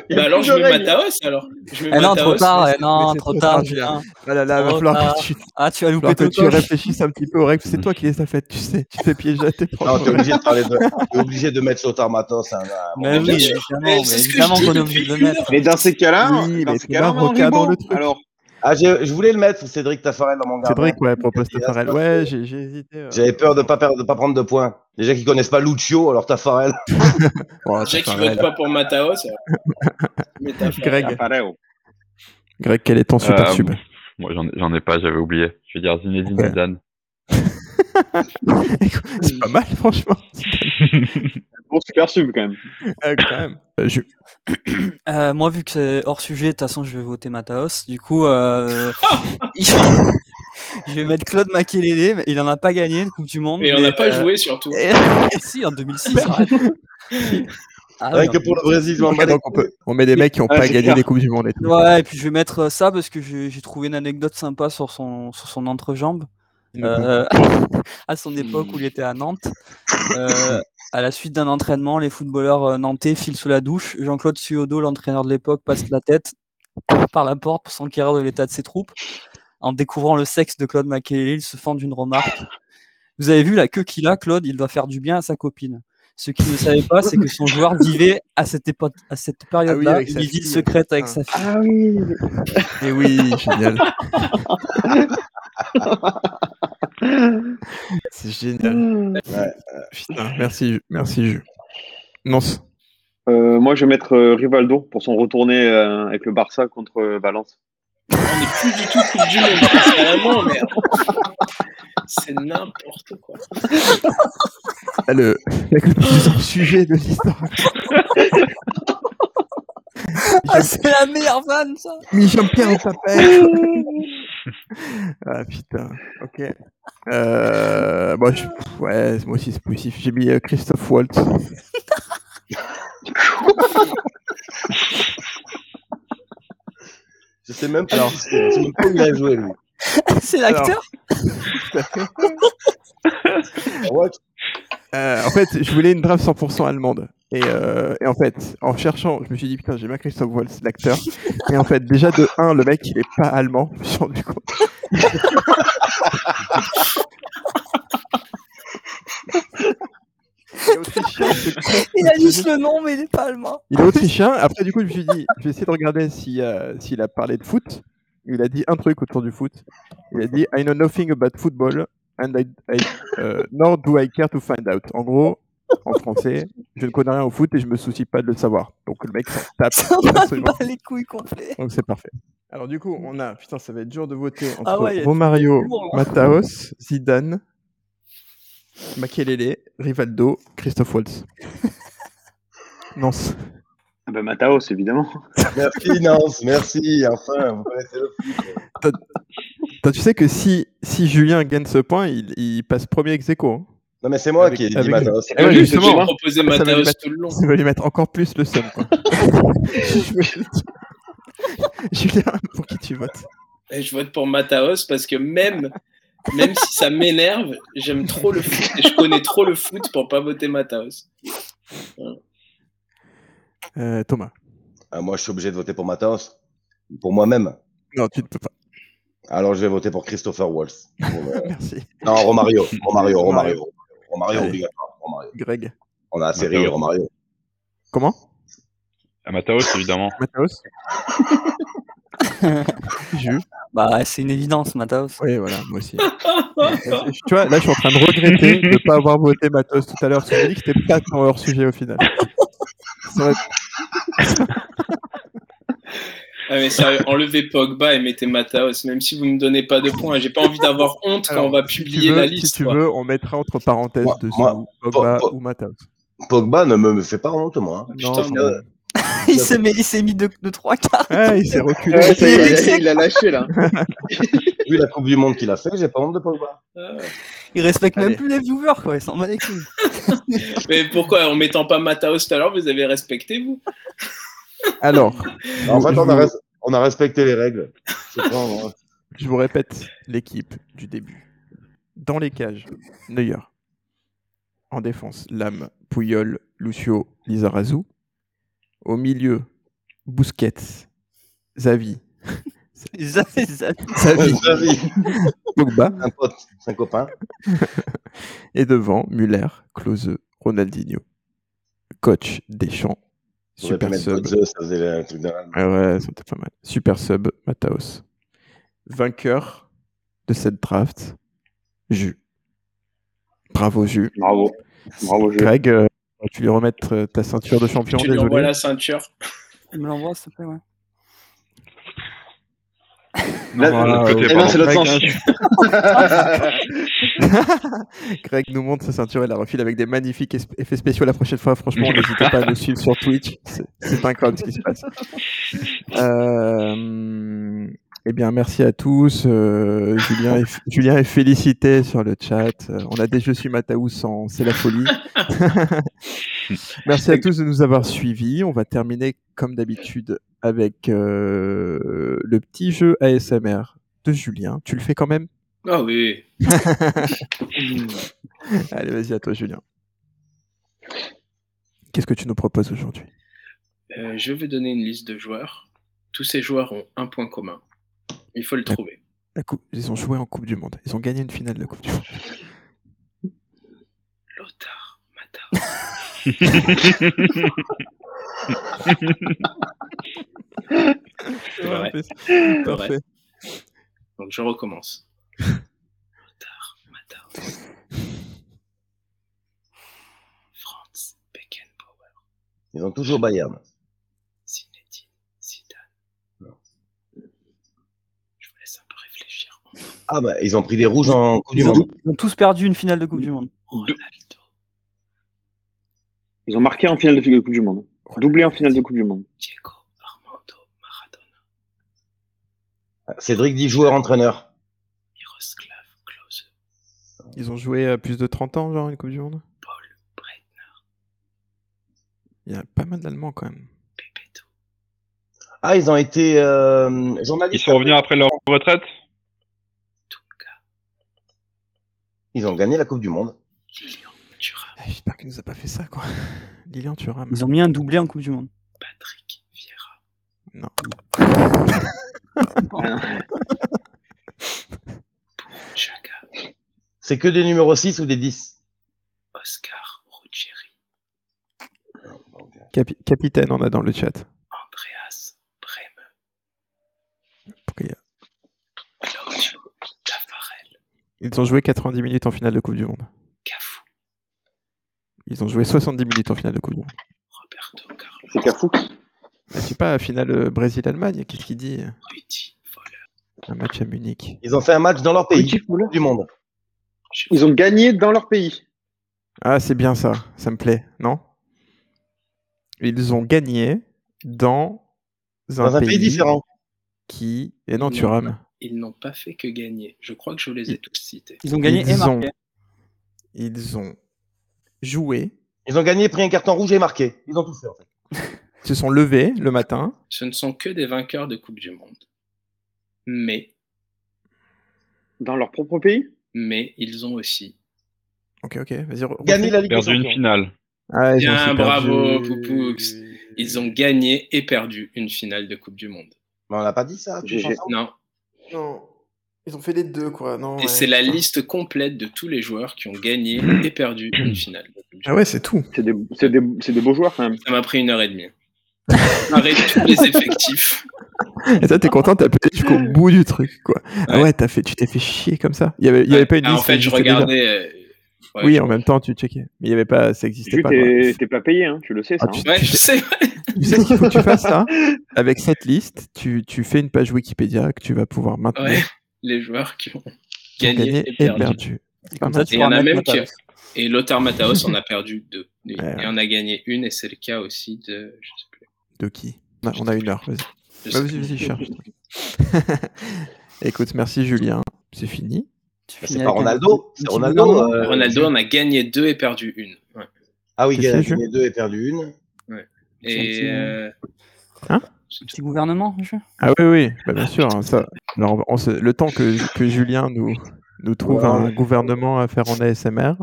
I: il y a
A: Bah alors
I: plus
A: je
I: de
A: me
I: règles.
A: Mataos alors. Je me
H: Eh non, trop
A: Mataos.
H: tard, eh
F: mais
H: non,
F: c'est
H: trop
F: trop
H: tard.
F: tard,
H: putain.
F: Ah là là, va
H: Oh,
F: falloir
H: ah.
F: que tu,
H: Ah, tu as
F: falloir
H: loupé
F: que
H: ton
F: tu réfléchisses un petit peu aux règles. C'est toi qui les as faites, tu sais. Tu fais piéger à tes
I: Non,
F: propres.
I: t'es obligé de parler de, t'es obligé de mettre Lothar Matos. hein, là, à un
H: Mais
I: moment
H: oui,
I: donné.
H: évidemment,
A: Mais c'est
H: mais
A: ce que
H: évidemment
A: je dis
H: qu'on est
A: depuis
H: obligé de le
A: une
H: mettre.
G: Mais dans ces cas-là,
F: Oui,
G: dans
F: mais
G: ces
F: c'est
G: cas-là,
F: pas
G: on est
F: rencard dans
G: bon.
F: le truc.
G: Alors,
I: Ah, j'ai- je voulais le mettre, Cédric Tafarel, dans mon gardien.
F: Cédric, ouais, propose
I: Il y a
F: Tafarel.
I: ça.
F: Ouais, j'ai j'ai hésité. euh.
I: J'avais peur de pas perdre, de pas prendre de points. Déjà qu'ils connaissent pas Lucio, alors Tafarel.
F: Oh,
A: Déjà qu'il
F: Tafarel.
A: vote pas pour Mataos. alors. Mais t'as fait-
F: Greg,
G: Tafarel.
F: Greg, quel est ton super
J: Euh,
F: sub
J: Moi, j'en ai- j'en ai pas, j'avais oublié. Je vais dire Zinedine
F: Ok.
J: Zidane.
F: C'est pas mal, franchement.
G: Bon, super sub quand même.
F: Euh, quand même. Euh, je-
H: Euh, moi, vu que c'est hors sujet, de toute façon, je vais voter Mataos. Du coup, euh, je vais mettre Claude Makelele. mais Il en a pas gagné de Coupe du Monde.
A: Et on
H: mais,
A: n'a pas
H: euh,
A: joué surtout.
H: et- si, en 2006. arrête. Ah,
I: Rien
H: oui,
I: que pour le Brésil, je m'en
F: Ok,
I: bats les
F: donc on, peut- on met des mecs qui ont
G: Ah,
F: pas
G: c'est
F: gagné
G: clair.
F: des Coupes du Monde et tout.
H: Ouais, et puis je vais mettre euh, ça parce que j'ai j'ai trouvé une anecdote sympa sur son, sur son entrejambe. euh, à son époque
F: Hmm.
H: où il était à Nantes. Euh, à la suite d'un entraînement, les footballeurs euh, nantais filent sous la douche. Jean-Claude Suodo, l'entraîneur de l'époque, passe la tête par la porte pour s'enquérir de l'état de ses troupes. En découvrant le sexe de Claude Makelele, il se fend d'une remarque. Vous avez vu la queue qu'il a, Claude, il doit faire du bien à sa copine. Ce qu'il ne savait pas, c'est que son joueur vivait à cette, épo- à cette période-là
F: Ah avec sa
H: une vie
F: fille.
H: secrète avec sa fille.
G: Ah oui.
F: Et Eh oui, génial. C'est génial. Putain, merci, Ju- merci, Ju. Non, c'est-
G: Euh, moi, je vais mettre euh, Rivaldo pour son retourné euh, avec le Barça contre euh, Valence.
A: On n'est plus du tout Coupe du Monde. C'est vraiment, merde. C'est n'importe quoi.
F: Ah, le, le plus sujet de l'histoire.
H: Ah, c'est la meilleure vanne, ça
F: Mais Jean-Pierre Papin. ah putain. Ok. Euh, moi, je- pff, ouais, moi aussi c'est positif. J'ai mis euh, Christophe Waltz.
I: Je sais même pas
F: Alors.
I: qui c'est. Je sais même pas où il a joué, lui.
H: C'est l'acteur
I: Ah ouais,
F: Euh, en fait, je voulais une draft 100% allemande. Et, euh, et en fait, en cherchant, je me suis dit putain, j'ai bien Christophe Waltz, l'acteur. Et en fait, déjà de 1, le mec il est pas allemand. Je me suis rendu compte. Il est autrichien, ce con.
H: Il a juste le nom, mais il n'est pas allemand.
F: Il est autrichien. Après, du coup, je me suis dit, je vais essayer de regarder si, euh, s'il a parlé de foot. Il a dit un truc autour du foot. Il a dit I know nothing about football, and I, I- euh, nor do I care to find out. En gros, en français, je ne connais rien au foot et je me soucie pas de le savoir. Donc le mec s'en tape.
H: Ça m'a
F: absolument.
H: pas les couilles complets.
F: Donc c'est parfait. Alors du coup, on a putain, ça va être dur de voter entre
H: Ah ouais, il y a-
F: Romario,
H: Lourd, hein.
F: Mataos, Zidane, Makelele, Rivaldo, Christophe Waltz. Nance.
G: Ah ben, Mataos, évidemment.
I: merci, Nance, merci. Enfin, vous connaissez le foot.
F: Attends, tu sais que si, si Julien gagne ce point, il, il passe premier ex aequo, hein.
I: Non, mais c'est moi
F: Avec-
I: qui ai dit
F: avec-
I: Mataos.
F: Eh ouais,
A: J'ai
F: justement.
A: proposé
F: Ça va lui
A: Mathéos
F: mettre-
A: tout le long.
F: Ça va lui mettre encore plus le seum. quoi. Julien, pour qui tu votes
A: Et je vote pour Mataos parce que même, même si ça m'énerve, j'aime trop le foot et je connais trop le foot pour pas voter Mataos.
F: Euh, Thomas.
I: Ah, moi, je suis obligé de voter pour Mataos. Pour moi-même.
F: Non, tu ne peux pas.
I: Alors, je vais voter pour Christopher Waltz. Pour, euh,
F: Merci.
I: Non, Romario.
F: Romario.
I: Romario, Romario. Romario,
F: Allez.
I: obligatoire. Romario.
F: Greg.
I: On a assez ri,
J: Mataos.
I: Romario.
F: Comment
J: À Mataos, évidemment.
F: Mathéos Ju.
H: Bah, c'est une évidence, Mataos.
F: Oui, voilà, moi aussi. Euh, tu vois, là, je suis en train de regretter de ne pas avoir voté Matos tout à l'heure. Je me suis dit que c'était pas tant hors sujet au final. Ça aurait-
A: Ah mais sérieux, enlevez Pogba et mettez Mataos, même si vous me donnez pas de points. J'ai pas envie d'avoir honte
F: Alors,
A: quand on va
F: si tu
A: publier
F: veux-
A: la
F: Si
A: liste.
F: tu
A: quoi.
F: veux, on mettra entre parenthèses
I: Moi-
F: dessous
I: moi-
F: Pogba
I: po- po-
F: ou Matos.
I: Pogba ne me me fait pas honte, moi. hein.
A: Putain,
F: Non,
A: mais-
F: euh,
H: il s'est mis, il s'est mis de, de trois quarts.
F: ouais, Ah, il s'est reculé.
G: Ouais, ça, il, a, il a lâché là.
I: hein. Vu la Coupe du Monde qu'il a fait, j'ai pas honte de Pogba.
A: Ah.
H: Il respecte même
F: Allez.
H: plus les viewers, quoi. Il s'en bat les couilles.
A: Mais pourquoi en mettant pas Mataos tout à l'heure, vous avez respecté vous
F: Alors,
I: En
F: je
I: fait, on
F: vous-
I: a, res- on a respecté les règles. Je sais pas, moi.
F: je vous répète l'équipe du début. Dans les cages, Neuer. En défense, Lame, Pouyol, Lucio, Lizarazu. Au milieu, Busquets, Xavi,
H: Ils avaient- ils avaient-
F: Xavi,
I: Xavi,
F: Pogba.
I: un pote, un copain.
F: Et devant, Muller, Klose, Ronaldinho. Coach Deschamps,
I: J'aurais pu
F: super
I: mettre
F: sub.
I: Bozzo, ça faisait un truc de râle.
F: Ah ouais, c'était pas mal. Super sub, Mataos. Vainqueur de cette draft, Jus. Bravo, Jus.
G: Bravo. Bravo, Ju.
F: Greg, euh, tu lui remettre euh, ta ceinture de champion,
A: Tu lui
F: désolé.
A: envoies la ceinture.
H: Il me l'envoie, s'il te plaît, ouais.
G: Là,
J: de l'autre
F: Ah,
J: côté,
F: ouais.
G: eh non, c'est l'autre
F: Greg,
G: sens.
F: hein, Greg nous montre sa ceinture et la refile avec des magnifiques es- effets spéciaux la prochaine fois. Franchement, n'hésitez pas à nous suivre sur Twitch. C'est- C'est incroyable ce qui se passe. Euh, eh bien, merci à tous. Euh, Julien, est, Julien est félicité sur le chat. Euh, on a des Je suis Mataous en C'est la folie. merci à tous de nous avoir suivis. On va terminer comme d'habitude avec euh, le petit jeu ASMR de Julien. Tu le fais quand même
A: Ah oui.
F: Allez, vas-y, à toi, Julien. Qu'est-ce que tu nous proposes aujourd'hui
A: Euh, je vais donner une liste de joueurs. Tous ces joueurs ont un point commun. Il faut le trouver.
F: La coupe... Ils ont joué en Coupe du Monde. Ils ont gagné une finale de Coupe du Monde.
A: Lothar, Matar. C'est vrai.
F: Parfait.
A: Parfait. Donc je recommence. Lothar, Matar. Franz Beckenbauer,
I: Ils ont toujours Bayern.
A: Zinedine Zidane. Je vous laisse un peu réfléchir.
I: Ah bah, ils ont pris des rouges en Coupe du
H: Ils ont,
I: Monde.
H: ils ont tous perdu une finale de Coupe du Monde.
A: Ronaldo,
G: Ils ont marqué en finale de de Coupe du Monde. Doublé en finale de Coupe du Monde.
A: Diego, Armando, Maradona,
I: Cédric dit joueur-entraîneur.
A: Miroslav Klose,
F: Ils ont joué à plus de 30 ans, genre, une Coupe du Monde
A: Paul Breitner,
F: Il y a pas mal d'Allemands, quand même.
A: Bebeto.
I: Ah, ils ont été euh,
J: Ils
I: journalistes.
J: sont revenus après leur retraite
I: Ils ont gagné la Coupe du Monde.
A: Lilian Thuram,
F: Ah, J'espère qu'il nous a pas fait ça, quoi. Lilian Thuram.
H: Ils ont mis un doublé en Coupe du Monde.
A: Patrick Vieira,
F: Non.
A: Chaga,
I: C'est que des numéros 6 ou des 10
A: Oscar Ruggieri,
F: Capi- capitaine, on a dans le chat.
A: Andreas Breme,
F: Pourquoi il y a-
A: Claudio Tafarel,
F: Ils ont joué 90 minutes en finale de Coupe du Monde.
A: Cafu,
F: Ils ont joué 70 minutes en finale de Coupe du Monde.
A: Roberto Carlos,
G: C'est Cafou.
F: Ah, je sais pas, finale euh, Brésil-Allemagne, qu'est-ce qu'il dit
A: Petit Voller.
F: Un match à Munich.
I: Ils ont fait un match dans leur pays.
G: Petit Foulard.
I: Coupe du Monde.
A: Je
G: Ils ont gagné dans leur pays.
F: Ah, c'est bien ça, ça me plaît, non Ils ont gagné dans un,
I: Dans un pays différent.
F: Qui... Et non, Thuram.
A: Ils n'ont pas fait que gagner. Je crois que je les ai tous cités.
H: Ils ont gagné et
F: Ils ont-
H: marqué.
F: Ils ont joué,
I: Ils ont gagné, pris un carton rouge et marqué. Ils ont tout fait en fait.
F: se sont levés le matin.
A: Ce ne sont que des vainqueurs de Coupe du Monde. Mais,
G: Dans leur propre pays
A: mais ils ont aussi.
F: Ok, ok, vas-y. re-
I: Gagné la Ligue des
J: perdu une
I: Champions.
J: finale.
F: Ah, ils ont
A: Bien,
F: aussi
A: bravo,
F: perdu.
A: Poupoux. Ils ont gagné et perdu une finale de Coupe du Monde.
I: Mais on n'a pas dit ça. hein. tous
G: GG.
I: ensemble.
A: Non.
F: Non, ils ont fait les deux, quoi. Non,
A: Et
F: ouais.
A: c'est la liste complète de tous les joueurs qui ont gagné et perdu une finale. de Coupe du
F: Ah ouais, c'est tout.
G: C'est des, c'est des, c'est des beaux joueurs quand même.
A: Ça m'a pris une heure et demie. Arrête tous les effectifs.
F: Et toi, t'es content, t'as pété jusqu'au bout du truc, quoi. Ah
A: Ouais.
F: ouais, t'as fait, tu t'es fait chier comme ça. Il y avait, il y avait pas une
A: Ah,
F: liste.
A: En fait,
F: ça
A: je
F: existait déjà.
A: regardais. euh, ouais,
F: oui,
A: je-
F: en même temps, tu checkais. Mais il y avait pas, ça
G: Tu
F: existait pas.
G: t'es,
F: quoi.
G: t'es pas payé, hein, tu le sais ça.
F: Ah, tu,
G: hein.
A: Ouais,
F: tu
A: je
F: sais,
A: sais.
F: tu sais ce qu'il faut que tu fasses là Avec cette liste, tu, tu fais une page Wikipédia que tu vas pouvoir maintenant
A: Ouais, les joueurs qui ont gagné,
F: gagner
A: et perdu.
F: C'est pas
H: Comme ça,
F: mal.
H: tu
A: Et
H: pourras
A: il y en a
H: mettre
A: même qui-
H: Matalas.
A: Et Lothar Mataos en a perdu deux. Et,
F: Ouais, ouais.
A: et on a gagné une, et c'est le cas aussi de. Je sais plus.
F: De qui on a, on a une heure, vas-y.
A: Je sais
F: Vas-y, vas-y, cherche. Écoute, merci Julien. C'est fini.
H: Tu
I: Bah,
H: finis
I: C'est pas
H: avec un-
I: Ronaldo.
H: un
I: C'est
H: petit
I: Ronaldo.
H: bonhomme.
I: euh,
A: plus. hein. Ronaldo en a gagné deux et perdu une. Ouais.
I: Ah oui, il a
F: Qu'est-ce que
I: gagné deux et perdu une.
H: C'est un
A: Et.
H: petit-
A: euh,
H: Petit gouvernement, je
F: Ah oui, oui, bah, bien sûr. hein, ça. Alors, on se- le temps que, que Julien nous, nous trouve
I: Ouais.
F: un gouvernement à faire en ASMR.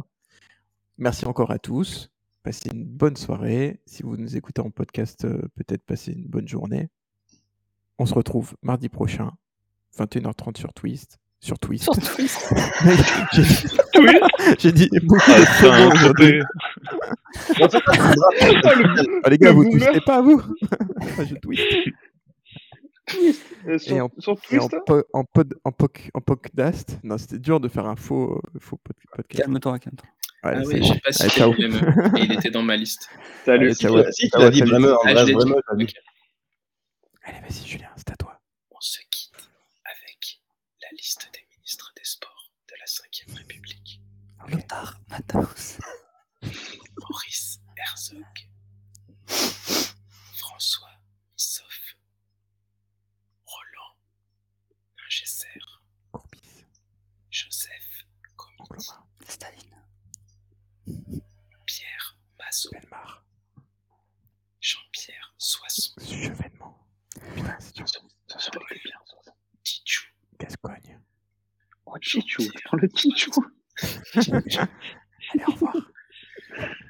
F: Merci encore à tous. Passez une bonne soirée. Si vous nous écoutez en podcast, euh, peut-être passez une bonne journée. On se retrouve mardi prochain, 21h30 sur Twist. Sur Twist. J'ai dit- J'ai dit beaucoup
G: hein.
F: de
J: Putain,
F: secondes aujourd'hui.
I: En fait, on voudra-
F: Ah, les gars,
G: Le
F: vous
G: boomer.
F: twistez pas, vous Moi, Je twist.
G: Euh, sur,
F: Et en-
G: sur
F: Et en,
G: Twist,
F: po- en, pod, en, poc, en podcast, non, c'était dur de faire un faux, euh, faux pod- podcast.
H: Calme-toi, calme-toi.
F: Ouais,
A: Ah
F: c'est
A: oui,
F: bon.
A: j'ai pas cité
F: Allez, ciao.
A: le même. mais Il était dans ma liste.
G: salut.
F: Allez,
I: Ah, Si,
F: ciao.
I: tu- si, tu
F: Ciao,
I: l'as dit
F: salut.
I: Bremeux,
A: Ah, je
I: Andreas
A: l'ai dit.
I: Bremeux, t'as dit.
A: Ok.
F: Allez, vas-y, Julien, c'est à toi.
A: On se quitte avec la liste des ministres des Sports de la Ve République.
H: Lothar, Matalas.
A: Maurice Herzog, François Missoff, Roland Ingesser,
F: Courbis,
A: Joseph Comi,
F: Anglomar,
H: Staline.
A: Pierre Mazot,
F: Belmar,
A: Jean-Pierre Soisson,
F: Chevènement. Putain, c'est dur.
A: Paul Titchou,
F: Gascogne,
A: Jean
G: Chichou, tu prends le Chichou.
F: Allez, au revoir.